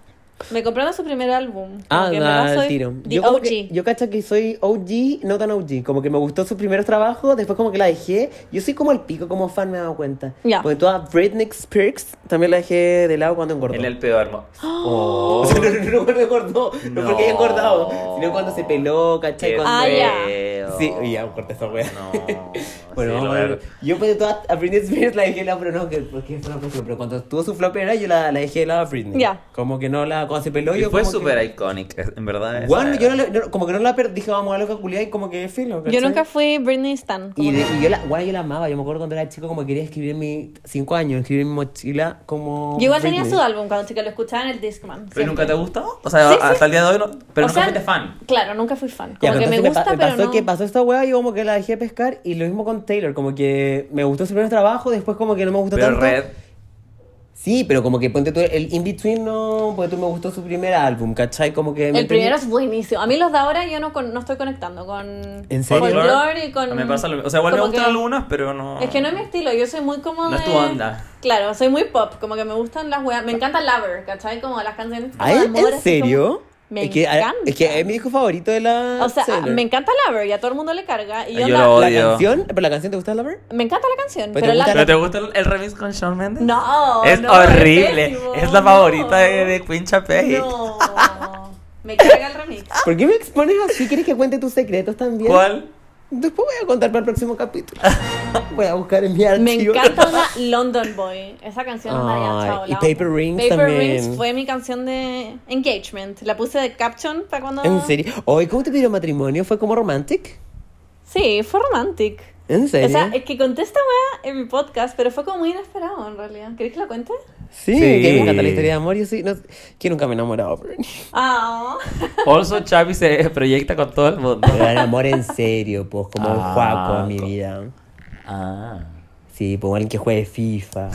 Speaker 3: Me compraron su primer álbum. Como
Speaker 1: Ah,
Speaker 3: que en
Speaker 1: da
Speaker 3: verdad
Speaker 1: el
Speaker 3: soy
Speaker 1: tiro.
Speaker 3: the
Speaker 1: Yo, como
Speaker 3: OG.
Speaker 1: que- yo cacho que soy OG, no tan OG. Como que me gustó sus primeros trabajos, después como que la dejé. Yo soy como el pico como fan, me he dado cuenta.
Speaker 3: Ya.
Speaker 1: Porque toda Britney Spears también la dejé de lado cuando engordó.
Speaker 2: En el peor, mo-
Speaker 1: O sea, no, no, no cuando engordó, no,
Speaker 2: No.
Speaker 1: porque haya engordado, sino cuando se peló, ¿cachai?
Speaker 2: Qué
Speaker 1: Cuando...
Speaker 3: Ah, ya.
Speaker 2: feo.
Speaker 1: Sí, y ya, corta esa wea.
Speaker 2: No.
Speaker 1: Bueno,
Speaker 2: sí, lo
Speaker 1: vamos
Speaker 2: voy
Speaker 1: a
Speaker 2: a
Speaker 1: ver.
Speaker 2: ver.
Speaker 1: Yo pues, de todas a Britney Spears la dejé de lado, pero no, que, porque es una cuestión. Pero cuando tuvo su flopera, yo la, la dejé de lado a Britney.
Speaker 3: Ya.
Speaker 1: Como que no la, cuando se peló,
Speaker 2: Y
Speaker 1: yo
Speaker 2: fue
Speaker 1: como que-
Speaker 2: súper icónic, en verdad. esa
Speaker 1: Bueno,
Speaker 2: era.
Speaker 1: yo no le- no- como que no la perdí, dije, vamos a la loca y como que filo.
Speaker 3: Yo
Speaker 1: ¿cachai?
Speaker 3: nunca fui Britney Stan. como
Speaker 1: Y, de-
Speaker 3: que-
Speaker 1: y yo, la, bueno, yo la amaba, yo me acuerdo cuando era chico como quería escribir en mi 5 años, escribir en mi mochila como...
Speaker 3: Yo igual tenía
Speaker 1: Britney.
Speaker 3: su álbum cuando chica, lo escuchaba en el Discman.
Speaker 2: ¿Pero
Speaker 3: siempre.
Speaker 2: nunca te ha gustado? O sea,
Speaker 3: Sí, sí.
Speaker 2: hasta el día de hoy no. Pero
Speaker 3: O
Speaker 2: nunca
Speaker 3: sea,
Speaker 2: fuiste fan.
Speaker 3: Claro, nunca fui fan.
Speaker 1: Ya,
Speaker 3: Como que me
Speaker 1: entonces
Speaker 3: gusta,
Speaker 1: pa-
Speaker 3: pero
Speaker 1: pasó
Speaker 3: no.
Speaker 1: que pasó esta weá y yo como que la dejé pescar y lo mismo con Taylor, como que me gustó su primer trabajo, después como que no me gustó
Speaker 2: Pero
Speaker 1: tanto.
Speaker 2: Red.
Speaker 1: Sí, pero como que ponte tú el in between no, porque tú me gustó su primer álbum, ¿cachai? Como que me
Speaker 3: El primero
Speaker 1: entendí-
Speaker 3: es buenísimo. A mí los de ahora yo no, con- no estoy conectando con
Speaker 1: ¿En serio?
Speaker 3: con
Speaker 1: Folklore,
Speaker 3: Folklore y con...
Speaker 2: Me pasa lo mismo. O sea, igual me
Speaker 3: como
Speaker 2: gustan
Speaker 3: que-
Speaker 2: algunas, pero no.
Speaker 3: Es que no es mi estilo, yo soy muy como
Speaker 2: No es
Speaker 3: de-
Speaker 2: tu onda.
Speaker 3: Claro, soy muy pop, como que me gustan las weas. Me encanta Lover, ¿cachai? Como las canciones como
Speaker 1: ¿Ah,
Speaker 3: de
Speaker 1: ¿En,
Speaker 3: amor,
Speaker 1: en
Speaker 3: así
Speaker 1: serio? Ah,
Speaker 3: como- Me
Speaker 1: es que,
Speaker 3: encanta.
Speaker 1: Es que es mi disco favorito de la
Speaker 3: O sea, ah,
Speaker 1: Taylor.
Speaker 3: me encanta Lover y a todo el mundo le carga. Y
Speaker 2: Yo
Speaker 3: yo,
Speaker 2: lo
Speaker 3: la-
Speaker 2: odio.
Speaker 1: ¿La canción? ¿Pero la canción te gusta, Lover?
Speaker 3: Me encanta la canción,
Speaker 1: Pero
Speaker 3: pero,
Speaker 1: te
Speaker 3: la...
Speaker 1: gusta
Speaker 2: ¿Pero te gusta el, el remix con Shawn Mendes?
Speaker 3: No,
Speaker 2: Es
Speaker 3: Oh, no,
Speaker 2: horrible. Es,
Speaker 3: pésimo,
Speaker 2: la
Speaker 3: no.
Speaker 2: favorita de, de Queen Chapey.
Speaker 3: No, me carga el remix.
Speaker 1: ¿Por qué me expones así? ¿Quieres que cuente tus secretos también?
Speaker 2: ¿Cuál?
Speaker 1: Después voy a contar para el próximo capítulo. voy a buscar en mi
Speaker 3: Me
Speaker 1: archivo.
Speaker 3: encanta una London Boy. Esa canción me
Speaker 1: Ay,
Speaker 3: había chao,
Speaker 1: y
Speaker 3: la
Speaker 1: Paper
Speaker 3: amo.
Speaker 1: Rings
Speaker 3: Paper
Speaker 1: también.
Speaker 3: Rings fue mi canción de engagement. La puse de caption para cuando.
Speaker 1: ¿En serio? Hoy, ¿cómo te pidió matrimonio? ¿Fue como romantic?
Speaker 3: Sí, fue romantic.
Speaker 1: ¿En serio?
Speaker 3: O sea, eh, es que conté esta weá en mi podcast, pero fue como muy inesperado en realidad. ¿Queréis que la cuente?
Speaker 1: sí,
Speaker 2: Sí.
Speaker 1: que me encanta la historia de amor. Yo sí, no, que nunca me he enamorado. pero-
Speaker 3: Ah.
Speaker 2: Also, Chavi se proyecta con todo el mundo.
Speaker 1: Pero el amor en serio, pues, como un
Speaker 2: Ah,
Speaker 1: juaco en mi
Speaker 2: co-
Speaker 1: vida.
Speaker 2: Ah.
Speaker 1: Sí, pues alguien que juegue FIFA.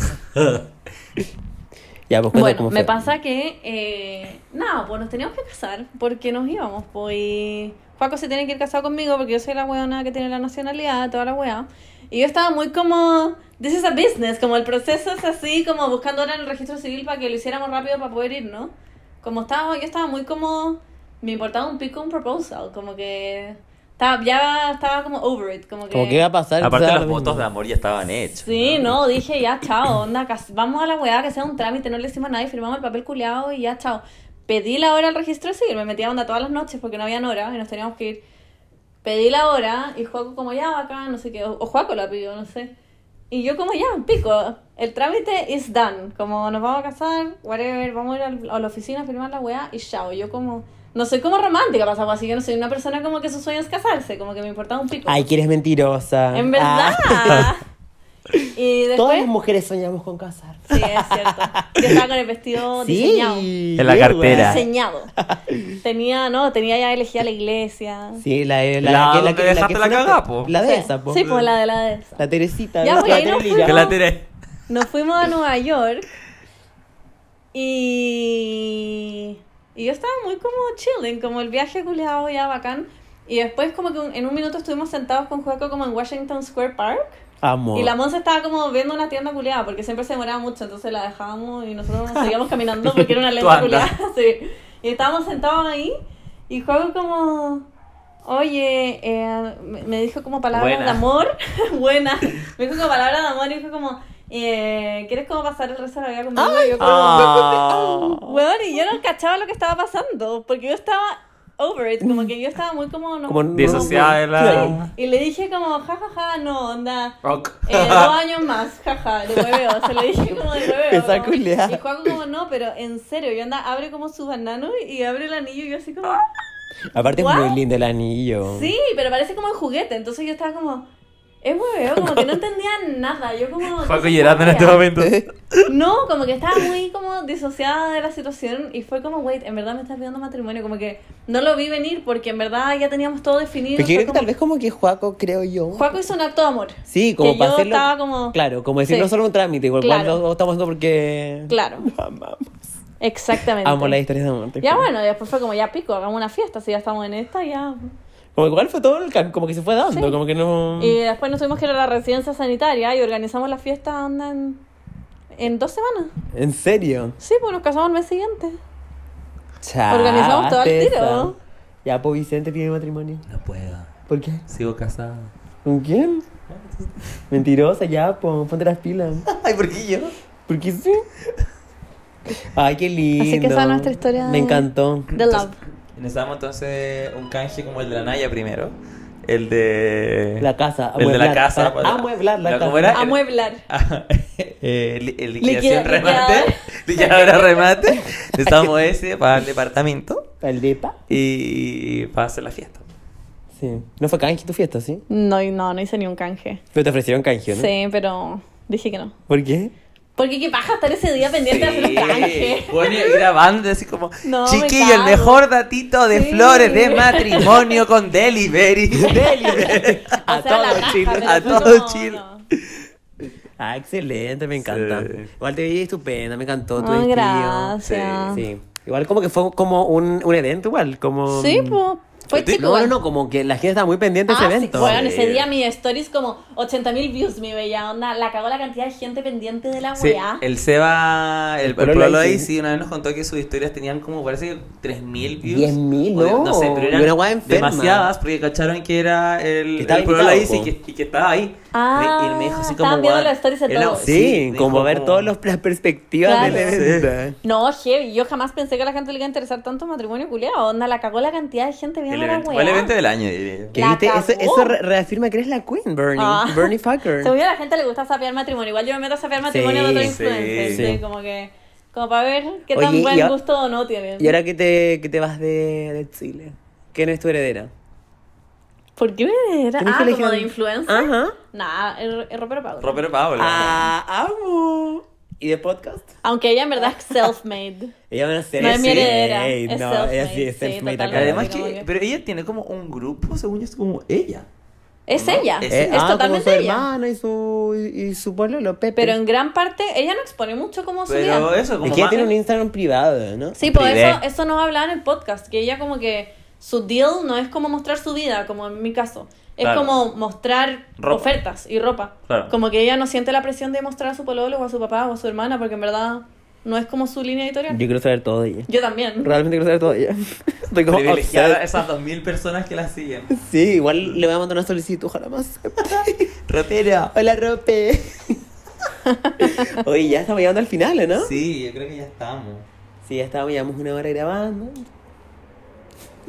Speaker 1: ya, pues cuenta
Speaker 3: Bueno,
Speaker 1: cómo
Speaker 3: me
Speaker 1: fue.
Speaker 3: pasa que. Eh, nada, pues nos teníamos que casar porque nos íbamos, pues. y Juaco se tiene que ir casado conmigo porque yo soy la weona que tiene la nacionalidad, toda la wea. Y yo estaba muy como. This is a business, como el proceso es así, como buscando ahora en el registro civil para que lo hiciéramos rápido para poder ir, ¿no? Como estaba, yo estaba muy como. Me importaba un pico un proposal, como que. Estaba, ya estaba como over it, como que.
Speaker 1: Como que iba a pasar.
Speaker 2: Aparte,
Speaker 1: entonces,
Speaker 2: las
Speaker 1: ahora
Speaker 2: fotos de
Speaker 1: mismo.
Speaker 2: amor ya estaban hechas.
Speaker 3: Sí, no, dije ya, chao, onda, cas- vamos a la weá, que sea un trámite, no le decimos a nadie, firmamos el papel culiado y ya, chao. Pedí la hora al registro civil, me metía onda todas las noches porque no habían hora y nos teníamos que ir. Pedí la hora y Juaco como ya, acá, no sé qué, o, o Juaco la pidió, no sé. Y yo como ya, pico, el trámite is done, como nos vamos a casar, whatever, vamos a ir al- a la oficina a firmar la weá y chao, yo como... No soy como romántica, pasa algo así, yo no soy una persona como que su sueño es casarse, como que me importaba un pico.
Speaker 1: Ay, que eres mentirosa.
Speaker 3: en verdad.
Speaker 1: Ah.
Speaker 3: Y después...
Speaker 1: Todas las mujeres soñamos con casar.
Speaker 3: Sí, es cierto. Yo estaba con el vestido diseñado.
Speaker 2: En la
Speaker 1: qué
Speaker 2: cartera.
Speaker 1: guay.
Speaker 3: Diseñado. Tenía, no, tenía ya elegida la iglesia.
Speaker 1: Sí, la de
Speaker 2: La donde dejaste la
Speaker 1: fue una-
Speaker 2: cagá, po.
Speaker 1: La
Speaker 3: Sí.
Speaker 1: de esa, po.
Speaker 3: Sí, pues la de la de esa.
Speaker 1: La Teresita.
Speaker 3: Ya,
Speaker 1: la
Speaker 3: pues, ahí nos
Speaker 1: Teresita.
Speaker 2: Que la tiré.
Speaker 3: Nos fuimos a Nueva York y... Y yo estaba muy como chilling, como el viaje culiado ya bacán. Y después como que un- en un minuto estuvimos sentados con Juaco como en Washington Square Park.
Speaker 1: Amo.
Speaker 3: Y la Monza estaba como viendo una tienda culiada, porque siempre se demoraba mucho, entonces la dejábamos y nosotros nos seguíamos caminando porque era una lenta
Speaker 2: anda.
Speaker 3: culiada. sí. Y estábamos sentados ahí y Juego como, oye, eh, me me dijo como palabras
Speaker 2: Buena.
Speaker 3: de amor, buena, me dijo como palabras de amor y dijo como, eh, ¿quieres como pasar el resto de la vida conmigo? Y yo como,
Speaker 2: Ah.
Speaker 3: Weón, y yo no cachaba lo que estaba pasando, porque yo estaba over it, como que yo estaba muy como... No,
Speaker 1: Como
Speaker 3: no-
Speaker 2: Disociada de la...
Speaker 3: Y le dije como, jajaja, ja, ja, no, onda,
Speaker 2: Rock.
Speaker 3: eh, dos años más, jaja, de hueveo, se lo dije como de hueveo.
Speaker 1: Esa
Speaker 3: como-
Speaker 1: culiá.
Speaker 3: Y Juaco como, no, pero en serio, yo anda, abre como su banano y abre el anillo y yo así como...
Speaker 1: Ah. Aparte
Speaker 3: What?
Speaker 1: es muy lindo el anillo.
Speaker 3: Sí, pero parece como el juguete, entonces yo estaba como... Es hueveo, como que no entendía nada, yo como...
Speaker 2: Paco llorando en este
Speaker 3: "Wea".
Speaker 2: momento.
Speaker 3: No, como que estaba muy como disociada de la situación y fue como, wait, en verdad me estás pidiendo matrimonio, como que no lo vi venir porque en verdad ya teníamos todo definido.
Speaker 1: Porque
Speaker 3: fue
Speaker 1: creo que
Speaker 3: como-
Speaker 1: tal vez como que Juaco, creo yo.
Speaker 3: Juaco hizo un acto de amor.
Speaker 1: Sí, como
Speaker 3: que
Speaker 1: para
Speaker 3: yo
Speaker 1: hacerlo.
Speaker 3: estaba como...
Speaker 1: Claro, como decir,
Speaker 3: Sí.
Speaker 1: no solo un trámite, igual
Speaker 3: Claro.
Speaker 1: cuando lo estamos haciendo porque.
Speaker 3: Claro,
Speaker 1: Lo amamos.
Speaker 3: exactamente.
Speaker 1: Amo las historias de amor. te
Speaker 3: Ya
Speaker 1: juro.
Speaker 3: bueno, después fue como, ya pico, hagamos una fiesta, si ya estamos en esta, ya...
Speaker 1: Como igual fue todo el can- como que se fue dando,
Speaker 3: Sí.
Speaker 1: como que no.
Speaker 3: Y después nos tuvimos que ir a la residencia sanitaria y organizamos la fiesta, anda, en, en dos semanas.
Speaker 1: En serio.
Speaker 3: Sí, pues nos casamos el mes siguiente.
Speaker 1: Chao.
Speaker 3: Organizamos todo al
Speaker 1: Tessa.
Speaker 3: tiro.
Speaker 1: Ya, pues Vicente tiene matrimonio.
Speaker 2: No puedo.
Speaker 1: ¿Por qué?
Speaker 2: Sigo casado.
Speaker 1: ¿Con quién? Mentirosa, ya, pues, ponte las pilas.
Speaker 2: Ay, ¿por qué yo?
Speaker 1: Porque sí. Ay, qué lindo.
Speaker 3: Así que esa es nuestra historia
Speaker 1: Me
Speaker 3: de-
Speaker 1: encantó.
Speaker 3: The love.
Speaker 2: Necesitamos entonces un canje como el de la Naya primero. El de...
Speaker 1: La casa.
Speaker 2: El de la
Speaker 1: amueblar.
Speaker 2: casa. pues.
Speaker 1: Ah, amueblar la
Speaker 2: ¿Cómo
Speaker 1: casa.
Speaker 2: era?
Speaker 3: Amueblar.
Speaker 2: Ah, eh, li- eh, liquidación
Speaker 3: Liquida-
Speaker 2: remate. Liquidadora remate. Necesitamos ese para el departamento
Speaker 1: ¿El depa?
Speaker 2: y para hacer la fiesta.
Speaker 1: Sí. No fue canje tu fiesta, ¿sí?
Speaker 3: No, y no, no hice ni un canje.
Speaker 1: Pero te ofrecieron canje, ¿no?
Speaker 3: Sí, pero dije que no.
Speaker 1: ¿Por qué?
Speaker 3: Porque qué paja estar ese día pendiente de hacer los canjes.
Speaker 2: Bueno, y grabando así como
Speaker 3: No, me
Speaker 2: chiquillo, el
Speaker 3: cago".
Speaker 2: mejor datito de
Speaker 3: Sí.
Speaker 2: flores de matrimonio con delivery. delivery.
Speaker 1: A
Speaker 3: O sea, la
Speaker 1: todo
Speaker 3: raja,
Speaker 1: Chile,
Speaker 3: pero
Speaker 2: a
Speaker 3: fue
Speaker 2: todo
Speaker 3: como,
Speaker 2: Chile.
Speaker 3: no.
Speaker 1: Ah, excelente, me encanta.
Speaker 2: Sí.
Speaker 1: Igual te vi estupenda, me encantó tu
Speaker 3: Ah,
Speaker 1: vestido.
Speaker 3: gracias. Sí,
Speaker 1: Sí. Igual como que fue como un, un evento igual, como... mm.
Speaker 3: pues. Fue chico.
Speaker 1: Um, No, no,
Speaker 3: igual.
Speaker 1: no, como que la gente estaba muy pendiente de
Speaker 3: Ah,
Speaker 1: ese
Speaker 3: sí.
Speaker 1: evento.
Speaker 3: Bueno, ese día mi story es como 80.000 views, mi bella onda. La cagó la cantidad de gente pendiente de la
Speaker 2: Sí,
Speaker 3: weá.
Speaker 2: el Seba, el, el
Speaker 1: Pololo
Speaker 2: Pololo
Speaker 1: ahí,
Speaker 2: ahí,
Speaker 1: sí.
Speaker 2: sí, una vez nos contó que sus historias tenían como, parece que 3.000 views.
Speaker 1: 10.000,
Speaker 2: O de-
Speaker 1: no.
Speaker 2: No sé, pero eran
Speaker 1: Y una guada enferma.
Speaker 2: demasiadas porque cacharon que era el,
Speaker 1: Que estaba
Speaker 2: el Pololo ahí
Speaker 1: invitado,
Speaker 2: sí,
Speaker 1: po.
Speaker 2: y que, y que estaba ahí.
Speaker 3: Ah,
Speaker 2: y él me dijo así como.
Speaker 3: estaban viendo
Speaker 2: guau,
Speaker 3: las stories de
Speaker 2: era-
Speaker 3: todos.
Speaker 1: Sí,
Speaker 2: dijo
Speaker 1: como ver todas las perspectivas
Speaker 3: Claro.
Speaker 1: del evento.
Speaker 3: No, heavy. Yo jamás pensé que a la gente le iba a interesar tanto matrimonio culiao. Onda, la cagó la cantidad de gente
Speaker 2: El
Speaker 3: viendo la
Speaker 2: evento, fue el
Speaker 3: weá.
Speaker 2: evento del año, diría yo.
Speaker 1: Que
Speaker 3: La
Speaker 1: viste, eso,
Speaker 3: cagó.
Speaker 1: eso re- reafirma que eres la queen, Bernie.
Speaker 3: Ah.
Speaker 1: Bernie Fucker.
Speaker 3: Según yo, a la gente le gusta sapear matrimonio. Igual yo me meto a sapear matrimonio de
Speaker 1: Sí,
Speaker 3: otro
Speaker 1: sí,
Speaker 3: influencer. Sí,
Speaker 1: sí.
Speaker 3: como que. Como para ver qué
Speaker 1: Oye,
Speaker 3: tan
Speaker 1: y
Speaker 3: buen
Speaker 1: a-
Speaker 3: gusto o no tienen.
Speaker 1: Y ahora que te, que te vas de, de Chile, ¿quién es tu heredera?
Speaker 3: ¿Por qué me era?
Speaker 1: ¿Tenés
Speaker 3: Ah,
Speaker 1: que elegir
Speaker 3: como de
Speaker 1: algo?
Speaker 3: influencer.
Speaker 1: Ajá.
Speaker 3: Nah, el, el ropero Paula.
Speaker 2: Roper Paola.
Speaker 1: Ah, amo. ¿Y de podcast?
Speaker 3: Aunque ella en verdad es self-made.
Speaker 1: Ella va a ser
Speaker 3: No es mi
Speaker 1: sí,
Speaker 3: heredera,
Speaker 1: ey,
Speaker 3: es
Speaker 1: no,
Speaker 3: self-made,
Speaker 1: ella sí es
Speaker 3: sí,
Speaker 1: self-made acá.
Speaker 2: Y
Speaker 3: totalmente.
Speaker 2: Además
Speaker 3: como
Speaker 2: que,
Speaker 3: que-
Speaker 2: pero ella tiene como un grupo, según yo, es como ella.
Speaker 3: Es
Speaker 2: No,
Speaker 3: ella.
Speaker 2: es-
Speaker 3: Es,
Speaker 1: Eh, ah, como
Speaker 3: totalmente
Speaker 1: su
Speaker 3: ella.
Speaker 1: hermana y su, y, y su pololo, Pepe.
Speaker 3: Pero en gran parte, ella no expone mucho como su
Speaker 2: Pero
Speaker 3: vida.
Speaker 2: eso, como
Speaker 1: Es que ella
Speaker 2: más-
Speaker 1: tiene un Instagram privado, ¿no?
Speaker 3: Sí, por
Speaker 2: Privé.
Speaker 3: eso, eso no hablaba en el podcast. Que ella como que su deal no es como mostrar su vida, como en mi caso. Es
Speaker 2: Claro.
Speaker 3: como mostrar
Speaker 2: Ropa.
Speaker 3: ofertas y ropa.
Speaker 2: Claro.
Speaker 3: Como que ella no siente la presión de mostrar a su pololo o a su papá o a su hermana, porque en verdad no es como su línea editorial.
Speaker 1: Yo quiero saber todo de ella.
Speaker 3: Yo también.
Speaker 1: Realmente quiero saber todo de ella. Estoy como
Speaker 2: privilegiada a
Speaker 1: obsessed.
Speaker 2: esas 2.000 personas que la siguen.
Speaker 1: Sí, igual le voy a mandar una solicitud, ojalá más.
Speaker 2: Rotera.
Speaker 1: Hola, Rope. Oye, ya estamos llegando al final, ¿o ¿no?
Speaker 2: Sí, yo creo que ya estamos.
Speaker 1: Sí, ya estábamos, llevamos una hora grabando.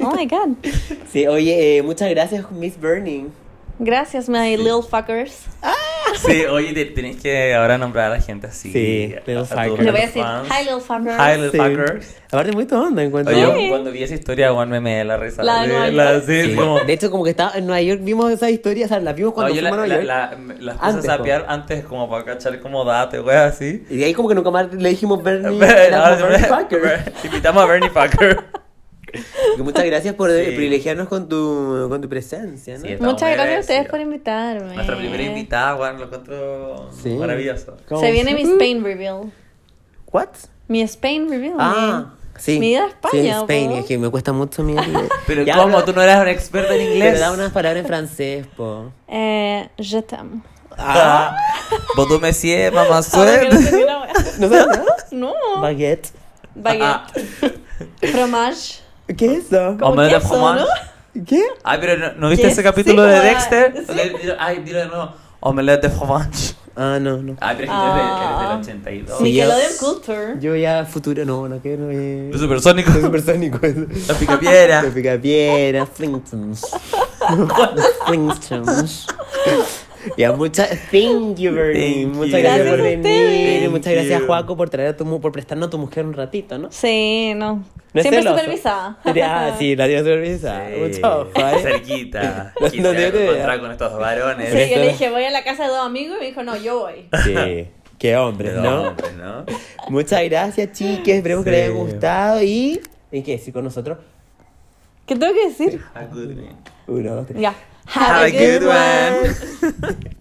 Speaker 3: Oh my god.
Speaker 1: Sí, oye, eh, muchas gracias, Miss Burning.
Speaker 3: Gracias, my little fuckers.
Speaker 2: Sí, oye, te- tenés que ahora nombrar a la gente así.
Speaker 1: Sí,
Speaker 2: a-
Speaker 1: little
Speaker 2: a tus
Speaker 1: fuckers.
Speaker 3: Le voy a decir,
Speaker 2: fans.
Speaker 3: hi little fuckers.
Speaker 2: Hi, little fuckers.
Speaker 1: Aparte, muy tonta, encuentro.
Speaker 2: Oye,
Speaker 3: Sí.
Speaker 2: cuando vi esa historia, Juan me me da la risa.
Speaker 3: La de Nueva York.
Speaker 2: sí,
Speaker 1: Sí,
Speaker 2: como-
Speaker 1: De hecho, como que estaba en Nueva York, vimos esa historia, o sea, la vimos cuando
Speaker 2: No, yo
Speaker 1: fuimos
Speaker 2: la,
Speaker 1: a Nueva
Speaker 2: la,
Speaker 1: York.
Speaker 2: la, las puse
Speaker 1: Antes,
Speaker 2: a sapear antes como para cachar como date, wey, así.
Speaker 1: Y de ahí como que nunca más le dijimos Bernie,
Speaker 2: Ahora
Speaker 1: era
Speaker 2: se
Speaker 1: como
Speaker 2: me-
Speaker 1: Bernie Parker.
Speaker 2: Invitamos a Bernie Fucker.
Speaker 1: Y Muchas gracias por eh,
Speaker 2: Sí.
Speaker 1: privilegiarnos con tu, con tu presencia, ¿no?
Speaker 2: Sí, está
Speaker 3: Muchas
Speaker 2: muy
Speaker 3: gracias a ustedes
Speaker 2: agradecido.
Speaker 3: por invitarme.
Speaker 2: Nuestra primera invitada, Juan, lo encuentro
Speaker 1: Sí.
Speaker 2: maravilloso.
Speaker 1: ¿Cómo
Speaker 3: Se viene
Speaker 1: se-
Speaker 3: mi Spain reveal.
Speaker 1: ¿What?
Speaker 3: Mi Spain reveal.
Speaker 1: Ah, sí.
Speaker 3: Mi vida a España,
Speaker 1: Sí, Spain,
Speaker 3: po.
Speaker 1: es que me cuesta mucho mi inglés.
Speaker 2: Pero
Speaker 1: Ya,
Speaker 2: ¿cómo?
Speaker 1: pero-
Speaker 2: Tú no eras un experto en
Speaker 1: Le
Speaker 2: inglés.
Speaker 1: da unas palabras en francés, po.
Speaker 3: mi. Eh, je t'aime.
Speaker 2: Ah. Vos tú me sies, mamá
Speaker 3: Ahora que lo
Speaker 2: suerte.
Speaker 3: entendí la wea.
Speaker 1: ¿No sabes nada?
Speaker 3: No.
Speaker 1: Baguette.
Speaker 2: Ah,
Speaker 3: Baguette. Fromage.
Speaker 1: ¿Qué es eso?
Speaker 3: Como
Speaker 2: Omelette
Speaker 3: queso,
Speaker 2: fromage.
Speaker 3: ¿no?
Speaker 1: ¿Qué?
Speaker 2: Ay, pero ¿no, ¿no viste
Speaker 3: Yes,
Speaker 2: ese capítulo
Speaker 3: sí,
Speaker 2: de
Speaker 3: como la-
Speaker 2: Dexter?
Speaker 3: sí.
Speaker 2: Ok, dilo- ay, dilo de nuevo. Omelette de fromage.
Speaker 1: Ah, no, no.
Speaker 2: Ah, pero es que tú
Speaker 3: Ah.
Speaker 2: eres, del- eres del 82.
Speaker 1: Sí.
Speaker 3: Nickelodeon Culture.
Speaker 1: Yo ya futuro, no, no quiero. Eh...
Speaker 5: Los supersónicos.
Speaker 1: Los supersónicos.
Speaker 5: La picapiedra.
Speaker 1: Los picapiedras, Flintstones. Los Flintstones. Ya, muchas. Thank you very
Speaker 5: Thank
Speaker 1: much. Muchas
Speaker 5: you.
Speaker 1: gracias,
Speaker 3: Gracias
Speaker 1: por
Speaker 3: a
Speaker 1: venir.
Speaker 3: ustedes.
Speaker 1: Muchas
Speaker 5: Thank
Speaker 1: gracias,
Speaker 5: you.
Speaker 1: Juaco, por traer a tu mu- por prestarnos a tu mujer un ratito, ¿no?
Speaker 3: Sí, no.
Speaker 1: No es
Speaker 3: Siempre
Speaker 1: celoso.
Speaker 3: supervisada.
Speaker 1: Ah, sí, la tienes supervisada.
Speaker 2: Sí,
Speaker 1: Mucho ojo, ¿eh?
Speaker 2: Cerquita.
Speaker 1: No
Speaker 2: Quisiera
Speaker 1: tiene idea.
Speaker 2: encontrar con estos varones.
Speaker 3: Sí, yo le dije, voy a la casa de dos amigos y me dijo, no, yo voy.
Speaker 1: Sí, qué hombres,
Speaker 2: Pero,
Speaker 1: ¿no?
Speaker 2: hombre, ¿no?
Speaker 1: Muchas gracias, chiques. Esperemos que les haya
Speaker 5: Sí.
Speaker 1: gustado. Y. ¿Y qué decir con nosotros?
Speaker 3: ¿Qué tengo que decir?
Speaker 2: A good man.
Speaker 1: Uno, dos, tres.
Speaker 3: Ya.
Speaker 5: Have a good one.